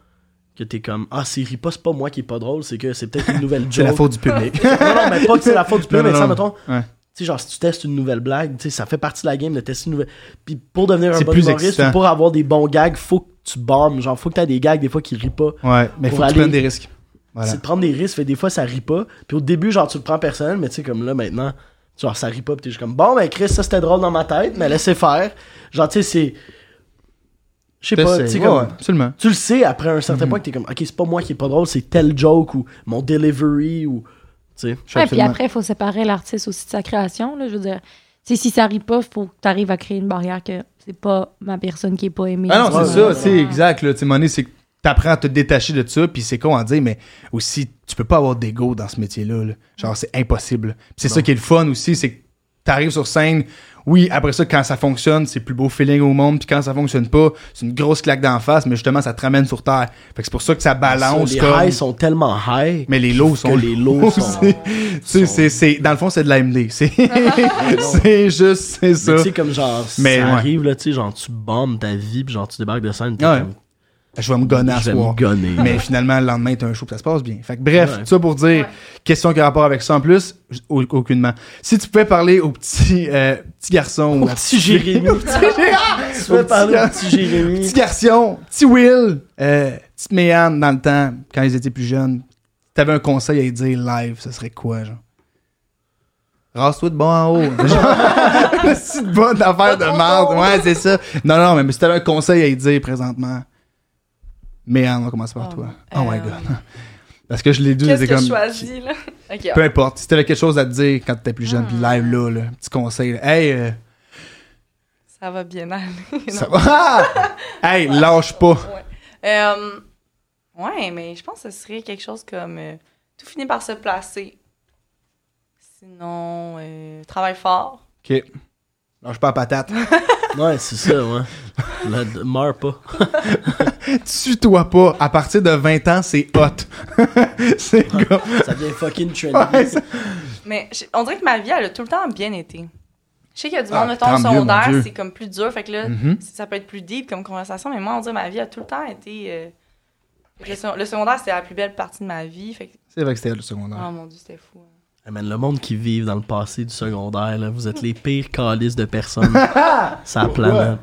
S2: que t'es comme, ah, c'est ri pas, c'est pas moi qui est pas drôle, c'est que c'est peut-être une nouvelle joke.
S1: <laughs> C'est la faute du public.
S2: <laughs> Non, non, mais pas que c'est la faute du
S1: <laughs> Non,
S2: public, mais
S1: non,
S2: ça,
S1: non.
S2: mettons, tu
S1: Ouais.
S2: sais, genre, si tu testes une nouvelle blague, tu sais, ça fait partie de la game de tester une nouvelle. Puis pour devenir un
S1: C'est
S2: bon
S1: plus
S2: humoriste,
S1: excitant.
S2: ou pour avoir des bons gags, faut que tu bombes, genre, faut que t'aies des gags des fois qui rient pas.
S1: Ouais. Mais faut que
S2: Pour
S1: tu
S2: aller-
S1: prennes des risques. Voilà.
S2: C'est de prendre des risques, fait des fois ça rit pas. Puis au début, genre tu le prends personnel, mais tu sais, comme là maintenant, tu genre ça rit pas, puis t'es juste comme bon, ben Chris, ça c'était drôle dans ma tête, mais laissez faire. Genre, tu sais, c'est. Je sais pas, tu sais,
S1: Ouais,
S2: comme.
S1: ouais, Mhm. absolument.
S2: Tu le sais après un certain point que t'es comme, ok, c'est pas moi qui est pas drôle, c'est tel joke ou mon delivery ou. Tu sais.
S1: Je suis
S4: Ouais, puis
S1: absolument-
S4: après, il faut séparer l'artiste aussi de sa création. Là, je veux dire, Tu sais, si ça arrive pas, il faut que tu arrives à créer une barrière que c'est pas ma personne qui est pas aimée.
S1: Ah non,
S2: Ouais,
S1: c'est
S2: ouais,
S1: ça, tu sais, exact. Là, tu sais, Monet, c'est que t'apprends à te détacher de ça, puis c'est con à dire, mais aussi, tu peux pas avoir d'ego dans ce métier-là. là. Genre, c'est impossible. Puis c'est ça qui est le fun aussi, c'est que t'arrives sur scène, oui, après ça, quand ça fonctionne, c'est le plus beau feeling au monde, puis quand ça fonctionne pas, c'est une grosse claque d'en face, mais justement, ça te ramène sur terre. Fait que c'est pour ça que ça balance
S2: Ça, les
S1: comme...
S2: highs sont tellement high.
S1: Mais les lows
S2: que
S1: sont
S2: les lows sont-
S1: aussi. Tu sais, <laughs> c'est- c'est- Dans le fond, c'est de l'AMD. C'est <laughs> c'est juste, c'est ça.
S2: Ah Mais tu sais, comme genre,
S1: Mais,
S2: ça
S1: ouais.
S2: arrive là, tu sais, genre tu bombes ta vie, puis genre tu débarques de scène, t'es
S1: Ouais.
S2: comme,
S1: Je vais me gonner à
S2: je
S1: ce
S2: vais
S1: soir.
S2: me gonner. <laughs>
S1: Mais finalement, le lendemain, t'as un show, pis ça se passe bien. Fait que bref,
S2: Ouais.
S1: ça pour dire, question qui a rapport avec ça en plus, j- au- aucunement. Si tu pouvais parler au petit, euh, petit garçon, ou
S2: Au
S1: à- <laughs>
S2: petit Jérémy. Au
S1: petit Gérard,
S2: petit- Tu veux parler au petit Jérémy.
S1: petit garçon, petit Will, euh, petite Méane dans le temps, quand ils étaient plus jeunes, t'avais un conseil à lui dire live, ce serait quoi, genre? Rase-toi de bon en haut. Genre, <laughs> c'est une bonne affaire de merde. Ouais, c'est ça. Non, non, mais si t'avais un conseil à lui dire présentement, Méane, on va commencer par
S3: Oh,
S1: toi.
S3: euh,
S1: Oh my god. Parce que je l'ai dit,
S3: qu'est-ce
S1: c'est
S3: que
S1: comme.
S3: je choisis, Ah. là? Ok,
S1: Peu importe. Si t'avais quelque chose à te dire quand t'étais plus jeune, puis live là, là, petit conseil. là. Hey, euh,
S3: ça va bien aller.
S1: ça va. <laughs> hey, lâche pas.
S3: Euh, ouais, mais je pense que ce serait quelque chose comme euh, tout finit par se placer. Sinon, euh, travaille fort.
S1: <laughs> Ok. Lâche pas la patate.
S2: Ouais, c'est ça, ouais. La- meurs pas.
S1: Tue-toi pas. À partir de 20 ans, c'est hot. <laughs> c'est comme.
S2: Ça devient fucking trendy.
S1: Ouais, ça-
S3: Mais je- on dirait que ma vie, elle a tout le temps bien été. Je sais qu'il y a du
S1: Ah,
S3: monde, mettons, au
S1: tant mieux, mon
S3: secondaire,
S1: Dieu.
S3: c'est comme plus dur. Fait que là,
S1: Mhm.
S3: c- ça peut être plus deep comme conversation. Mais moi, on dirait que ma vie a tout le temps été. euh, fait que Le, se- le secondaire, c'était la plus belle partie de ma vie. Fait que...
S1: C'est vrai que c'était le secondaire.
S3: Oh mon dieu, c'était fou.
S2: Hey, man, le monde qui vit dans le passé du secondaire, là, vous êtes les pires calices de personnes. <laughs> ça planète.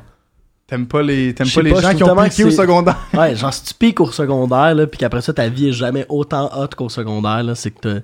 S1: T'aimes pas les, t'aimes
S2: Je
S1: pas
S2: sais
S1: les
S2: pas, je
S1: gens
S2: trouve
S1: qui ont
S2: tellement
S1: piqué
S2: que
S1: au
S2: c'est-
S1: secondaire.
S2: Ouais, genre, si tu piques au secondaire, là, puis qu'après ça, ta vie est jamais autant hot qu'au secondaire, là, c'est que t'as-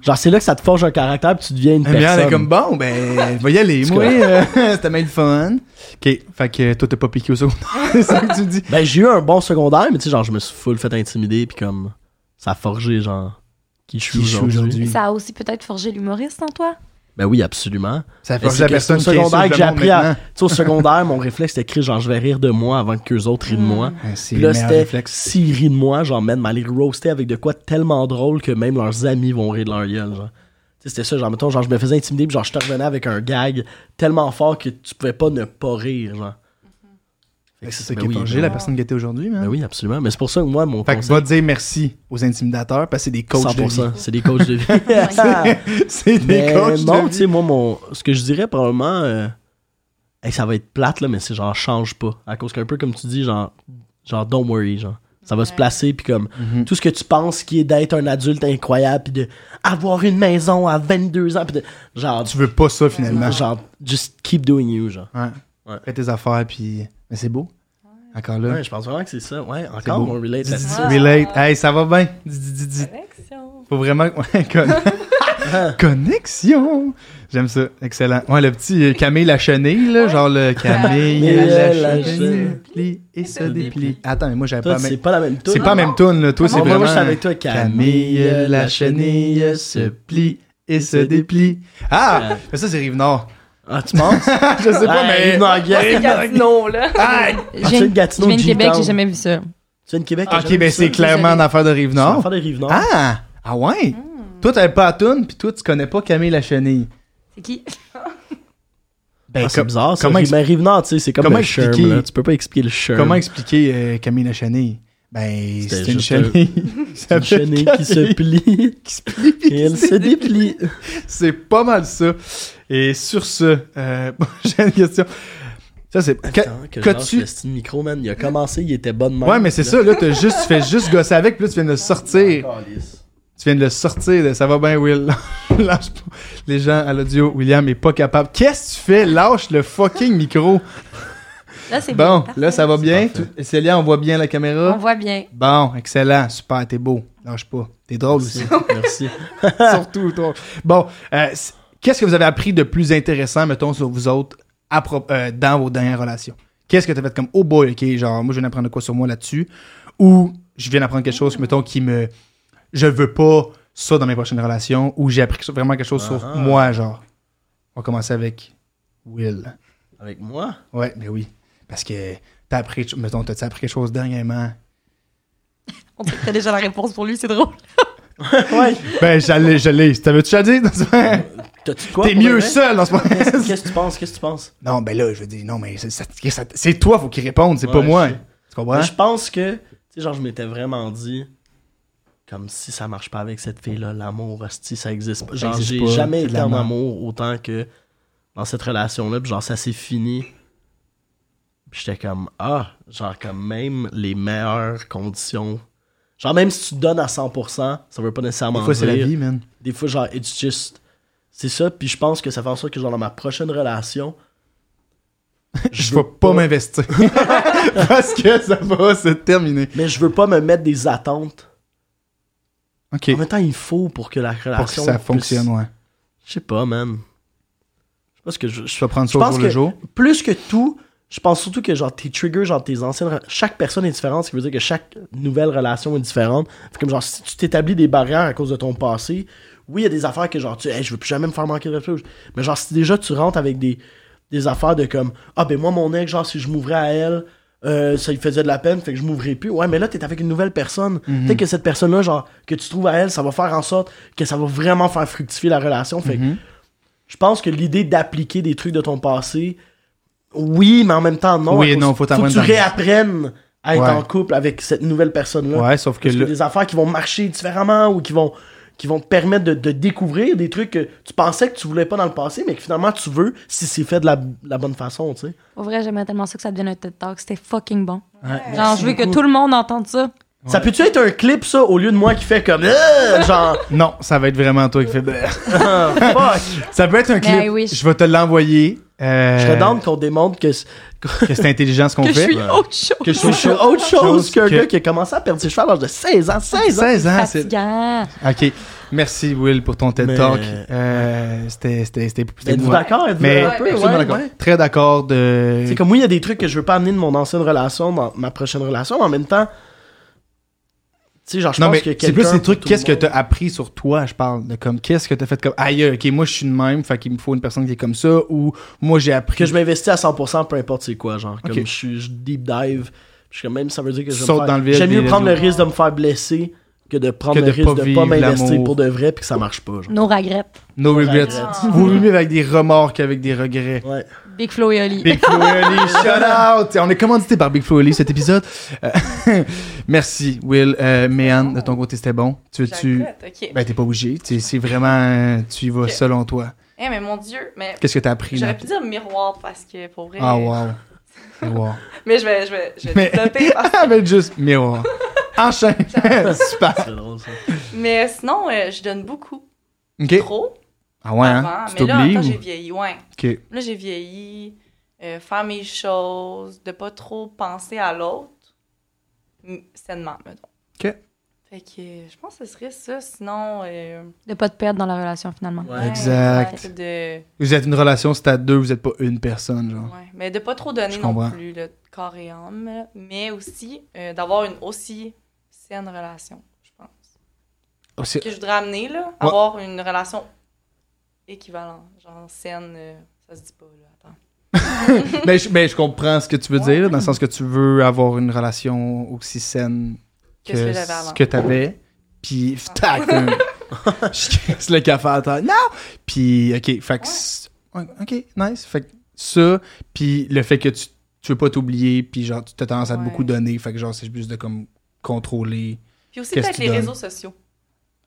S2: Genre, c'est là que ça te forge un caractère, puis tu deviens une
S1: Mais Eh elle
S2: personne.
S1: est comme bon, ben, va y aller. Moi, euh, <laughs> c'était même le fun. Ok, fait que toi, t'as pas piqué au secondaire. <laughs> c'est ça que tu dis.
S2: Ben, j'ai eu un bon secondaire, mais tu sais, genre, je me suis full fait intimider, puis comme, ça a forgé, genre, qui je suis
S1: Qui je suis
S2: aujourd'hui.
S1: aujourd'hui.
S4: Ça a aussi peut-être forgé l'humoriste en toi.
S2: Ben oui, absolument.
S1: Ça
S2: Mais
S1: fait
S2: c'est
S1: la
S2: que
S1: personne
S2: au
S1: qui insulte
S2: secondaire
S1: le
S2: que j'ai
S1: monde
S2: appris à.
S1: maintenant.
S2: Tu sais, au secondaire, mon réflexe c'était écrit, genre, je vais rire de moi avant que eux autres rient de moi.
S1: Ouais, Ah, C'est
S2: Puis
S1: le
S2: là,
S1: meilleur
S2: c'était
S1: réflexe.
S2: s'ils rient de moi, genre, man, m'aller roaster avec de quoi tellement drôle que même leurs amis vont rire de leur gueule, genre. Tu sais, C'était ça, genre, mettons, genre, je me faisais intimider, puis genre, je te revenais avec un gag tellement fort que tu pouvais pas ne pas rire, genre. Fait
S1: Fait que
S2: que
S1: C'est ça
S2: ben
S1: qui a
S2: oui,
S1: forgé
S2: ben-
S1: la personne qui était aujourd'hui, man.
S2: ben oui, absolument. Mais c'est pour ça que moi, mon
S1: Fait que
S2: conseil-
S1: va dire merci aux intimidateurs parce que c'est des coachs de vie.
S2: 100%, c'est des coachs de vie. <laughs>
S1: <laughs> C'est des
S2: Mais
S1: coachs
S2: non,
S1: de
S2: tu
S1: vie.
S2: sais, moi, mon, ce que je dirais probablement, euh, hey, ça va être plate, là, mais c'est genre change pas. À cause qu'un peu comme tu dis, genre, genre don't worry, genre. Ça va se placer, puis comme
S1: Mhm.
S2: tout ce que tu penses qui est d'être un adulte incroyable, puis de avoir une maison à 22 ans, puis de. Genre,
S1: Tu veux pas ça finalement.
S2: genre, just keep doing you, genre.
S1: Ouais.
S2: Ouais.
S1: Fais tes affaires, puis. Mais c'est beau. Encore là.
S2: Ouais, je pense vraiment que c'est ça. Ouais,
S1: C'est
S2: encore,
S1: beau.
S2: on relate
S1: Dis-
S2: à
S1: dis-
S2: ça.
S3: Ah.
S1: Relate. Hey, ça va bien. Dis- dis- dis- dis.
S3: Connexion.
S1: Faut vraiment. Ouais, con-
S2: Ah.
S1: <laughs> Connexion. J'aime ça. Excellent. Ouais, le petit euh, Camille la chenille, là.
S3: Ouais.
S1: Genre
S3: <laughs>
S1: le Camille
S2: Camille
S1: la
S2: la
S1: chenille
S2: chenille.
S1: plie et se
S3: se
S1: déplie.
S3: déplie.
S1: Attends, mais moi, j'avais
S2: Toi,
S1: pas.
S2: c'est
S1: même-
S2: pas la même
S1: C'est
S2: tune.
S1: pas la même tune, là. Toi, c'est
S2: Moi, moi,
S1: vraiment.
S2: je suis avec toi, Camille,
S1: Camille, la
S2: la
S1: chenille
S2: chenille
S1: se plie et se déplie. Ah! Mais ça, c'est Rive-Nord. <laughs>
S2: Ah, tu penses?
S1: Je sais pas,
S2: Ah,
S1: mais...
S2: Yves Nanguet.
S3: C'est Gatineau, là.
S1: Ah!
S4: Je
S2: tu
S4: viens
S2: viens de Gatineau,
S4: je viens de Québec,
S2: G-Town.
S4: j'ai jamais vu ça.
S2: Tu viens de Québec? t'as
S1: Ok,
S2: jamais
S1: ben
S2: vu
S1: c'est
S2: Ah, ça?
S1: clairement une affaire de
S2: C'est une
S1: Rive-Nord.
S2: affaire de Hmm. Rive-Nord.
S1: Ah! Ah ouais? Toi, t'avais pas la toune, puis toi, tu connais pas Camille la chenille.
S4: C'est qui?
S1: Ben,
S2: Ah, c'est
S1: com-
S2: bizarre, ça.
S1: comment
S2: Rive- ben, Rive-Nord, tu sais, c'est comme
S1: comment
S2: le Sherm,
S1: expliquer-
S2: là. Tu peux pas expliquer le Sherm.
S1: comment expliquer euh, Camille la chenille? Ben,
S2: C'était
S1: c'est une
S2: juste un-
S1: chenille. <laughs> Ça
S2: une
S1: fait
S2: chenille qui
S1: <laughs>
S2: se <laughs>
S1: Camille
S2: plie
S1: qui se plie.
S2: et elle se déplie.
S1: C'est pas mal ça. Et sur ce, euh, <laughs> j'ai une question. Ça, c'est...
S2: Attends, que je lâche
S1: qu'as-tu-
S2: le style micro, man. Il a commencé, il était bonne main.
S1: Ouais, mais c'est ça, là, t'as juste, tu fais juste gosser avec, puis là, tu viens de le sortir.
S2: Ah,
S1: Tu viens de le sortir, de, ça va bien, Will. <laughs> Lâche pas. Les gens à l'audio, William est pas capable. Qu'est-ce que tu fais? Lâche le fucking micro.
S4: Là, c'est
S1: Bon,
S4: Eh bien.
S1: là, ça va bien.
S2: parfait.
S1: Tout- Célia, on voit bien la
S4: On
S1: caméra.
S4: voit bien.
S1: Bon, excellent, super, t'es beau. Lâche pas. T'es drôle aussi.
S2: <laughs> Merci. Merci. <laughs>
S1: Surtout, toi. Bon, euh, c- qu'est-ce que vous avez appris de plus intéressant, mettons, sur vous autres, à pro- euh, dans vos dernières relations? Qu'est-ce que t'as fait comme, oh boy, ok, genre, moi, je viens d'apprendre de quoi sur moi là-dessus? Ou je viens d'apprendre quelque chose, mettons, qui me. Je veux pas ça dans mes prochaines relations, ou j'ai appris vraiment quelque chose sur
S2: Ah.
S1: moi, genre. On va commencer avec Will.
S2: Avec moi?
S1: Ouais, mais oui. Parce que t'as appris, mettons, t'as appris quelque chose
S2: <laughs>
S1: dernièrement.
S4: On dirait que t'as déjà la réponse pour lui, c'est drôle.
S2: Ouais.
S1: Ben, j'allais, j'allais. T'avais-tu déjà dit?
S2: T'as-tu de quoi?
S1: T'es
S2: pour
S1: mieux
S2: le vrai?
S1: seul en ce
S2: <laughs>
S1: moment.
S2: Qu'est-ce que tu penses? Qu'est-ce que tu penses?
S1: non, ben là, je veux dire, non, mais c'est, ça- ça- c'est toi, faut qu'il réponde, c'est
S2: Ouais,
S1: pas moi.
S2: je
S1: Tu
S2: sais.
S1: comprends?
S2: Mais Je pense que, tu sais, genre, je m'étais vraiment dit, comme si ça marche pas avec cette fille-là, l'amour, hostie, ça existe pas.
S1: Ça
S2: Genre,
S1: existe
S2: j'ai
S1: pas,
S2: jamais
S1: c'est de
S2: été en
S1: l'amour.
S2: amour autant que dans cette relation-là, puis genre, ça s'est fini. Puis j'étais comme, ah, genre, comme même les meilleures conditions. Genre, même si tu donnes à 100%, ça veut pas nécessairement
S1: Des fois, c'est la
S2: dire-
S1: vie, man. <laughs>
S2: des fois, genre, it's just. C'est ça, puis je pense que ça fait en sorte que, genre, dans ma prochaine relation.
S1: Je
S2: veux
S1: vais pas m'investir. <laughs> Parce que ça va se terminer.
S2: Mais je veux pas me mettre des attentes.
S1: OK.
S2: En même temps, il faut pour que la
S1: Pour que
S2: relation.
S1: ça
S2: puisse-
S1: fonctionne, ouais.
S2: Je sais pas, man. Je pense que je. je-
S1: Tu vas prendre ça
S2: Je
S1: au
S2: pense
S1: jour le
S2: que-
S1: jour.
S2: Plus que tout, je pense surtout que, genre, tes triggers, genre, tes anciennes. re- Chaque personne est différente, ce qui veut dire que chaque nouvelle relation est différente. Fait comme, genre, si tu t'établis des barrières à cause de ton passé, oui, il y a des affaires que, genre, tu. Hey, je veux plus jamais me faire manquer de chose. Mais, genre, si déjà tu rentres avec des, des affaires de comme. Ah, ben, moi, mon ex, genre, si je m'ouvrais à elle. euh, ça lui faisait de la peine, fait que je m'ouvrais plus. Ouais, mais là, t'es avec une nouvelle personne. Peut-être que cette personne-là, genre, que tu trouves à elle, ça va faire en sorte que ça va vraiment faire fructifier la relation. Fait que
S1: Mhm.
S2: je pense que l'idée d'appliquer des trucs de ton passé Oui, mais en même temps, non.
S1: Oui,
S2: à cause-
S1: non, faut
S2: que
S1: t'apprendre
S2: tu
S1: dans-
S2: réapprennes à être
S1: Ouais.
S2: en couple avec cette nouvelle personne-là.
S1: Ouais, sauf que
S2: Parce que
S1: là.
S2: des affaires qui vont marcher différemment ou qui vont, qui vont te permettre de, de découvrir des trucs que tu pensais que tu voulais pas dans le passé, mais que finalement tu veux si c'est fait de la, de la bonne façon, tu sais.
S4: Au vrai, j'aimerais tellement ça que ça devienne un TED Talk. C'était fucking bon.
S1: Ouais.
S4: Genre, je veux que
S2: beaucoup.
S4: tout le monde entende ça.
S2: Ça peut-tu être un clip, ça, au lieu de moi qui fait comme. Euh,
S1: <laughs>
S2: genre,
S1: <laughs> Non, ça va être vraiment toi qui fais. Bleh.
S2: fuck.
S1: Ça peut être un
S4: Mais I
S1: clip.
S4: wish.
S1: Je vais te l'envoyer. Euh,
S2: Je serais down qu'on démontre que, c-
S1: que c'est intelligent ce qu'on
S4: <laughs> Que je
S1: fait.
S4: suis autre chose.
S2: que je <laughs> suis sur autre chose
S1: Chose
S2: qu'un
S1: que-
S2: gars qui a commencé à perdre ses cheveux à l'âge de 16 ans. 16 ans!
S1: 16 ans, Ah, c'est.
S4: Fatigant.
S1: Ok. Merci Will pour ton TED
S2: Mais-
S1: Talk. Euh, C'était, c'était, c'était, c'était
S2: Êtes-vous
S1: émouvant.
S2: d'accord? Êtes-vous
S1: Mais
S2: d'accord un peu?
S1: absolument
S2: Ouais,
S1: d'accord.
S2: ouais.
S1: très d'accord de.
S2: C'est comme oui, il y a des trucs que je veux pas amener de mon ancienne relation dans ma prochaine relation, mais en même temps. Tu sais, genre, je
S1: non
S2: pense
S1: mais
S2: que
S1: c'est plus
S2: quelqu'un
S1: ces trucs.
S2: pour tout
S1: Qu'est-ce que
S2: le monde-
S1: t'as appris sur toi Je parle de comme qu'est-ce que t'as fait comme. Aïe, ok, moi je suis de même. Fait qu'il me faut une personne qui est comme ça. Ou moi j'ai appris.
S2: que je m'investis à 100% peu importe c'est quoi genre comme
S1: Ok.
S2: je suis je deep dive je suis comme même ça veut dire que je vais
S1: Saute
S2: me faire-
S1: dans le vide,
S2: j'aime mieux
S1: les
S2: prendre le
S1: let's
S2: risque de me faire blesser que de prendre
S1: Que
S2: le
S1: de
S2: risque
S1: pas
S2: de pas
S1: vivre
S2: m'investir
S1: l'amour.
S2: pour de vrai puis que ça marche pas genre.
S4: Nos regrets.
S1: No regrets.
S2: <laughs> regrets.
S1: Vous vivez avec des remords qu'avec des regrets.
S2: ouais
S4: Big Flo et Oli.
S1: Big Flo et
S2: <laughs>
S1: Oli, shout out! On est commandité par Big Flo et Oli cet épisode. Euh, <laughs> Merci, Will. Euh, Méane, de ton côté, c'était bon. Tu veux-tu.
S3: J'accote, ok.
S1: Ben, t'es pas obligé. Tu- C'est vraiment. euh, Tu y vas
S3: Ok.
S1: selon toi.
S3: Eh, mais mon Dieu, mais
S1: Qu'est-ce que t'as appris?
S3: j'aurais
S1: là?
S3: pu dire miroir parce que pour vrai.
S1: Ah,
S3: <laughs>
S1: wow. Miroir.
S3: Mais je vais, je vais, je vais
S1: <laughs> Mais-
S3: te noter parce
S1: Ah, ben, juste
S3: <laughs>
S1: miroir. Enchaîne. <laughs> Super.
S2: c'est drôle ça
S3: Mais sinon, euh, je donne beaucoup
S1: OK.
S3: trop
S1: Ah, ouais, hein?
S3: avant.
S1: Tu
S3: Mais là,
S1: t'oublies?
S3: attends, j'ai
S1: ou-
S3: vieilli, ouais.
S1: OK.
S3: Là, j'ai vieilli, euh, faire mes choses, de pas trop penser à l'autre, m- sainement, mettons.
S1: OK.
S3: Fait que euh, je pense que ce serait ça, sinon... euh,
S4: De pas te perdre dans la relation, finalement.
S2: Ouais.
S1: Exact.
S3: ouais, de,
S1: Vous êtes une relation, c'est à deux, vous êtes pas une personne,
S3: <laughs>
S1: genre.
S3: ouais. Mais de pas trop donner
S1: Je
S3: non
S1: comprends.
S3: plus, le corps et âme, là. mais aussi euh, d'avoir une aussi saine relation, je pense.
S1: Oh, c'est-
S3: que je voudrais amener, là,
S1: Ouais.
S3: avoir une relation équivalente, genre saine, euh, ça se dit pas, là, attends.
S1: Mais je, mais je comprends ce que tu veux dire, là, dans le sens que tu veux avoir une relation aussi saine que,
S3: Qu'est-ce que j'avais Ah. avant?
S1: ce que tu avais. Puis, <laughs> tac! un- <laughs> je casse le café à terre. Non! Puis, OK, fait que... c'est- ouais, OK, nice. Fait que ça, puis le fait que tu, tu veux pas t'oublier, puis genre, tu as tendance à te
S3: Ouais.
S1: beaucoup donner, fait que genre, c'est juste de comme contrôler.
S3: Puis aussi
S1: Qu'est-ce que
S3: peut-être
S1: tu
S3: les
S1: donnes?
S3: réseaux sociaux.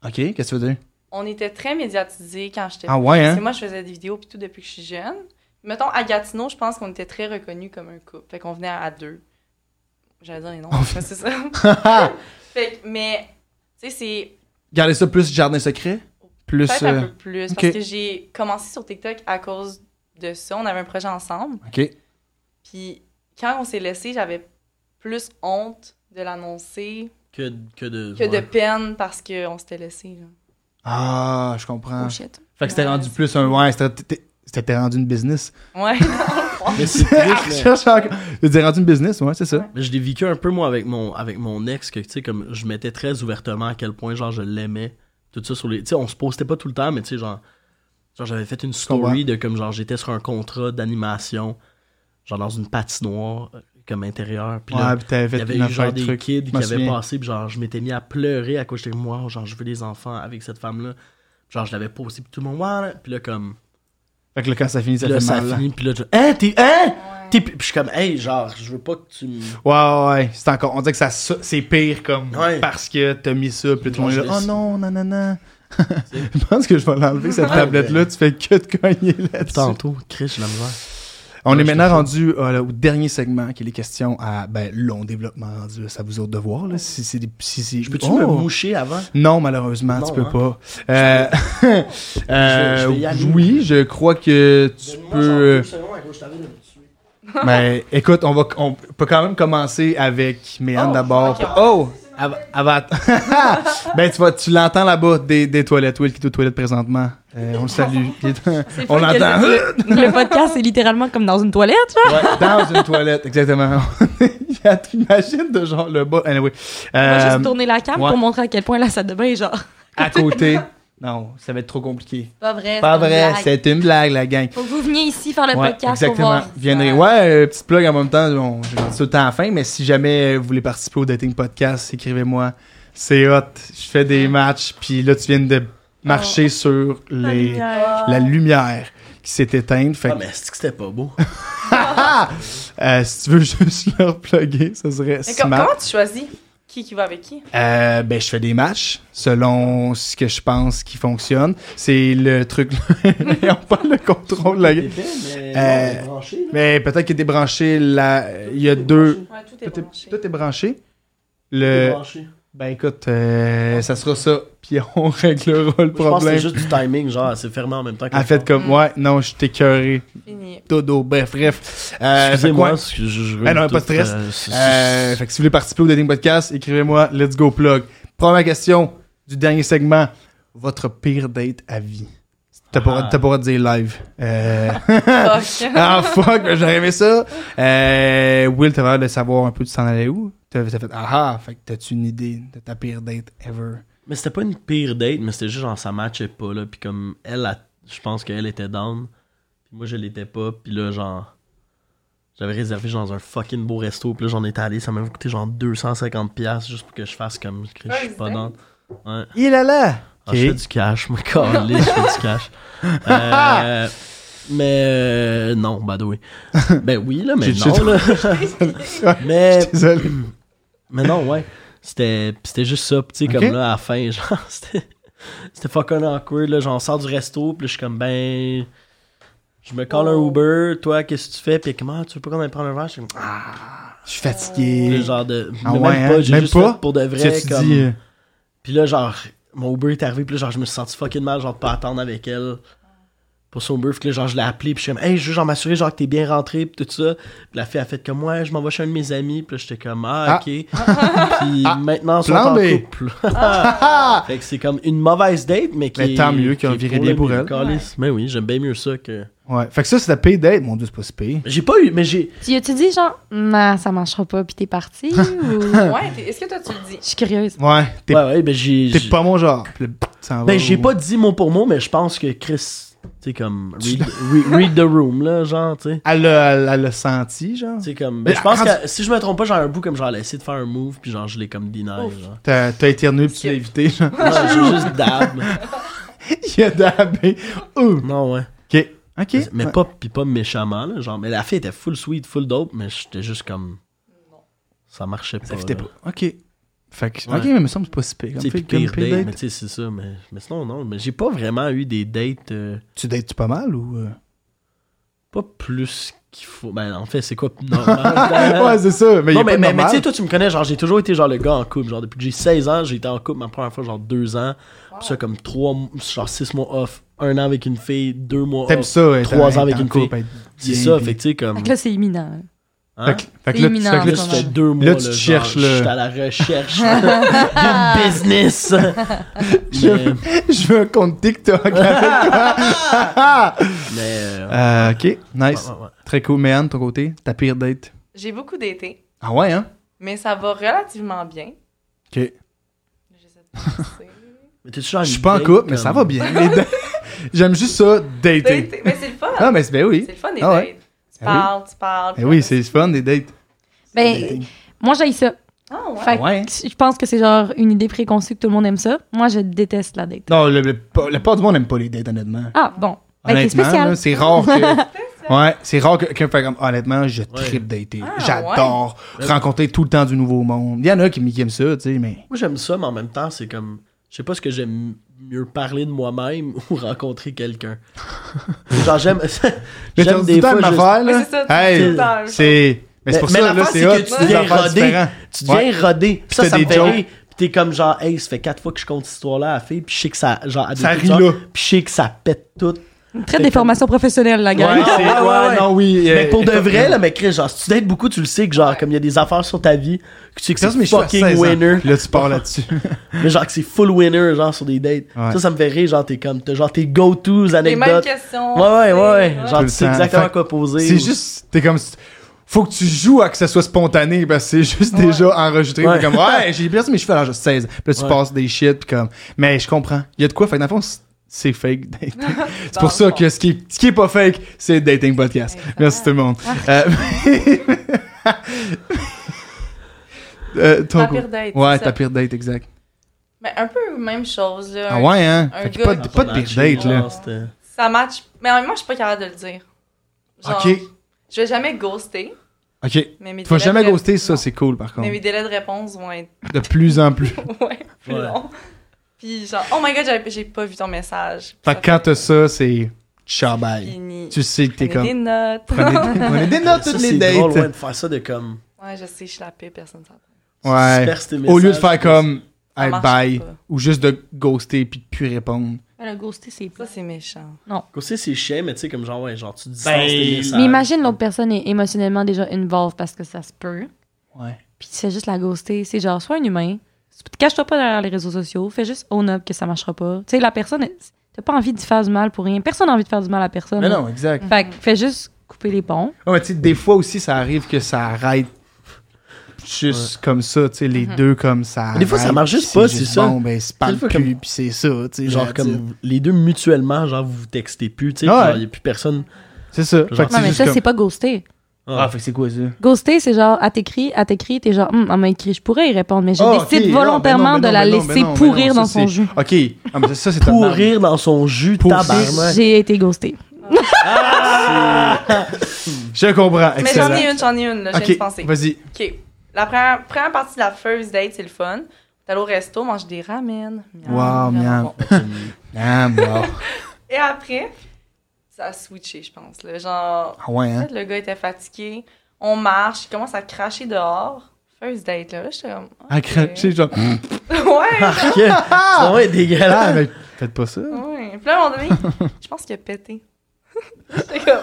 S1: OK, qu'est-ce que tu veux dire?
S3: On était très médiatisés quand j'étais
S1: Ah ouais,
S3: Parce
S1: hein?
S3: que moi, je faisais des vidéos puis tout depuis que je suis jeune. Mettons, à Gatineau, je pense qu'on était très reconnus comme un couple. Fait qu'on venait à deux. J'allais dire les noms, mais c'est
S1: <laughs>
S3: ça. <laughs> fait que, mais, tu sais, c'est
S1: Gardez ça plus jardin secret? Plus...
S3: peut-être
S1: euh,
S3: un peu plus.
S1: ok.
S3: Parce que j'ai commencé sur TikTok à cause de ça. On avait un projet ensemble.
S1: OK.
S3: Puis quand on s'est laissé, j'avais plus honte de l'annoncer
S2: que, que de
S3: que de
S2: ouais.
S3: peine parce qu'on s'était laissé. là.
S1: Ah, je comprends.
S4: Oh shit.
S1: Fait que c'était
S3: Ouais,
S1: rendu
S3: c'est-
S1: plus un... Ouais, c'était- t'étais- c'était rendu une business.
S3: Ouais, dans le fond.
S2: mais c'est triste, mais-
S1: <laughs> Je dis rendu une business, ouais, c'est ça.
S2: mais je l'ai vécu un peu moi avec mon avec mon ex que tu sais comme je mettais très ouvertement à quel point genre je l'aimais tout ça sur les tu sais on se postait pas tout le temps mais tu sais genre genre j'avais fait une
S1: comprends.
S2: story de comme genre j'étais sur un contrat d'animation genre dans une patinoire euh, comme intérieur puis là,
S1: Ouais, puis t'avais
S2: Il
S1: fait
S2: y avait
S1: une
S2: eu genre
S1: affaire de
S2: des
S1: truc.
S2: kids
S1: Je
S2: qui
S1: m'en
S2: avaient
S1: souviens.
S2: passé, puis genre je m'étais mis à pleurer à côté de moi, genre je veux des enfants avec cette femme-là. Puis Genre je l'avais posé, puis tout le monde, ouais, puis là comme,
S1: Fait que là, quand ça finit, ça
S2: puis là
S1: fait
S2: ça
S1: mal.
S2: finit, puis là, je- hein, t'es, hein, T'es- puis je suis comme, hey, genre je veux pas que tu me.
S1: Ouais, ouais, ouais. C'est encore. On dirait que ça, se- c'est pire comme.
S2: Ouais.
S1: Parce que t'as mis ça, puis tout le monde est
S2: Genre,
S1: là.
S2: je
S1: Oh
S2: laisse-
S1: non, nanana. <laughs> je pense que je vais l'enlever, cette
S2: Ouais,
S1: tablette-là. Tu fais que de cogner là-dessus.
S2: Tantôt, Chris, j'ai la misère.
S1: On
S2: Ouais,
S1: est
S2: je
S1: maintenant
S2: te jure.
S1: rendu euh, là, au dernier segment, qui est les questions à ben, long développement rendu. là, Ça vous autres de voir, là. Si c'est des. Si, c'est-
S2: Je peux-tu
S1: Oh!
S2: me moucher avant?
S1: Non, malheureusement,
S2: Non,
S1: tu peux
S2: hein.
S1: pas. Euh, <laughs> euh,
S2: je vais y aller.
S1: oui, je crois que tu
S2: euh,
S1: peux. euh,
S2: Ah,
S1: <laughs> Mais écoute, on va, on peut quand même commencer avec Méane
S3: Oh,
S1: d'abord.
S3: ok.
S1: Oh, avant, avant- <laughs> ben tu vas, tu l'entends là-bas des, des toilettes, Will qui est aux toilettes présentement. Euh, on le salue. Il est- <laughs>
S3: C'est
S1: on
S3: pas que
S1: l'entend
S4: Le podcast, c'est littéralement comme dans une toilette, genre.
S1: <laughs> Ouais, dans une toilette, exactement. <laughs> Il y a- T'imagines de genre le bas. Anyway,
S4: On va
S1: Euh,
S4: juste tourner la cam
S1: ouais.
S4: pour montrer à quel point la salle de bain est genre.
S1: à côté. Non, ça va être trop compliqué.
S4: Pas vrai.
S1: Pas vrai, c'est une blague, la gang.
S4: Faut que vous veniez ici faire le
S1: Ouais,
S4: podcast pour
S1: exactement.
S4: voir.
S1: Viendrez. Ouais, euh, petite plug en même temps. On, je vais dire tout le temps à la fin, mais si jamais euh, vous voulez participer au dating podcast, écrivez-moi. C'est hot. Je fais des matchs, puis là, tu viens de marcher
S4: Oh. euh,
S1: sur les... la lumière qui s'est éteinte. Fait
S2: Ah,
S1: que- <laughs>
S2: mais c'est que c'était pas beau.
S1: Euh, si tu veux <laughs> juste leur plugger, ce serait
S3: Mais co-
S1: smart.
S3: comment tu choisis qui qui va avec qui?
S1: Euh, ben, je fais des matchs selon ce que je pense qui fonctionne. C'est le truc. <laughs> Ils ont pas le contrôle. la-
S2: T'es fait, mais
S1: Euh,
S2: on est branché, là.
S1: Mais peut-être que t'es branché là. Il y a deux. euh,
S3: Ouais, tout est
S1: Toi, t'es-
S3: branché.
S1: toi, t'es branché.
S2: T'es
S1: Le.
S2: branché.
S1: Ben écoute, euh, ça sera ça. Puis <laughs> on réglera le
S2: Je pense que
S1: problème.
S2: c'est juste du timing, genre, c'est fermé en même temps que.
S1: En fait, comme,
S3: Mm.
S1: ouais, non, je t'ai cœuré.
S3: Fini.
S1: Dodo, bref, bref. Euh, fait quoi?
S2: Excusez-moi, parce que je, je
S1: Ah non, pas de stress. Euh, fait que si vous voulez participer au Dating Podcast, écrivez-moi Let's Go Plug. Première question du dernier segment. Votre pire date à vie. T'as pas
S2: Ah.
S1: t'as pas le droit de dire live. Euh, <laughs>
S3: Fuck.
S1: <laughs> ah fuck, ben, j'aurais aimé ça. Euh, Will, t'avais l'air de savoir un peu tu t'en allais où. T'as t'as fait ah ah, fait que t'as-tu une idée de ta pire date ever?
S2: Mais c'était pas une pire date, mais c'était juste genre ça matchait pas, là. Puis comme elle, elle- je pense qu'elle était down. Puis moi, je l'étais pas. Puis là, genre. J'avais réservé genre dans un fucking beau resto. Puis là, j'en étais allé. Ça m'avait coûté genre 250$ piastres juste pour que je fasse comme. Je suis pas
S3: Nice,
S2: down. Ouais.
S1: Il a là!
S2: Ah, je fais du cash, moi, <laughs> calé, je fais du cash. Euh, mais euh, non, by the
S1: <laughs>
S2: way. Ben oui, là, mais
S1: J'ai-
S2: non,
S1: j'ai-
S2: là. <laughs> mais,
S1: <laughs> Désolé.
S2: mais non, ouais. C'était pis c'était juste ça, pis tu sais,
S1: Ok.
S2: comme là, à la fin, <laughs> genre, c'était c'était fucking awkward, là. Genre, on sort du resto, pis là, je suis comme, ben. Je me call un Uber, toi, qu'est-ce que tu fais? Pis comment, tu veux pas qu'on aille prendre un verre? Je suis comme, ah,
S1: Je suis
S2: le
S1: fatigué.
S2: genre de.
S1: Ah
S2: mais
S1: ouais,
S2: même pas,
S1: hein?
S2: j'ai
S1: Même
S2: juste
S1: pas?
S2: fait pour de
S1: Tu
S2: vrai,
S1: as-tu
S2: comme.
S1: dit, euh,
S2: Puis là, genre, mon Uber est arrivé, puis là, genre, je me suis senti fucking mal, genre, de pas attendre avec elle pour son Uber. Puis que là, genre, je l'ai appelé, puis je suis comme, hey, je veux, genre, m'assurer, genre, que t'es bien rentré, puis tout ça. Puis la fille a fait comme, ouais, je m'en vais chez un de mes amis, puis là, j'étais comme, ah,
S1: Ah. <laughs>
S2: ok. puis maintenant, ils sont
S1: Plan
S2: en
S1: B. Ah.
S2: couple. <laughs> fait que c'est comme une mauvaise date, mais qui.
S1: Mais tant mieux qu'ils ont
S2: qui est
S1: viré bien
S2: le
S1: pour
S2: mieux.
S1: elle.
S2: Calisse. Mais oui, j'aime bien mieux ça que.
S1: Ouais. Fait que ça, c'est ta pay date. Mon dieu, c'est pas si pire.
S2: J'ai pas eu, mais j'ai.
S4: Tu as-tu dit genre, non, ça marchera pas, puis
S1: <laughs>
S4: t'es parti ou.
S3: Ouais, t'es- est-ce que toi tu le dis?
S4: Je suis curieuse.
S1: Ouais. T'es
S2: Ouais, ouais, ben j'ai.
S1: t'es
S2: j'ai-
S1: pas mon genre. Puis le- ça en va
S2: Ben, j'ai
S1: au-
S2: pas dit mot pour mot, mais je pense que Chris. Tu sais, comme. Read, read- read the room, là, genre, tu sais.
S1: Elle l'a elle- elle l'a senti, genre.
S2: C'est comme.
S1: Mais
S2: Ben, je pense
S1: quand-
S2: que si je me trompe pas, j'ai un bout comme genre, elle a essayé de faire un move, puis genre, je l'ai comme deny.
S3: Ouf.
S2: Genre.
S1: T'as t'as éternué puis tu l'as évité,
S2: <laughs>
S1: genre.
S2: Non, j'ai juste dab.
S1: Il a dabé. Ouh.
S2: Non, ouais.
S1: Ok. Ok.
S2: Mais pas, pis pas méchamment, là. Genre, mais la fille était full sweet, full dope, mais j'étais juste comme. Ça marchait pas.
S1: Ça fitait
S2: là.
S1: pas. Ok. Fait que.
S2: Ouais.
S1: Ok, mais il me semble que c'est pas si pire. Comme
S2: C'est
S1: fait-
S2: pire
S1: comme
S2: date,
S1: pay date.
S2: mais tu sais, c'est ça. Mais, mais sinon, non. Mais j'ai pas vraiment eu des dates. euh,
S1: Tu dates-tu pas mal ou. euh?
S2: pas plus qu'il faut. Ben, en fait, c'est quoi
S1: <laughs>
S2: normal? Ben,
S1: Ouais, c'est ça. Mais il
S2: Euh, non,
S1: est
S2: mais,
S1: pas
S2: mais, mais tu sais,
S1: normal.
S2: toi, tu me connais, genre, j'ai toujours été genre le gars en couple. Genre, depuis que j'ai 16 ans, j'ai été en couple ma première fois, genre 2 ans. Puis ça, comme 3, genre 6 mois off, 1 an avec une fille, 2 mois
S1: T'aimes
S2: off.
S1: ça. être-
S2: trois ans
S1: être
S2: avec
S1: en
S2: une
S1: couple, être
S2: C'est
S1: bien,
S2: ça,
S1: puis-
S2: fait que tu sais, comme.
S4: Fait que là, c'est imminent. là.
S2: hein?
S1: Fait que- fait que
S4: C'est
S1: là, tu-
S4: imminent,
S1: fait que
S2: Là,
S1: là,
S4: en
S2: ça
S4: ce
S1: tu-
S2: fait
S4: moment.
S2: deux mois.
S1: tu
S2: genre,
S1: cherches le-
S2: Je suis à la recherche
S1: <laughs>
S2: d'une business. mais,
S1: je veux un compte TikTok avec toi.
S2: mais, euh,
S1: <laughs> Euh, ok, nice.
S2: ouais, ouais, ouais.
S1: Très cool. Mais Anne, ton côté, ta pire date.
S3: J'ai beaucoup d'été,
S1: Ah ouais, hein?
S3: mais ça va relativement bien.
S1: Ok.
S3: J'essaie de
S1: <laughs>
S3: penser.
S2: Mais t'es-tu genre
S1: Je suis
S2: une
S1: pas en
S2: date
S1: couple, mais
S2: comme-
S1: ça va bien. Les dates- <laughs> J'aime juste ça, dater.
S3: D'été. Mais c'est le fun!
S1: Ah, mais c'est ben oui.
S3: C'est le fun des
S1: Ah ouais.
S3: dates. Tu
S1: Ah oui.
S3: parles, tu parles.
S1: Eh oui, c'est fun, des dates.
S4: Ben, moi, j'ai ça.
S3: Ah ouais.
S4: Fait que
S1: Ouais.
S4: je pense que c'est genre une idée préconçue que tout le monde aime ça. Moi, je déteste la date.
S1: Non, le, le, pas- la part du monde n'aime pas les dates, honnêtement.
S4: Ah, bon. Ben, t'es
S1: Honnêtement,
S4: spécial.
S1: là, c'est rare que. Ouais, c'est rare que quelqu'un fait comme. Ah, Honnêtement, je tripe dater.
S3: Ah,
S1: J'adore rencontrer tout le temps du nouveau monde. Il y en a qui m- qui aiment ça, tu sais, mais.
S2: Moi, j'aime ça, mais en même temps, c'est comme. Je sais pas ce que j'aime mieux parler de moi-même <laughs> ou
S1: <laughs>
S2: rencontrer quelqu'un. genre, j'aime. <laughs>
S1: J'aime
S2: j'aime des fois. juste-
S1: affaire, là.
S3: Ouais, c'est ça, tu dis tout
S1: hey,
S3: le temps la même
S1: c'est. Mais c'est pour
S2: mais
S1: ça, là,
S2: l'affaire,
S1: c'est hot.
S2: que tu
S1: des
S2: deviens
S1: affaires
S2: rodé.
S1: différentes.
S2: Tu deviens
S1: Ouais.
S2: rodé. Puis ça,
S1: Puis
S2: ça
S1: t'as
S2: me
S1: des
S2: fait
S1: jokes.
S2: rire. Puis t'es comme genre, hey, ça fait quatre fois que je compte cette histoire-là à la fille. Puis je sais que ça. Genre, à
S1: Ça
S2: deux
S1: rit
S2: heures,
S1: là.
S2: Puis je sais que ça pète tout.
S4: Traite des formations professionnelles, la
S1: Ouais,
S4: gang.
S1: c'est-
S2: Ah, ouais,
S1: ouais,
S2: ouais.
S1: non, oui.
S2: mais
S1: euh,
S2: pour de
S1: écoute, <laughs>
S2: vrai, là, mais Chris, genre, si tu dates beaucoup, tu le sais que genre, comme il y a des affaires sur ta vie, que tu sais que
S1: Personne, mais
S2: c'est
S1: je suis à
S2: fucking
S1: 16 ans.
S2: winner.
S1: Là, tu pars
S2: <laughs>
S1: là-dessus.
S2: Mais genre, que c'est full winner, genre, sur des dates.
S1: Ouais.
S2: Ça, ça me fait rire. Genre, t'es comme. t'as Genre, tes go-tos,
S3: Les mêmes
S2: anecdotes.
S3: questions.
S2: Ouais, ouais, ouais.
S3: Ouais.
S2: Genre,
S1: Tout
S2: tu
S1: le
S2: sais
S1: temps.
S2: exactement
S1: Fait-
S2: quoi poser.
S1: C'est
S2: ou-
S1: juste, t'es comme, faut que tu joues à que ça soit spontané, parce que c'est juste déjà enregistré. T'es
S2: Ouais.
S1: comme, ouais, j'ai percé mes cheveux à l'âge de 16. Puis là, tu
S2: Ouais.
S1: passes des shit, puis comme, mais je comprends. Il y a de quoi, fait que dans le fond, c'est- c'est fake. dating. c'est
S3: Dans
S1: pour
S3: le
S1: ça
S3: fond.
S1: que ce qui, est, ce qui est pas fake, c'est Dating Podcast. Merci tout le monde.
S3: Ah.
S1: Euh, <laughs> Euh, ton
S3: Ma
S1: coup.
S3: pire date,
S1: Ouais,
S3: c'est
S1: ta
S3: ça.
S1: pire date, exact.
S3: Mais un peu même chose, là.
S1: Ah ouais, hein?
S3: un
S1: Fait que
S3: gars
S1: pas,
S3: qui-
S1: de- pas de pire date, là.
S2: Genre, c'était-
S3: Ça match. Mais en même temps, je suis pas capable de le dire. Genre,
S1: Ok.
S3: Je vais jamais ghoster,
S1: Ok.
S3: mais mes
S1: Faut
S3: délais
S1: jamais
S3: de ré-
S1: ghoster, ça,
S3: Non.
S1: c'est cool, par
S3: Mais
S1: contre.
S3: mes délais de réponse vont être <laughs>
S1: De plus en plus.
S3: ouais, plus
S2: Ouais.
S3: longs. Puis genre, oh my god, j'avais- j'ai pas vu ton message.
S1: Fait que quand t'as ça, c'est. Ciao, bye.
S3: fini.
S1: Tu sais que t'es
S3: Prenez
S1: comme.
S3: des
S1: <laughs>
S3: notes.
S1: Prenez des, prenez des notes
S2: Ça,
S1: toutes
S2: c'est
S1: les
S2: drôle, ouais,
S1: dates.
S2: de faire ça de comme.
S3: <laughs> ouais, je sais, je suis la pire personne. Ça,
S1: Ouais.
S2: disperses tes
S1: Au lieu de
S2: messages,
S1: faire comme.
S3: Ça
S1: Hey,
S3: marche
S1: bye.
S3: pas.
S1: Ou juste de ghoster puis de plus répondre.
S4: Le ghosté, Ah, c'est
S3: ça c'est méchant.
S2: Aussi, c'est chiant, mais tu sais, comme genre, ouais, genre, tu dis
S1: Ben,
S4: Mais imagine l'autre personne est émotionnellement déjà involved parce que ça se peut.
S1: Ouais.
S4: Puis c'est juste la ghoster. C'est genre, sois un humain. Cache-toi pas derrière les réseaux sociaux. Fais juste own up que ça marchera pas. Tu sais, la personne, elle- t'as pas envie de faire du mal pour rien. Personne n'a envie de faire du mal à personne.
S1: Mais non, exact.
S4: Fait que fais juste couper les ponts.
S1: Ouais, mais tu sais, des fois aussi, ça arrive que ça arrête juste comme ça, tu sais, les
S3: Mm-hmm.
S1: deux comme ça.
S2: Mais des fois, ça
S1: arrête,
S2: marche juste
S1: puis
S2: pas, c'est ça.
S1: Bon, ben, c'est pas
S2: Des fois,
S1: plus,
S2: comme-
S1: puis c'est ça, tu sais.
S2: Genre,
S1: je veux dire.
S2: comme les deux mutuellement, genre, vous vous textez plus, tu sais,
S1: Ouais.
S2: puis genre, il n'y a plus personne.
S1: C'est ça. Fait que
S4: Non, mais
S1: juste
S4: ça,
S1: comme-
S4: c'est pas ghoster.
S1: Ah, fait que c'est quoi ça?
S4: Ghoster, c'est genre, à t'écrit, à t'écrit, t'es genre, hum, elle m'a écrit, je pourrais y répondre, mais je
S1: Ah,
S4: décide
S1: ok, non,
S4: volontairement
S1: ben non, ben
S4: de la
S1: non, ben non,
S4: laisser
S1: ben non,
S4: pourrir
S1: ça,
S4: dans son
S1: c'est- Ah,
S4: jeu.
S1: Ok, ah, mais ça, c'est ta merde.
S2: Pourrir dans son jus,
S1: Pourrir.
S2: tabarnak.
S4: J'ai été ghostée.
S1: Je comprends.
S3: Mais j'en
S1: Excellent.
S3: ai une, j'en ai une, là, je viens de penser.
S1: ok, vas-y.
S3: OK. La première, première partie de la first date, c'est le fun. T'es allé au resto, mange des ramen. Miam,
S1: Wow,
S3: vraiment
S1: miam.
S3: bon.
S1: <laughs> Ah, bon.
S3: Et après, ça a switché, je pense. là. Genre,
S1: Ah ouais, hein?
S3: peut-être le gars était fatigué. On marche, il commence à cracher dehors. First date, là. Là, j'étais comme. <laughs>
S1: Ah, cracher, genre.
S3: ouais,
S2: Ok. C'est vraiment <laughs>
S1: Ah,
S2: dégueulasse.
S1: mais faites pas ça.
S3: ouais. Puis là, à un moment
S2: <laughs>
S3: donné, je pense qu'il a pété. <laughs> J'étais comme.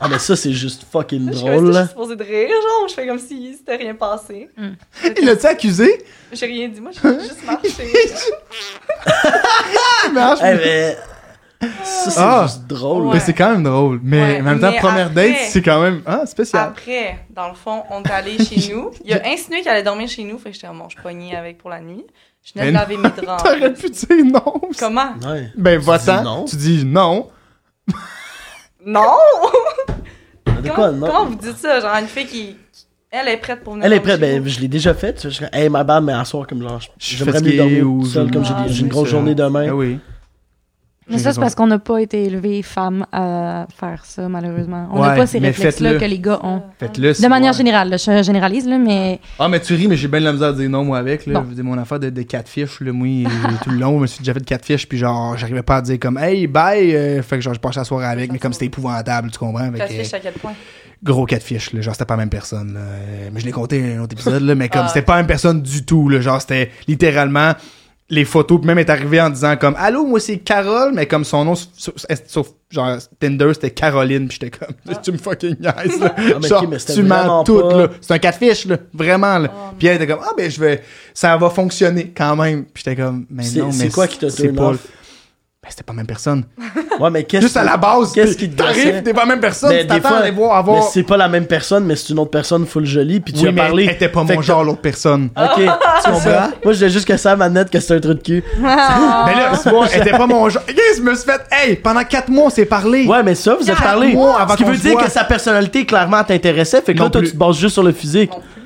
S2: Ah, mais ça, c'est juste fucking
S3: Je suis comme,
S2: drôle, hein. Mm. là.
S3: C'était juste supposée de rire, genre. Je fais comme si c'était rien passé.
S1: Il l'a-tu accusé?
S3: J'ai rien dit, moi, j'ai juste
S2: <laughs>
S3: marché.
S1: Il marche.
S2: Eh, mais. Ça, c'est
S1: Ah.
S2: juste drôle.
S1: Mais
S3: Ouais.
S1: c'est quand même drôle. Mais
S3: Ouais,
S1: en même temps,
S3: mais
S1: première
S3: après-
S1: date, c'est quand même. Ah, spécial.
S3: Après, dans le fond, on est allé chez nous.
S2: <laughs>
S3: Il a insinué qu'il allait dormir chez nous. Fait que j'étais comme, bon, je pognais avec pour la nuit. Je venais de
S1: Mais
S3: laver mes
S2: <laughs>
S1: <laughs>
S3: draps.
S1: T'aurais pu dire non.
S3: Comment?
S2: Ouais.
S1: Ben,
S2: dis non.
S1: va-t'en. Tu dis non.
S3: Non!
S2: De
S3: Comment,
S2: quoi, non?
S3: comment vous dites ça? Genre, une fille qui, qui- Elle est prête pour venir
S2: Elle est
S3: dormir
S2: prête,
S3: chez
S2: ben
S3: nous.
S2: je l'ai déjà faite. Je suis comme, hey, ma bad, mais à soir, comme genre,
S1: Je suis
S2: j'aimerais mieux
S1: fatigué
S2: dormir
S1: ou
S2: tout seul,
S1: je-
S2: comme j'ai des- j'ai une grosse
S3: Ah,
S2: journée demain.
S1: Ah oui.
S4: Mais ça, c'est parce qu'on n'a pas été élevés femmes à faire ça, malheureusement. On n'a
S1: Ouais,
S4: pas ces
S1: mais
S4: réflexes-là
S1: faites-le.
S4: que les gars ont.
S1: Faites-le.
S4: De
S1: c'est-
S4: manière
S1: ouais.
S4: générale, là, je généralise, là, mais
S1: Ah, mais tu ris, mais j'ai bien de la misère de dire non, moi, avec. Là.
S4: Non.
S1: Je veux dire, mon affaire de, de catfish, là, moi, j'ai- tout le long, je me suis déjà fait de catfish, puis genre, j'arrivais pas à dire comme, hey, bye, euh, fait que genre, je passe la soirée avec, mais comme c'était épouvantable, tu comprends? Avec, euh,
S3: Catfish à quel point?
S1: gros catfish, là, genre, c'était pas la même personne, là. Euh, Mais je l'ai compté un autre épisode, là,
S2: <laughs>
S1: mais comme,
S3: Ah.
S1: c'était pas la même personne du tout, là. Genre, c'était littéralement les photos, puis même est arrivé en disant comme, allô, moi, c'est Carole, mais comme son nom sur, sur- sur- genre, Tinder, c'était Caroline, puis j'étais comme, tu me fucking niaises, là.
S2: <laughs> Ah, mais ok,
S1: genre,
S2: mais c'était
S1: tu mens
S2: vraiment
S1: tout,
S2: pas-
S1: là. C'est un catfish, là. Vraiment, là.
S3: Oh,
S1: puis elle était comme, ah, ben, je vais, ça va fonctionner quand même. Puis j'étais comme, mais
S2: C'est-
S1: non, mais
S2: c'est quoi qui t'a
S1: c'est
S2: turn
S1: pas-
S2: off?
S1: Ben, c'était pas la même personne.
S2: Ouais, mais qu'est-ce
S1: Juste à la base,
S2: qu'est-ce qui te
S1: t'arrives,
S2: gossait?
S1: t'es pas la même personne,
S2: Mais
S1: tu t'attends à aller voir,
S2: mais
S1: avoir
S2: c'est pas la même personne, mais c'est une autre personne full jolie, puis tu
S1: oui,
S2: as
S1: mais
S2: parlé.
S1: elle était pas
S2: Fait
S1: mon
S2: que-
S1: genre, l'autre personne. <laughs>
S2: Ok, tu comprends? Moi, je disais juste que ça manette que c'était un truc de cul.
S1: Mais là, c'est bon, elle était pas mon genre. Ok, je me suis fait, hey, pendant 4 mois, on s'est parlé.
S2: Ouais, mais ça, vous êtes
S1: Quatre
S2: parlé.
S1: mois avant
S2: Ce qui
S1: qu'on
S2: veut
S1: se
S2: dire
S1: voit.
S2: que sa personnalité clairement t'intéressait, fait que
S1: Non
S2: là, toi,
S1: plus.
S2: tu te bases juste sur le physique.
S3: Non plus.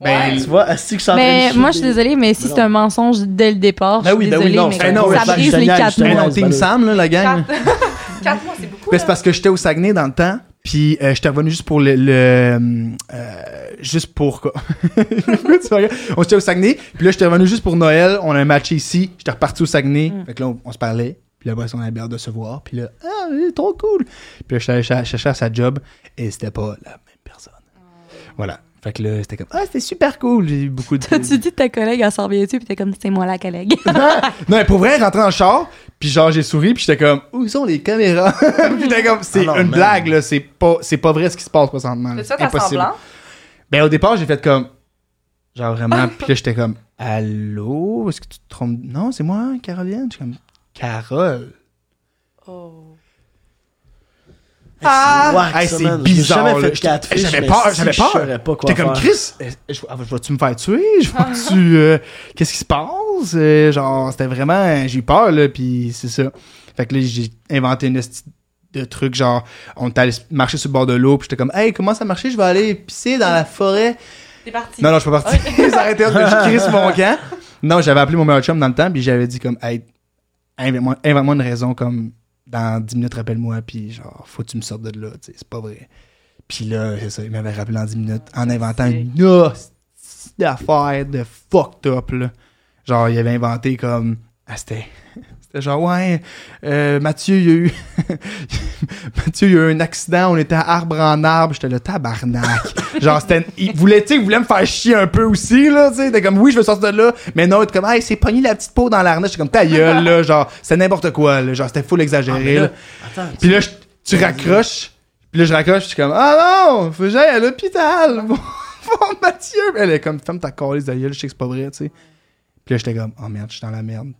S1: Ben,
S3: Ouais.
S2: Tu vois, Asti que je suis en train
S4: Mais
S2: de
S4: moi, je suis
S2: chier.
S4: désolée, mais si
S2: Mais
S4: c'est
S2: non.
S4: un mensonge dès le départ,
S2: Ben
S4: je suis
S2: oui, ben oui,
S4: désolée,
S2: non,
S4: mais
S1: c'est un autre
S4: ça
S1: message
S4: brise les
S2: génial,
S4: quatre
S1: Ben
S2: justement.
S4: mois.
S1: non,
S2: Ouais,
S1: Team
S2: c'est
S1: Sam, là, la gang.
S3: Quatre, Quatre <laughs> mois, c'est beaucoup.
S1: Ben,
S3: là.
S1: c'est parce que j'étais au Saguenay dans le temps, puis euh, j'étais revenu juste pour le. le, euh, juste pour quoi <laughs> Tu vois, On était au Saguenay, puis là, j'étais revenu juste pour Noël, on a un match ici, j'étais reparti au Saguenay,
S3: Mm.
S1: fait que là, on, on se parlait, puis là, après, ça, on avait hâte de se voir, puis là, ah, il est trop cool. Puis là, j'étais allé ch- chercher à sa job, et c'était pas la même personne.
S3: Ah
S1: Voilà. Fait que là, c'était comme, ah, c'était super cool, j'ai eu beaucoup de.
S4: Tu dis ta collègue, elle s'en vient dessus, puis t'es comme, c'est moi la collègue.
S1: Non, mais pour vrai, rentrer dans le char, puis genre, j'ai souri, puis j'étais comme, où sont les caméras? <laughs> Puis j'étais comme, c'est
S2: Ah non,
S1: une
S2: man.
S1: blague, là, c'est pas, c'est pas vrai ce qui se passe présentement. là.
S3: T'as-tu fait un semblant?
S1: Ben, au départ, j'ai fait comme, genre vraiment, puis là, j'étais comme, allô, est-ce que tu te trompes? Non, c'est moi, Caroline? J'étais comme, Carole.
S3: Oh.
S2: Ah,
S1: Hey,
S2: ça,
S1: c'est
S2: man.
S1: bizarre,
S2: J'ai jamais
S1: là.
S2: fait de
S1: J'étais-
S2: catfish,
S1: J'avais
S2: mais
S1: peur,
S2: si,
S1: j'avais
S2: je saurais pas
S1: peur.
S2: quoi
S1: J'étais comme,
S2: faire.
S1: Chris, eh, je- ah, vas-tu me faire tuer?
S2: <laughs>
S1: Je vois-tu, euh, qu'est-ce qui se passe? Euh, genre, c'était vraiment, j'ai eu peur, là, puis c'est ça. Fait que là, j'ai inventé une esti de truc, genre, on est allé marcher sur le bord de l'eau, puis j'étais comme, hey, comment ça marcher? Je vais aller pisser dans la forêt.
S3: T'es parti.
S1: Non, non, je suis pas parti. <laughs> Ils arrêtaient de me crier sur mon camp. Non, j'avais appelé mon meilleur chum dans le temps, puis j'avais dit comme, hey, invente-moi invente-moi une raison, comme, dans 10 minutes, rappelle-moi, puis genre, faut que tu me sortes de là, tu sais, c'est pas vrai. Puis là, c'est ça, il m'avait rappelé en 10 minutes en inventant une hostie d'affaire de fucked up, là. Genre, il avait inventé comme. Ah, c'était. <laughs> C'était genre, ouais, euh, Mathieu, il y a eu. <laughs> Mathieu, il y a eu un accident, on était arbre en arbre, j'étais le
S2: <laughs>
S1: tabarnak. genre, c'était. Il voulait, tu sais, il voulait me faire chier un peu aussi, là, tu sais. T'es comme, oui, je veux sortir de là, mais non, il était comme, hey, c'est pogné la petite peau dans l'arnaque. J'étais comme, ta gueule, là, genre, c'était n'importe quoi, là, genre, c'était full
S2: Ah,
S1: exagéré,
S2: mais
S1: là.
S2: là, attends,
S1: Puis là, je- tu raccroches. Puis là, je raccroche, je suis comme Ah non, faut que j'aille à l'hôpital. <laughs> Bon, bon, Mathieu. Elle est comme Femme ta calisse de gueule, je sais que c'est pas vrai, tu sais. Puis là, j'étais comme Oh merde, je suis dans la
S2: <laughs>
S1: merde.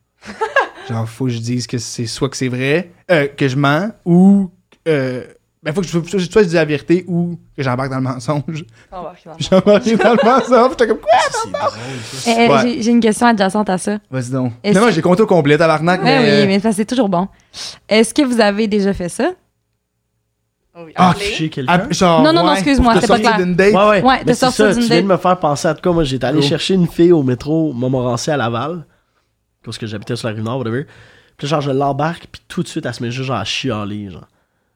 S1: Genre, faut que je dise que c'est soit que c'est vrai, euh, que je mens, ou. Euh, ben, faut que je, faut que je- soit je dis la vérité ou que j'embarque dans le mensonge. <laughs>
S3: On va regarder.
S1: J'ai embarqué dans le mensonge, j'étais comme quoi?
S2: ça, c'est drôle, ça.
S4: Eh, eh,
S1: Ouais.
S4: j'ai- J'ai une question adjacente à ça.
S1: Vas-y donc.
S4: Est-ce
S1: Finalement,
S4: que-
S1: j'ai compté au complet à l'arnaque,
S4: Ouais,
S1: mais.
S4: oui, mais ça, c'est toujours bon. Est-ce que vous avez déjà fait ça?
S3: Oh, Oui,
S1: Ah,
S3: appelez.
S2: Chez quelqu'un.
S1: Ah, genre,
S4: Non, non, non,
S1: ouais,
S4: excuse-moi,
S1: pour te
S4: c'est pas
S1: sortir
S4: clair.
S1: d'une date.
S2: Ouais, ouais.
S4: Ouais,
S2: Mais
S4: t'es
S2: c'est
S4: sorti
S2: ça,
S4: d'une
S2: tu viens de
S4: date.
S2: me faire penser à de quoi. Moi, j'étais allé
S1: Cool.
S2: chercher une fille au métro Montmorency à Laval, parce que j'habitais sur la rue Nord, whatever. Puis là, genre, je l'embarque, puis tout de suite, elle se met juste genre à chialer, genre.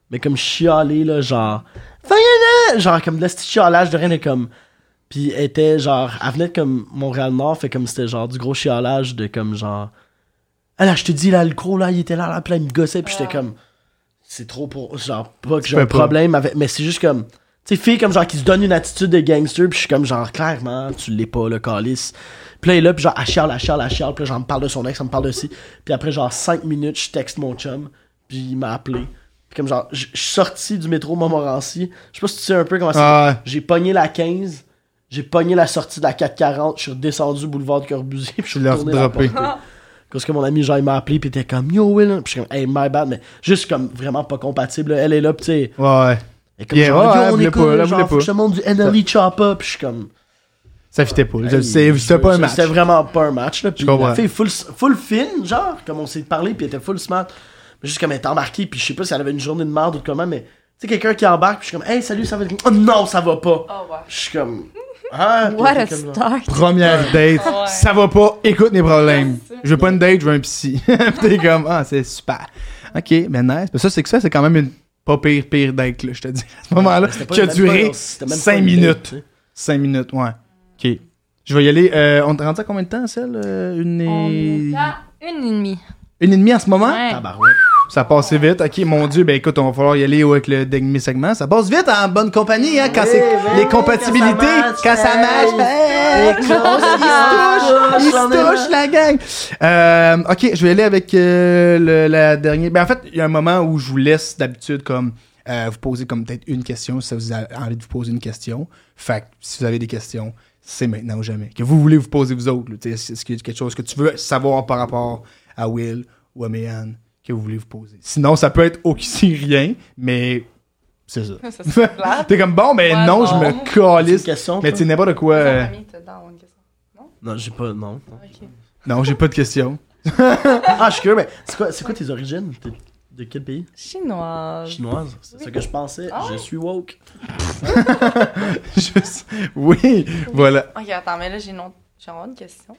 S2: Mais comme chialer, là, genre. Fais-le! Genre, comme de la petite chialage de rien, de comme. Puis elle était genre. Elle venait de comme Montréal-Nord, fait comme c'était genre du gros chialage de comme genre. Ah là, je te dis, là, le gros, là, il était là, là, puis là, il me gossait, puis j'étais comme. C'est trop pour. Genre, pas que j'ai
S1: peux
S2: un
S1: pas.
S2: problème avec. Mais c'est juste comme. Tu sais, fille comme genre qui se donne une attitude de gangster, puis je suis comme genre, clairement, tu l'es pas, le calice. Puis là, il est là, puis genre, elle chiale, elle chiale, elle chiale, puis là, genre, elle me parle de son ex, elle me parle de ci. Puis après, genre, 5 minutes, je texte mon chum, puis il m'a appelé. Puis comme genre, je je suis sorti du métro Montmorency. Je sais pas si tu sais un peu comment ça
S1: Ah, ouais.
S2: j'ai pogné la 15, j'ai pogné la sortie de la 440, je suis redescendu boulevard de Corbusier, puis je suis
S1: Tu l'as
S2: retourné dans la
S1: redroppé.
S2: porte. Parce que mon ami Jean il m'a appelé, puis était comme Yo Will, puis je suis comme Hey, my bad, mais juste comme vraiment pas compatible. là. Elle est là, puis tu sais,
S1: Ouais, ouais.
S2: elle est comme
S1: Yeah,
S2: genre,
S1: ouais,
S2: Yo,
S1: elle
S2: on
S1: voulait
S2: est
S1: pas,
S2: cool,
S1: elle
S2: genre,
S1: voulait
S2: faut que
S1: pas.
S2: je te montre du NLE Choppa, puis je suis comme
S1: Ça fitait pas. Je
S2: Hey,
S1: le sais, c'était pas un match.
S2: C'était vraiment pas un match. Là, puis
S1: Je comprends.
S2: La fille full, full fine, genre, comme on s'est parlé, puis elle était full smart. Mais juste comme elle était embarquée, puis je sais pas si elle avait une journée de merde ou de comment, mais tu sais, quelqu'un qui embarque, puis je suis comme, hey, salut, ça va être. Oh non, ça va pas.
S3: Oh, <laughs> wow.
S2: Je suis comme. Ah, puis
S4: What
S2: elle
S4: a
S2: était comme genre,
S4: start!
S1: Première date,
S3: Ouais.
S1: ça va pas, écoute mes problèmes. Je veux pas une date, je veux un psy. <laughs> Puis T'es comme, ah, c'est super. Ok, mais nice. Mais ça, c'est que ça, c'est quand même une pas pire, pire date, là, je te dis. À ce moment-là,
S2: C'était pas-
S1: qui a
S2: même
S1: duré
S2: pas- c'était même pas
S1: 5
S2: une date,
S1: minutes.
S2: tu sais.
S1: 5 minutes, ouais. Ok. Je vais y aller. euh, on te rendu à combien de temps, celle euh, Une
S4: On
S1: et.
S4: est à une et demie.
S1: Une et demie en ce
S2: Ah,
S1: moment
S4: Ouais.
S2: Tabarouette.
S1: Ça passe vite. Ok, mon Dieu, ben écoute, on va falloir y aller avec le dernier segment. Ça passe vite en bonne compagnie, hein, quand
S2: Oui,
S1: c'est
S2: oui,
S1: les compatibilités, quand
S2: quand ça
S1: ça
S2: match,
S1: marche. <laughs> hey,
S2: hey,
S1: on se touche,
S2: touche,
S1: ils
S2: on
S1: se
S2: est là.
S1: touchent, la gang. Euh, ok, je vais aller avec euh, le- la dernière. Ben en fait, il y a un moment où je vous laisse d'habitude comme euh, vous poser comme peut-être une question si ça vous a envie de vous poser une question. Fait que si vous avez des questions, c'est maintenant ou jamais. Que vous voulez vous poser vous autres. là. Tu sais, Est-ce est-ce qu'il y a quelque chose que tu veux savoir par rapport à Will ou à Mehan que vous voulez vous poser? Sinon, ça peut être aussi rien, mais c'est ça.
S3: Ça, c'est
S1: <laughs>
S3: plate.
S1: T'es comme bon, mais
S3: Ouais,
S1: non,
S3: non.
S1: je me
S2: C'est une
S1: calisse.
S2: question.
S1: Mais
S2: toi?
S1: tu sais, n'importe quoi. euh,
S3: Famille, t'as dedans, on est question.
S2: Non, j'ai pas. Non.
S3: Ok.
S1: Non, j'ai pas de questions. <laughs>
S2: Ah, je suis curieux, mais c'est quoi, c'est quoi tes origines T'es De quel pays
S3: Chinoise.
S2: Chinoise. C'est ce que je pensais.
S1: Oh.
S3: Ah
S2: Je
S3: ouais.
S2: suis woke.
S1: Juste- Oui, voilà.
S3: Ok, attends, mais là, j'ai une autre... j'ai encore une question.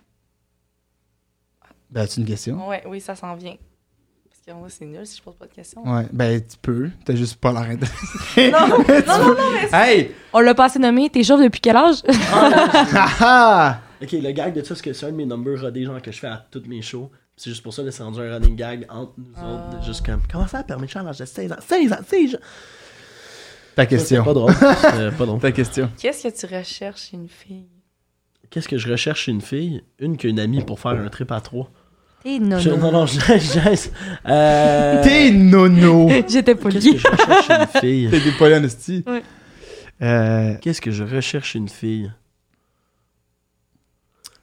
S1: Ben, as-tu une question?
S3: Ouais, oui, ça s'en vient. Parce que moi, c'est nul si je pose pas de
S1: <laughs>
S3: questions.
S1: Ouais, ben, tu peux. T'as juste pas l'air <laughs> intéressé.
S3: Non, non,
S1: <laughs>
S3: non, non, mais
S1: Hey!
S4: On l'a pas assez nommé. T'es chauve depuis quel âge?
S1: Ha ha!
S2: Ok, le gag de ça, c'est que c'est un de mes numbers rodés, genre, que je fais à toutes mes shows. Puis C'est juste pour ça que c'est rendu un running gag entre nous autres. de Juste comme, comment ça, permis de chance à l'âge de 16 ans 16 ans, 16
S1: Ta
S2: ans C'est Pas
S1: question.
S2: drôle. C'est pas drôle.
S1: Ta question.
S3: qu'est-ce que tu recherches chez une fille?
S2: Qu'est-ce que je recherche chez une fille Une qui a une amie pour faire un trip à trois.
S4: <laughs> T'es
S2: Je-
S4: nono.
S2: non, non, je <laughs> je- euh,
S1: T'es <laughs> nono!
S4: J'étais
S2: Qu'est-ce que
S4: polie.
S2: je recherche chez <laughs> une fille
S1: T'es des polyonesties.
S4: Ouais.
S1: Euh,
S2: Qu'est-ce que je recherche chez une fille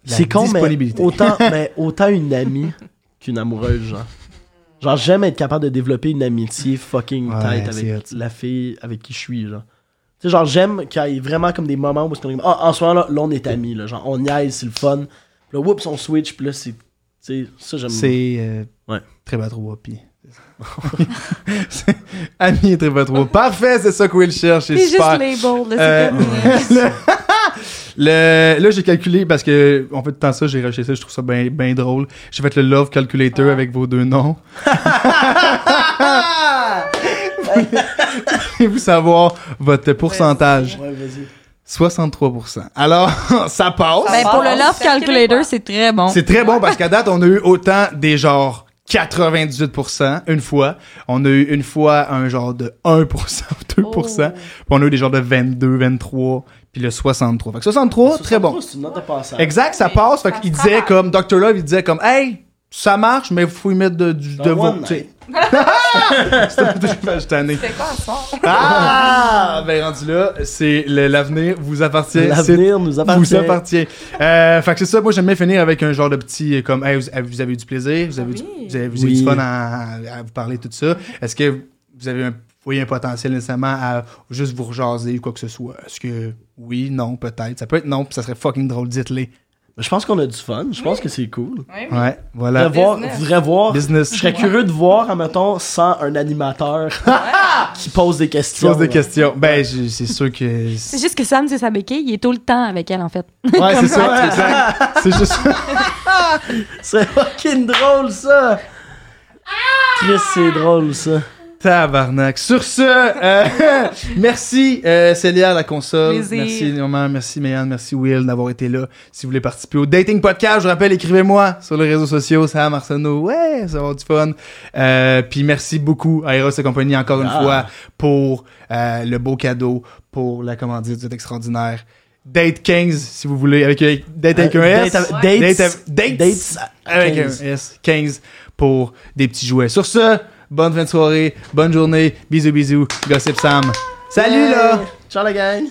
S1: La
S2: C'est con, mais
S1: disponibilité. <laughs>
S2: autant, mais autant une amie qu'une amoureuse, genre. Genre, j'aime être capable de développer une amitié fucking
S1: Ouais,
S2: tight
S1: c'est
S2: avec la fille avec qui je suis, genre. Tu sais, genre, j'aime qu'il y ait vraiment comme des moments où est-ce qu'on est comme, Ah, en ce moment-là, là, on est amis, là. Genre, on niaise, c'est le fun. Puis là, whoops, on switch, puis là, c'est. Tu sais, ça, j'aime.
S1: c'est euh,
S2: Ouais.
S1: Trébatro Wapi. <laughs> C'est- Ami et Trébatro. Parfait, c'est ça que Will cherche. C'est
S4: T'es juste
S1: super.
S4: label.
S1: Euh,
S4: Là, c'est comme-
S1: Le- là, j'ai calculé parce que, en fait, tant ça, j'ai recherché ça, je trouve ça bien bien drôle. J'ai fait le Love Calculator avec vos deux noms. Voulez-vous savoir votre pourcentage?
S2: Ouais, vas-y.
S1: 63%. Alors, <laughs> ça passe.
S4: Ben, pour le
S3: Ah,
S4: Love
S3: c'est québécois.
S4: Calculator, c'est très bon.
S1: C'est très bon parce qu'à date, on a eu autant des genres 98% une fois. On a eu une fois un genre de 1% <laughs> ou 2%. Puis on a eu des genres de 22, 23, puis le 63. Fait que 63, très bon.
S2: C'est une note de passage.
S1: Exact, ça
S3: Mais
S1: passe. Fait
S3: ça
S1: qu'il
S3: se
S1: disait
S3: travaille.
S1: comme, Dr. Love, il disait comme, hey, ça marche, mais faut y mettre de, du, de
S2: Un
S1: vos-
S2: one
S1: tu sais.
S2: night.
S1: <laughs>
S2: <laughs>
S1: Je suis tanné.
S3: C'est quoi ça?
S1: Ah! Ben, rendu là, c'est le- l'avenir vous appartient. C'est
S2: L'avenir nous appartient.
S1: vous appartient. Euh, fait que c'est ça, moi j'aime bien finir avec un genre de petit euh, comme hey, vous, vous avez eu du plaisir, vous avez,
S3: Oui.
S1: du, vous avez, vous avez eu du
S2: Oui.
S1: fun à, à vous parler tout ça. Est-ce que vous avez un, voyez un potentiel nécessairement à juste vous rejaser ou quoi que ce soit? Est-ce que oui, non, peut-être? Ça peut être non, puis ça serait fucking drôle, dites-les.
S2: Je pense qu'on a du fun. Je pense que c'est cool.
S3: Oui, oui.
S1: Ouais,
S2: Je
S1: voilà.
S2: voudrais voir,
S3: Business.
S2: voudrais voir-
S1: Business.
S2: Je serais curieux de voir, admettons, sans un animateur qui pose des
S1: Tu
S2: questions.
S1: poses des questions. Ben, j'ai- c'est sûr que.
S4: C'est juste que Sam, c'est sa béquille, il est tout le temps avec elle, en fait.
S1: <laughs> Ouais, c'est ça, exact. C'est juste
S2: C'est fucking drôle, ça! Chris, c'est drôle, ça.
S1: Tabarnak. Sur ce, euh, <laughs> merci euh, Célia à la console.
S3: Plaisir.
S1: Merci Norman, merci Mayanne, merci Will d'avoir été là. Si vous voulez participer au Dating Podcast, je vous rappelle, écrivez-moi sur les réseaux sociaux, Sam Arsenault. Ouais, ça va avoir du fun. Euh, Puis merci beaucoup à Eros et compagnie encore
S2: Ah.
S1: une fois pour euh, le beau cadeau, pour la commandite, vous êtes extraordinaire. Date 15, si vous voulez, avec, avec- Date avec un S.
S2: Date av- dates-
S1: Date av- dates
S2: dates
S1: avec
S2: 15.
S1: un S. 15 pour des petits jouets. Sur ce, bonne fin de soirée, bonne journée, bisous bisous, gossip Sam. Salut là!
S2: Ciao, la gang!